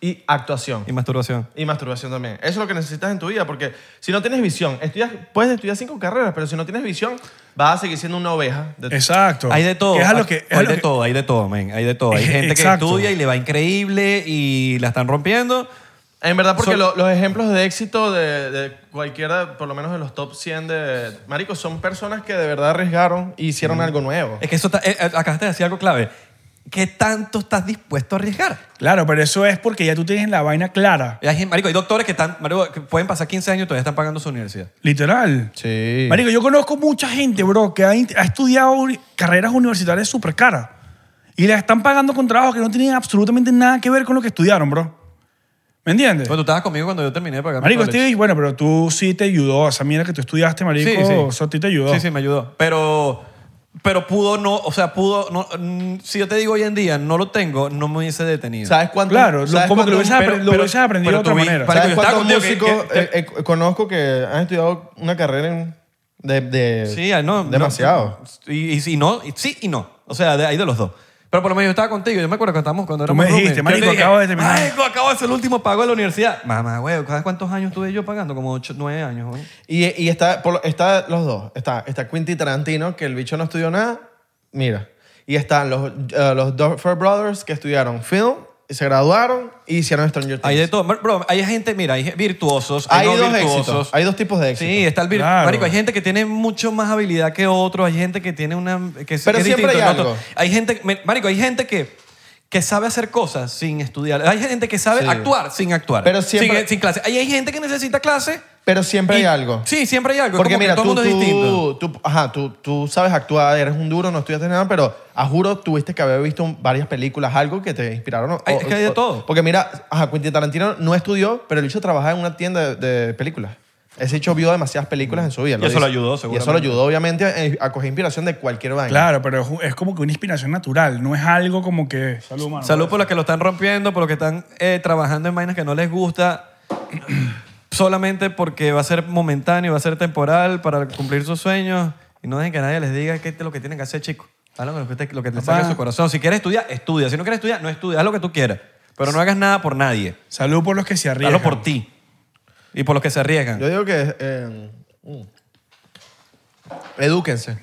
Speaker 1: y actuación.
Speaker 3: Y masturbación.
Speaker 1: Y masturbación también. Eso es lo que necesitas en tu vida, porque si no tienes visión, estudias, puedes estudiar cinco carreras, pero si no tienes visión, vas a seguir siendo una oveja. de-
Speaker 2: Exacto.
Speaker 3: Hay de todo.
Speaker 2: Que es a lo que- es a
Speaker 3: hay
Speaker 2: lo
Speaker 3: de
Speaker 2: que-
Speaker 3: todo, hay de todo, men. Hay de todo. Hay
Speaker 2: Eh,
Speaker 3: gente que
Speaker 2: exacto.
Speaker 3: estudia y le va increíble y la están rompiendo.
Speaker 1: En verdad, porque
Speaker 2: Son-
Speaker 1: lo- los ejemplos de éxito de, de cualquiera, por lo menos de los top 100 de Marico, son personas que de verdad arriesgaron y hicieron algo nuevo.
Speaker 3: Es que eso está, eh, eh, acabaste de decir algo clave. ¿Qué tanto estás dispuesto a arriesgar?
Speaker 2: Claro, pero eso es porque ya tú tienes la vaina clara.
Speaker 3: Y Hay, gente- marico, hay doctores que, están, marico, que pueden pasar 15 años y todavía están pagando su universidad.
Speaker 2: Literal.
Speaker 1: Sí.
Speaker 2: Marico, yo conozco mucha gente, bro, que ha, in- ha estudiado uni- carreras universitarias súper caras y la están pagando con trabajos que no tienen absolutamente nada que ver con lo que estudiaron, bro. ¿Me entiendes?
Speaker 3: Bueno, tú estabas conmigo cuando yo terminé de pagar mi
Speaker 2: Marico,
Speaker 3: college.
Speaker 2: Steve, bueno, pero tú sí te ayudó. Esa mierda que tú estudiaste, marico, eso a ti te ayudó.
Speaker 3: Sí, sí, me ayudó. Pero, pero pudo no, o sea, pudo, no, mm, si yo te digo hoy en día, no lo tengo, no me hubiese detenido.
Speaker 1: ¿Sabes cuánto?
Speaker 2: Claro, lo-
Speaker 1: sabes
Speaker 2: como que lo
Speaker 1: cuántos-
Speaker 2: hubieses apre- lo hubieses aprendido de otra
Speaker 3: pero tú vi-
Speaker 2: manera.
Speaker 3: para-
Speaker 1: ¿Sabes
Speaker 3: Marico, yo estaba
Speaker 1: cuántos
Speaker 3: contigo que-
Speaker 1: músicos
Speaker 3: que-
Speaker 1: eh, eh, conozco que han estudiado una carrera en- de, de-
Speaker 3: Sí, ah, no. no,
Speaker 1: demasiado?
Speaker 3: y, y, sí, no, y sí y no. O sea, de ahí de los dos. Pero por lo menos yo estaba contigo. Yo me acuerdo que estábamos cuando
Speaker 2: Tú
Speaker 3: éramos
Speaker 2: me dijiste,
Speaker 3: roommates.
Speaker 2: marico,
Speaker 3: Yo te dije,
Speaker 2: acabo de terminar.
Speaker 3: Marico, acabo de hacer el último pago de la universidad. Mamá, güey, ¿sabes cuántos años tuve yo pagando? Como 8, 9 años, güey.
Speaker 1: Y, y está, por lo- está los dos. Está, está Quinty Tarantino, que el bicho no estudió nada. Mira. Y están los, eh, los Duffer Brothers, que estudiaron film, se graduaron y hicieron Stranger Things.
Speaker 3: Hay de todo. Bro, hay gente, mira, hay virtuosos, hay,
Speaker 1: Hay
Speaker 3: no
Speaker 1: dos
Speaker 3: virtuosos.
Speaker 1: éxitos. Hay dos tipos de éxitos.
Speaker 3: Sí, está el virtuoso.
Speaker 2: Claro.
Speaker 3: Marico, hay gente que tiene mucho más habilidad que otro, hay gente que tiene una... Que es-
Speaker 1: Pero
Speaker 3: que es
Speaker 1: siempre
Speaker 3: distinto,
Speaker 1: hay
Speaker 3: ¿no?
Speaker 1: algo.
Speaker 3: Hay gente, me- marico, hay gente que, que sabe hacer cosas sin estudiar. Hay gente que sabe
Speaker 1: Sí.
Speaker 3: actuar sin actuar.
Speaker 1: Pero siempre-
Speaker 3: Sin, sin clase. Hay, hay gente que necesita clase.
Speaker 1: Pero siempre
Speaker 3: y-
Speaker 1: hay algo.
Speaker 3: Sí, siempre hay algo. Es
Speaker 1: Porque
Speaker 3: como que
Speaker 1: mira,
Speaker 3: todo el
Speaker 1: tú,
Speaker 3: mundo es distinto.
Speaker 1: tú, tú- ajá, tú, tú sabes actuar, eres un duro, no estudiaste nada, pero a juro tuviste que haber visto un- varias películas, algo que te inspiraron. o-
Speaker 3: Ay, es que hay de
Speaker 1: o-
Speaker 3: todo.
Speaker 1: Porque mira, ajá, Quentin Tarantino no estudió, pero el hecho trabajaba en una tienda de, de películas. Ese hecho vio demasiadas películas en su vida.
Speaker 3: Y eso
Speaker 1: dice.
Speaker 3: lo ayudó,
Speaker 1: Y eso lo
Speaker 3: seguramente.
Speaker 1: ayudó, obviamente, eh, a- a coger inspiración de cualquier vaina.
Speaker 2: Claro, pero es- es como que una inspiración natural, no es algo como que... Salud, mano.
Speaker 3: Salud por los que lo están rompiendo, por los que están eh, trabajando en vainas que no les gusta. <clears throat> Solamente porque va a ser momentáneo, va a ser temporal para cumplir sus sueños. Y no dejen que nadie les diga qué es lo que tienen que hacer, chicos. Hagan lo que, usted- lo que les salga de su corazón. Si quieres estudiar, estudia. Si no quieres estudiar, no estudia. Haz lo que tú quieras. Pero no hagas nada por nadie.
Speaker 2: Salud por los que se arriesgan.
Speaker 3: Hazlo por ti. Y por los que se arriesgan.
Speaker 1: Yo digo que. eh, mm, edúquense.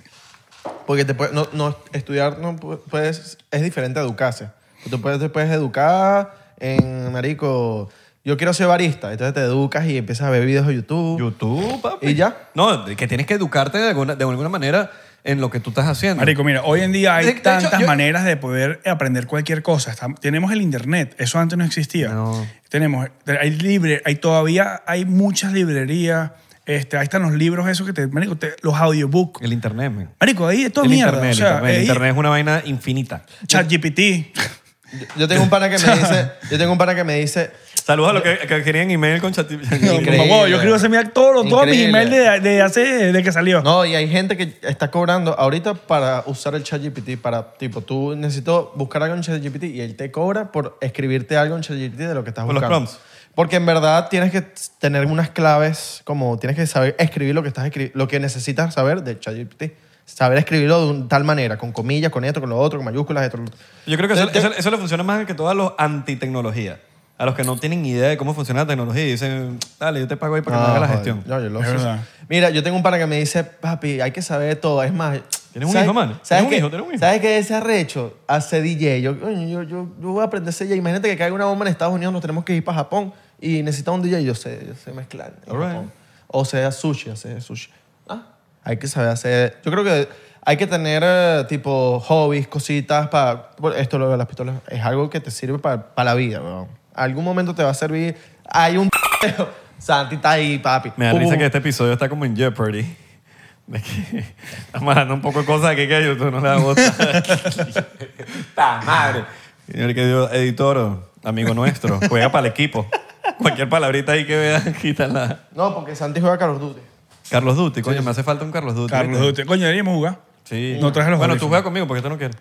Speaker 1: Porque te puede- no, no- estudiar no pu- puedes, es diferente a educarse. Tú puedes, te puedes educar en, marico, yo quiero ser barista. Entonces te educas y empiezas a ver videos de YouTube.
Speaker 3: YouTube, papi.
Speaker 1: ¿Y ya?
Speaker 3: No, que tienes que educarte de alguna, de alguna manera en lo que tú estás haciendo.
Speaker 2: Marico, mira, hoy en día hay
Speaker 3: De- de hecho,
Speaker 2: tantas
Speaker 3: yo-
Speaker 2: maneras de poder aprender cualquier cosa. Estam- tenemos el internet, eso antes no existía.
Speaker 3: No.
Speaker 2: Tenemos, hay libre, hay todavía hay muchas librerías. Este, ahí están los libros esos que te, marico, te- los audiobooks.
Speaker 3: El internet, man.
Speaker 2: Marico, ahí es todo
Speaker 3: el
Speaker 2: mierda.
Speaker 3: internet,
Speaker 2: o sea,
Speaker 3: el internet, el
Speaker 2: ahí-
Speaker 3: internet es una vaina infinita. <laughs>
Speaker 2: ChatGPT.
Speaker 1: Yo, yo tengo un pana que me dice, yo tengo un pana que me dice,
Speaker 3: Saludos a los que, que querían email con chat.
Speaker 1: Increíble.
Speaker 2: Por favor, yo escribo ese mail todos los todos mis
Speaker 1: Increíble.
Speaker 2: emails de, de hace de que salió.
Speaker 1: no, y hay gente que está cobrando ahorita para usar el ChatGPT para tipo, tú necesito buscar algo en ChatGPT y él te cobra por escribirte algo en ChatGPT de lo que estás
Speaker 3: Por los
Speaker 1: buscando.
Speaker 3: prompts.
Speaker 1: Porque en verdad tienes que tener unas claves, como tienes que saber escribir lo que estás escri- lo que necesitas saber de ChatGPT. Saber escribirlo de un- tal manera, con comillas, con esto, con lo otro, con mayúsculas, esto, lo otro.
Speaker 3: Yo creo que eso,
Speaker 1: Te- te-
Speaker 3: eso- eso le funciona más que todo a los antitecnología. A los que no tienen idea de cómo funciona la tecnología y dicen, dale, yo te pago ahí para que me
Speaker 1: No,
Speaker 3: hagas la
Speaker 1: Ah, joder.
Speaker 3: gestión.
Speaker 1: No, yo lo
Speaker 2: Es
Speaker 1: sé.
Speaker 2: verdad.
Speaker 1: Mira, yo tengo un pana que me dice, papi, hay que saber de todo. Es más,
Speaker 3: Tienes un
Speaker 1: ¿sabes-
Speaker 3: hijo, mano?
Speaker 1: ¿sabes
Speaker 3: Tienes un
Speaker 1: qué-
Speaker 3: hijo, tienes un hijo.
Speaker 1: ¿Sabes qué ese arrecho? Hace DJ. Yo, coño, yo, yo, yo voy a aprender a ser DJ. Imagínate que caiga una bomba en Estados Unidos, nos tenemos que ir para Japón y necesita un DJ. Yo sé, yo sé mezclar. en
Speaker 3: All right.
Speaker 1: Japón. O sea, sushi, hacer sushi. Ah, hay que saber hacer. Yo creo que hay que tener eh, tipo hobbies, cositas para. bueno, Esto lo de las pistolas es algo que te sirve para, para la vida, weón. Algún momento te va a servir. Hay un. <laughs> Santi está ahí, papi.
Speaker 3: Me da
Speaker 1: Pum,
Speaker 3: risa
Speaker 1: pum,
Speaker 3: que este episodio está como en Jeopardy. <laughs> De que estamos hablando un poco de cosas aquí que a YouTube no le da gusto. <laughs> ¡Ta madre! Señor que Dios, editor, amigo nuestro, juega para el equipo. Cualquier palabrita ahí que veas, quítala.
Speaker 1: No, porque Santi juega Call of Duty.
Speaker 3: Carlos Dutti, coño, me hace falta un Carlos Dutti.
Speaker 2: Carlos
Speaker 3: ¿viste?
Speaker 2: Dute. Coño, deberíamos jugar.
Speaker 3: Sí.
Speaker 2: No traje los
Speaker 3: Bueno, tú
Speaker 2: audífonos.
Speaker 3: juegas conmigo porque tú no quieres.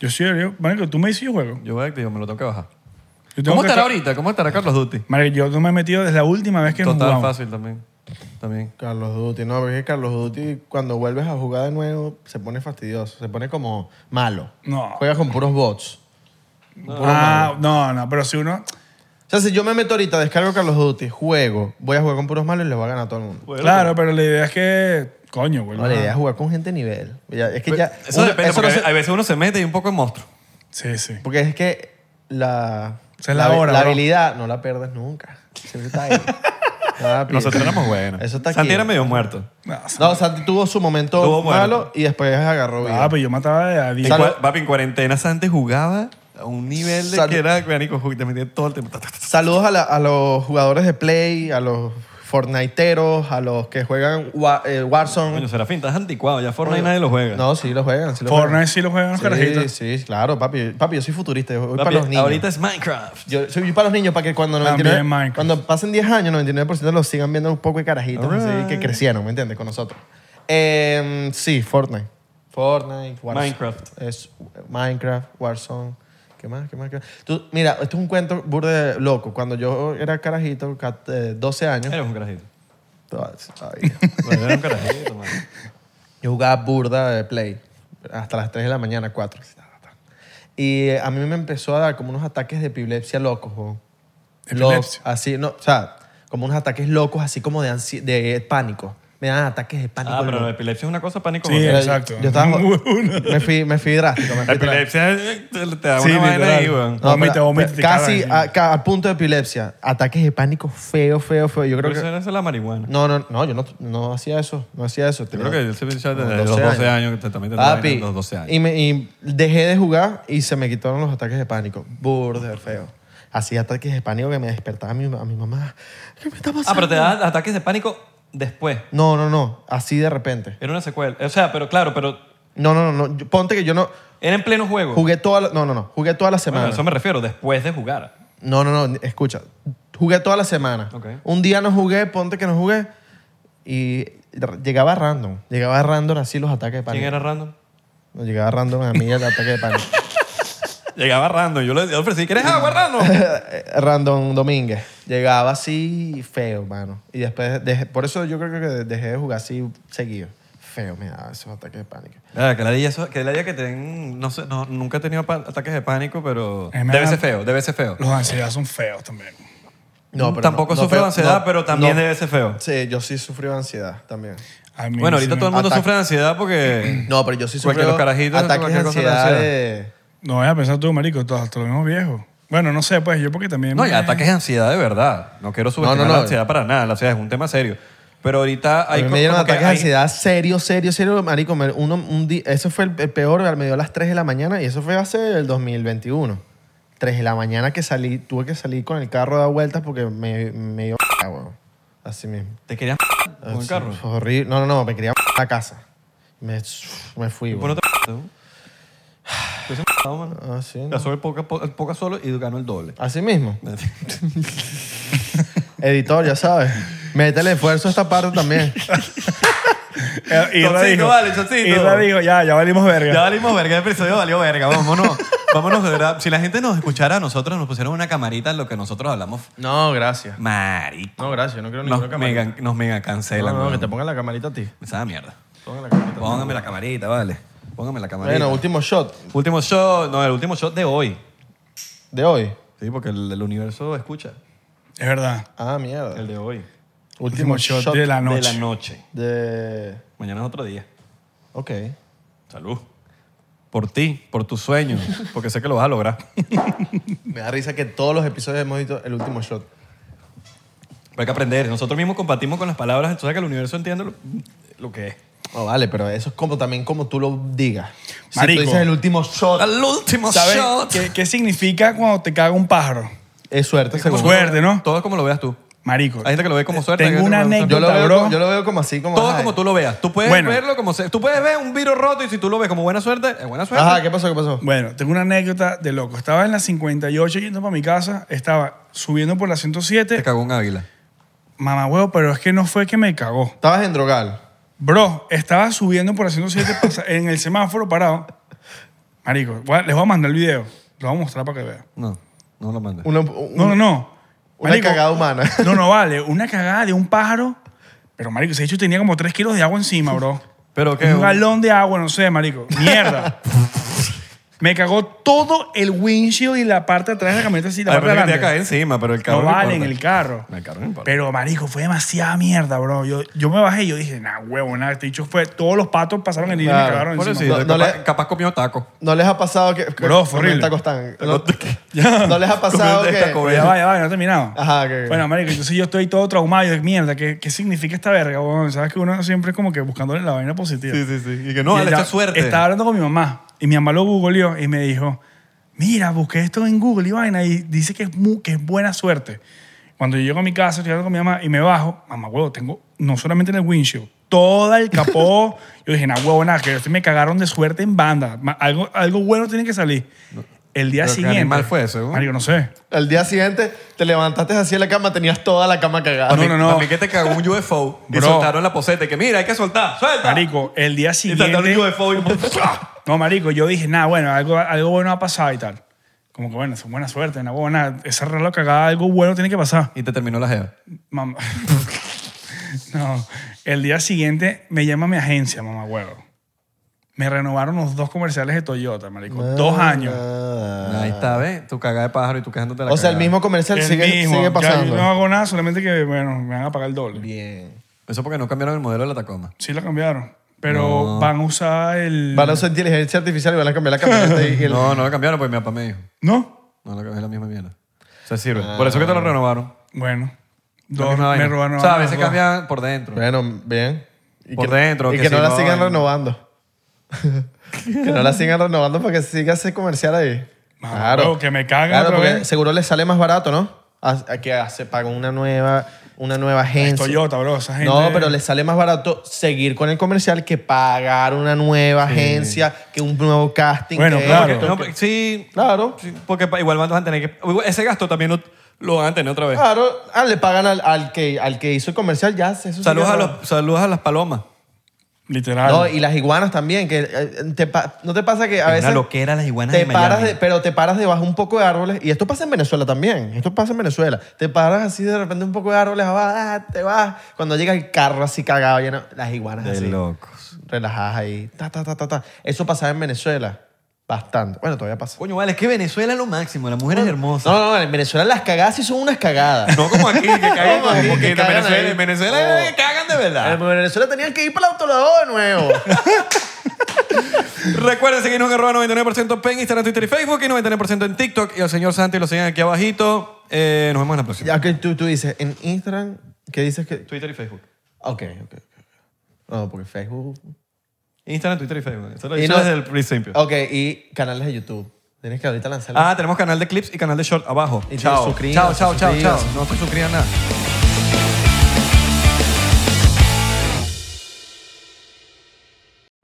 Speaker 2: Yo sí, yo, marico, tú me dices y yo juego.
Speaker 3: Yo voy activo, me lo tengo que bajar.
Speaker 2: Yo tengo
Speaker 3: ¿Cómo
Speaker 2: que
Speaker 3: estará
Speaker 2: estar-
Speaker 3: ahorita? ¿Cómo estará Carlos Dutti?
Speaker 2: Marico, yo no me he metido desde la última vez que
Speaker 3: Total
Speaker 2: jugamos.
Speaker 3: fácil también. También.
Speaker 1: Carlos Duty, no, porque Carlos Duty cuando vuelves a jugar de nuevo se pone fastidioso, se pone como malo.
Speaker 2: No.
Speaker 1: Juegas con puros bots.
Speaker 2: Ah, no, no, pero si uno...
Speaker 1: O sea, si yo me meto ahorita, descargo Carlos Duty, juego, voy a jugar con puros malos y les voy a ganar a todo el mundo.
Speaker 2: claro, pero la idea es que... Coño, güey.
Speaker 1: No, la idea es jugar con gente de nivel. Ya, es que ya...
Speaker 3: Eso
Speaker 1: uno-
Speaker 3: depende,
Speaker 1: eso no
Speaker 3: porque
Speaker 1: se-
Speaker 3: a veces uno se mete y un poco de monstruo.
Speaker 2: Sí, sí.
Speaker 1: porque es que la,
Speaker 2: Esa es la,
Speaker 1: habi-
Speaker 2: hora,
Speaker 1: La
Speaker 2: bro.
Speaker 1: habilidad no la pierdes nunca. Siempre está ahí. Papi.
Speaker 3: Nosotros éramos buenos.
Speaker 1: Eso está aquí.
Speaker 3: Santi era medio muerto.
Speaker 2: Ah,
Speaker 1: No, o sea, tuvo su momento
Speaker 3: Tuvo muerto.
Speaker 1: malo y después agarró vida.
Speaker 2: Ah, pues yo mataba de a
Speaker 3: En
Speaker 2: diez.
Speaker 1: Sal-
Speaker 3: cua- Papi, en cuarentena Santi jugaba a un nivel de
Speaker 1: Sal-
Speaker 3: que era Granny Hook. Te metía todo el tiempo. Ta, ta, ta, ta.
Speaker 1: Saludos a, la- a los jugadores de Play, a los Fortniteeros, a los que juegan Wa- eh, Warzone.
Speaker 3: Coño, Serafín, estás anticuado. Ya Fortnite nadie lo juega.
Speaker 1: No, sí lo juegan. Sí lo
Speaker 2: Fortnite
Speaker 1: juegan.
Speaker 2: sí lo juegan los carajitos.
Speaker 1: Sí, sí, claro, papi. Papi, yo soy futurista. Yo voy
Speaker 3: Papi,
Speaker 1: para los niños.
Speaker 3: ahorita es Minecraft.
Speaker 1: Yo soy para los niños para que cuando,
Speaker 2: También
Speaker 1: 99
Speaker 2: Minecraft.
Speaker 1: cuando pasen 10 años, 99% los sigan viendo un poco de carajitos así,
Speaker 3: Alright.
Speaker 1: que crecieron, ¿me entiendes? Con nosotros. Eh, sí, Fortnite. Fortnite, Warzone.
Speaker 3: Minecraft.
Speaker 1: Es Minecraft, Warzone. ¿Qué más? ¿Qué más? ¿Qué más? Tú- mira, esto es un cuento burde loco. Cuando yo era carajito, cat- eh, 12 años,
Speaker 3: <laughs> Eres un carajito.
Speaker 1: todavía-
Speaker 3: Bueno, eres un
Speaker 1: <laughs>
Speaker 3: carajito, man.
Speaker 1: yo jugaba burda de play hasta las 3 de la mañana, 4. Y eh, a mí me empezó a dar como unos ataques de epilepsia locos. weón.
Speaker 2: Epilepsia.
Speaker 1: Locos, así, no, o sea, como unos ataques locos, así como de, ansi- de pánico. Me dan ataques de pánico.
Speaker 3: Ah, pero la
Speaker 1: loco.
Speaker 3: epilepsia es una cosa pánico.
Speaker 2: Sí,
Speaker 1: Era-
Speaker 2: exacto.
Speaker 1: Yo
Speaker 2: <laughs>
Speaker 1: estaba.
Speaker 2: Una.
Speaker 1: me, fui, me fui drástico. Me
Speaker 3: La
Speaker 1: fui drástico.
Speaker 3: epilepsia eh, te te da
Speaker 2: Sí,
Speaker 3: una vaina
Speaker 2: literal.
Speaker 3: ahí, weón.
Speaker 2: No, Vomita,
Speaker 1: pero-
Speaker 2: vomita,
Speaker 1: pero
Speaker 2: te
Speaker 1: Casi
Speaker 2: cagas.
Speaker 1: a, ca- al punto de epilepsia. Ataques de pánico feo, feo, feo. Yo creo
Speaker 3: Pero eso
Speaker 1: que.
Speaker 3: era la marihuana.
Speaker 1: No, no, no, yo no, no hacía eso. No hacía eso.
Speaker 3: Yo
Speaker 1: Tenía-
Speaker 3: creo que yo se desde
Speaker 1: como
Speaker 3: los 12 años, que te, también te da
Speaker 1: Papi,
Speaker 3: los 12 años.
Speaker 1: Y, me- y dejé de jugar y se me quitaron los ataques de pánico. Burda, feo. Hacía ataques de pánico que me despertaba a mi, a mi mamá. ¿Qué me está pasando?
Speaker 3: Ah, pero te da ataques de pánico después.
Speaker 1: No, no, no. Así de repente.
Speaker 3: Era una secuela. O sea, pero claro, pero
Speaker 1: No, no, no. no. Yo- Ponte que yo no...
Speaker 3: era en pleno juego.
Speaker 1: Jugué toda la... No, no, no. Jugué toda la semana.
Speaker 3: Bueno, a eso me refiero, después de jugar.
Speaker 1: No, no, no. Escucha. Jugué toda la semana.
Speaker 3: Ok.
Speaker 1: Un día no jugué, ponte que no jugué. Y r- llegaba random. Llegaba random así los ataques de pánico.
Speaker 3: ¿Quién era random?
Speaker 1: No, Llegaba random a mí el ataque de pánico.
Speaker 3: <laughs> Llegaba random. Yo le ofrecí, ¿quieres agua random?
Speaker 1: <laughs> Eh, Random Domínguez. Llegaba así feo, mano. Y después, dejé- por eso yo creo que dejé de jugar así seguido. Feo, me daba esos ataques de pánico.
Speaker 3: Ah, que la día eso, que la día que ten, no sé, no, nunca he tenido pa- ataques de pánico, pero
Speaker 2: Eh, me
Speaker 3: debe
Speaker 2: da-
Speaker 3: ser feo, debe ser feo.
Speaker 2: Los ansiedad son feos también.
Speaker 1: No,
Speaker 3: Mm, Tampoco sufro de ansiedad, pero también debe ser feo.
Speaker 1: Sí, yo sí sufrí de ansiedad también.
Speaker 2: A mí
Speaker 3: Bueno,
Speaker 2: sí
Speaker 3: ahorita
Speaker 2: me-
Speaker 3: todo el mundo
Speaker 1: Ataque.
Speaker 3: sufre de
Speaker 1: <clears throat>
Speaker 3: ansiedad porque
Speaker 1: No, pero yo sí sufrí
Speaker 3: Cualquier los carajitos,
Speaker 1: ataques de
Speaker 3: cualquier cosa de
Speaker 1: ansiedad,
Speaker 3: ansiedad.
Speaker 1: de-
Speaker 2: No vayas a pensar tú, marico, hasta los mismos viejos. Bueno, no sé, pues yo porque también...
Speaker 3: no, y
Speaker 2: me-
Speaker 3: ataques de ansiedad de verdad. No quiero subestimar
Speaker 1: no, no.
Speaker 3: la ansiedad para nada, la ansiedad es un tema serio. Pero ahorita
Speaker 1: A
Speaker 3: hay
Speaker 1: mí
Speaker 3: co-
Speaker 1: me dieron
Speaker 3: como que
Speaker 1: ataques de
Speaker 3: hay-
Speaker 1: ansiedad serio, serio, serio, marico. me- Uno, un di- eso fue el, el peor, me dio a las 3 de la mañana y eso fue hace el 2021. 3 de la mañana que salí, tuve que salir con el carro a dar vueltas porque me, me dio weón. Así mismo.
Speaker 3: Te querías con el
Speaker 1: Eso
Speaker 3: carro.
Speaker 1: fue horrible. No, no, no, me quería a la casa. Me, me fui,
Speaker 3: Bueno,
Speaker 1: weón.
Speaker 3: te tú. Tú se mano.
Speaker 1: Así, ¿no?
Speaker 3: Pasó el poca, po- el poca solo y ganó el <laughs> doble.
Speaker 1: Así mismo. Editor, ya sabes. Mete el esfuerzo a esta parte también.
Speaker 2: <laughs> Eh, Irra
Speaker 3: Chocito,
Speaker 2: dijo,
Speaker 3: vale, chocito.
Speaker 2: Irra dijo, ya, ya valimos verga.
Speaker 3: Ya valimos verga, el episodio valió verga, vámonos. Vámonos, de verdad. Si la gente nos escuchara a nosotros, nos pusieron una camarita en lo que nosotros hablamos.
Speaker 1: <laughs> No, gracias.
Speaker 3: Marico.
Speaker 1: No, gracias. No quiero
Speaker 3: Nos mega, nos mega cancelan. weón.
Speaker 1: pongan la camarita a ti.
Speaker 3: Esa mierda.
Speaker 1: Pongan la camarita.
Speaker 3: Póngame la camarita, vale. Póngame la camarita.
Speaker 1: Bueno, último shot
Speaker 3: último shot. No, el último shot de hoy.
Speaker 1: de hoy.
Speaker 3: Sí, porque el, el universo escucha.
Speaker 2: Es verdad.
Speaker 1: Ah, mierda.
Speaker 3: El de hoy.
Speaker 2: Último shot, de la noche.
Speaker 3: De la noche.
Speaker 1: de-
Speaker 3: Mañana es otro día.
Speaker 1: Ok.
Speaker 3: Salud. Por ti, por tus sueños, porque sé que lo vas a lograr.
Speaker 1: Me da risa que todos los episodios hemos visto el último shot.
Speaker 3: Pero hay que aprender. Nosotros mismos compartimos con las palabras, entonces que el universo entiende lo, lo que es.
Speaker 1: No, Oh, vale, pero eso es como también como tú lo digas. Si tú
Speaker 2: Marico.
Speaker 1: dices el último shot,
Speaker 3: Al último
Speaker 2: ¿Sabes
Speaker 3: shot.
Speaker 2: qué, qué significa cuando te caga un pájaro?
Speaker 1: es suerte.
Speaker 3: Como
Speaker 1: seguro.
Speaker 2: Suerte,
Speaker 3: lo-
Speaker 2: ¿no?
Speaker 3: Todo es como lo veas tú.
Speaker 2: Marico.
Speaker 3: Hay gente que lo ve como suerte. hay
Speaker 2: Tengo
Speaker 3: gente
Speaker 2: una
Speaker 3: que
Speaker 1: Yo
Speaker 2: anécdota.
Speaker 3: lo ve como-
Speaker 1: lo,
Speaker 2: Puta,
Speaker 1: veo,
Speaker 2: bro.
Speaker 1: como- yo lo veo como así, como...
Speaker 3: Todo es
Speaker 1: ajá.
Speaker 3: como tú lo veas. Tú puedes
Speaker 2: Bueno.
Speaker 3: verlo como se, tú puedes ver un virus roto y si tú lo ves como buena suerte, es buena suerte.
Speaker 1: Ajá, ¿qué pasó? ¿Qué pasó?
Speaker 2: Bueno, tengo una anécdota de loco. Estaba en la 58 yendo para mi casa, estaba subiendo por la
Speaker 3: Te
Speaker 2: 107.
Speaker 3: cagó un águila.
Speaker 2: Mamá huevo, pero es que no fue que me cagó.
Speaker 1: Estabas en drogal.
Speaker 2: Bro, estaba subiendo por la
Speaker 3: <laughs>
Speaker 2: 107 pasa- en el semáforo parado. Marico, voy a- les voy a mandar el video. Lo voy a mostrar para que vean.
Speaker 3: No, no lo mandes.
Speaker 1: Una- un-
Speaker 2: No, no, no.
Speaker 1: Una cagada humana. <laughs>
Speaker 2: No, no vale. Una cagada de un pájaro. Pero, marico, ese hecho tenía como 3 kilos de agua encima, bro.
Speaker 3: <laughs> Pero qué,
Speaker 2: Un
Speaker 3: un- <laughs>
Speaker 2: galón de agua, no sé, marico. Mierda. Me cagó todo el windshield y la parte de atrás de la camioneta así, la parte de
Speaker 3: Aparte que te
Speaker 2: adelante.
Speaker 3: cae encima, pero el carro
Speaker 2: no vale en
Speaker 3: importa.
Speaker 2: el carro.
Speaker 3: En el carro no importa.
Speaker 2: Pero, marico, fue demasiada mierda, bro. Yo, yo me bajé y yo dije, nah, huevo, nada. Este dicho fue, todos los patos pasaron el día y me
Speaker 1: Claro,
Speaker 2: cagaron
Speaker 3: Por eso,
Speaker 2: encima.
Speaker 3: sí,
Speaker 1: No- no
Speaker 3: capaz,
Speaker 1: le-
Speaker 3: capaz comió taco.
Speaker 1: ¿No les ha pasado que... que
Speaker 2: Bro, fue horrible.
Speaker 1: tacos están? No,
Speaker 2: <laughs> Ya.
Speaker 1: ¿No les ha pasado
Speaker 3: Comiendo de Taco
Speaker 1: que...
Speaker 3: Bell.
Speaker 2: Pero ya va, ya va, no he terminado.
Speaker 1: Ajá, que-
Speaker 2: Bueno, marico, entonces yo estoy todo traumado. Yo, de mierda, ¿qué, qué significa esta verga? huevón? Sabes que uno siempre es como que buscándole la vaina positiva.
Speaker 3: Sí, sí, sí. Y que no,
Speaker 2: Y
Speaker 3: le
Speaker 2: ella
Speaker 3: echa suerte.
Speaker 2: Estaba hablando con mi mamá y mi mamá lo googleó y me dijo, mira, busqué esto en Google y vaina y dice que es, mu- que es buena suerte. Cuando yo llego a mi casa, estoy hablando con mi mamá y me bajo, mamá, huevo, tengo no solamente en el windshield, todo el
Speaker 3: <laughs>
Speaker 2: capó. yo dije, nah, huevo, nada, que me cagaron de suerte en banda. Ma- Algo, algo bueno tiene que salir. El día
Speaker 3: ¿Pero qué
Speaker 2: siguiente...
Speaker 3: animal fue ese, huevón?
Speaker 2: Marico, no
Speaker 3: <laughs>
Speaker 2: sé.
Speaker 1: Al día siguiente te levantaste así en la cama, tenías toda la cama cagada.
Speaker 2: No, no, no.
Speaker 3: A mí que te cagó un UFO y
Speaker 2: Bro.
Speaker 3: soltaron la poseta. y Que mira, hay que soltar. Suelta.
Speaker 2: Marico, el día
Speaker 3: Y
Speaker 2: siguiente...
Speaker 3: saltaron un UFO <laughs> y...
Speaker 2: No, marico, yo dije, nada, bueno, algo, algo bueno ha pasado y tal. Como que, bueno, es buena suerte, una buena, esa reloj cagada, algo bueno tiene que pasar.
Speaker 3: y te terminó la jeva.
Speaker 2: Mamá. <laughs> no, el día siguiente me llama mi agencia, mamá huevo. Me renovaron los dos comerciales de Toyota, marico. dos años.
Speaker 3: Ahí está, ¿ves? Tu cagada de pájaro y tú cagándote la
Speaker 1: Ah. O sea, el
Speaker 3: cagada.
Speaker 1: mismo comercial
Speaker 2: El
Speaker 1: sigue,
Speaker 2: mismo.
Speaker 1: sigue
Speaker 2: Ya yo
Speaker 1: pasando.
Speaker 2: no hago nada, solamente que, bueno, me van a pagar el doble.
Speaker 1: Bien.
Speaker 3: Eso porque no cambiaron el modelo de la Tacoma.
Speaker 2: Sí, la cambiaron. Pero van a usar el.
Speaker 1: Van a usar inteligencia artificial y van a cambiar la camioneta y el-
Speaker 3: No, no la cambiaron porque mi papá me dijo.
Speaker 2: ¿No?
Speaker 3: No, la- es la misma mierda. Se sirve.
Speaker 1: Ah.
Speaker 3: Por eso que te lo renovaron.
Speaker 2: Bueno.
Speaker 3: La
Speaker 2: Dos,
Speaker 3: misma
Speaker 2: me
Speaker 3: vaina.
Speaker 2: robaron.
Speaker 3: O sea, a
Speaker 2: los
Speaker 3: veces
Speaker 2: dos.
Speaker 3: cambian por dentro.
Speaker 1: Bueno, bien. Y
Speaker 3: Por dentro,
Speaker 1: Y que,
Speaker 3: que
Speaker 1: no
Speaker 3: si
Speaker 1: la
Speaker 3: no,
Speaker 1: sigan
Speaker 3: vaina.
Speaker 1: renovando. <laughs> que no la sigan renovando para que siga ese comercial ahí.
Speaker 2: Mamá,
Speaker 1: claro.
Speaker 2: huevo, que me caguen
Speaker 1: Claro,
Speaker 2: otra
Speaker 1: porque
Speaker 2: vez.
Speaker 1: seguro les sale más barato, ¿no? A, a que se paga una nueva, una nueva
Speaker 2: Es
Speaker 1: agencia.
Speaker 2: Toyota, bro. Esa gente.
Speaker 1: No, pero les sale más barato seguir con el comercial que pagar una nueva agencia, que un nuevo casting.
Speaker 2: Bueno,
Speaker 1: que
Speaker 2: claro.
Speaker 1: esto,
Speaker 3: No,
Speaker 1: que-
Speaker 3: pero- sí,
Speaker 1: claro.
Speaker 3: sí, porque pa- igual van a tener que... Ese gasto también lo, lo van a tener otra vez.
Speaker 1: Claro, ah, le pagan al, al que, al que hizo el comercial, ya. Eso sí
Speaker 3: Saludos
Speaker 1: que
Speaker 3: a,
Speaker 1: es
Speaker 3: los, saludos a las palomas.
Speaker 2: Literal.
Speaker 1: No, y las iguanas también, que eh, te pa- no te pasa que a
Speaker 3: Es
Speaker 1: veces
Speaker 3: una loquera las iguanas
Speaker 1: te
Speaker 3: de Miami.
Speaker 1: paras de- pero te paras debajo un poco de árboles y esto pasa en Venezuela también, esto pasa en Venezuela. Te paras así de repente un poco de árboles, ah, ah, te vas, cuando llega el carro así cagado lleno las iguanas
Speaker 3: De
Speaker 1: así
Speaker 3: locos.
Speaker 1: relajadas ahí, ta ta ta ta ta. Eso pasaba en Venezuela bastante. Bueno, todavía pasa.
Speaker 3: Coño, vale, es que Venezuela es lo máximo. La mujer es hermosa.
Speaker 1: No, no, no, en Venezuela las cagadas sí son unas
Speaker 3: <laughs>
Speaker 1: cagadas.
Speaker 3: No como aquí, que cagan
Speaker 1: Como aquí,
Speaker 3: como
Speaker 1: que
Speaker 3: que en
Speaker 1: cagan ahí. Oh.
Speaker 3: Venezuela. En Venezuela eh, cagan de
Speaker 1: En
Speaker 3: verdad.
Speaker 1: Venezuela tenían que ir para el autolavado de nuevo. pues.
Speaker 3: Recuerden seguirnos en arroba 99% en Instagram, Twitter y Facebook y 99% en TikTok. Y al señor Santi lo siguen aquí abajito. Eh, nos vemos en la
Speaker 1: <laughs>
Speaker 3: próxima.
Speaker 1: ya que tú, tú dices, en Instagram, ¿qué dices que...?
Speaker 3: Twitter y Facebook.
Speaker 1: Ok, ok. No, porque Facebook...
Speaker 3: Instagram, Twitter y Facebook. Eso lo
Speaker 1: Y
Speaker 3: hice
Speaker 1: no- Oh.
Speaker 3: desde el principio.
Speaker 1: Ok, y canales de YouTube. Tienes que ahorita lanzarlo.
Speaker 3: Ah, tenemos canal de clips y canal de short abajo.
Speaker 1: Y se
Speaker 3: Chao.
Speaker 1: suscriban,
Speaker 3: Chao,
Speaker 1: se
Speaker 3: chao, chao,
Speaker 1: suscriban.
Speaker 3: chao. No se suscriban nada.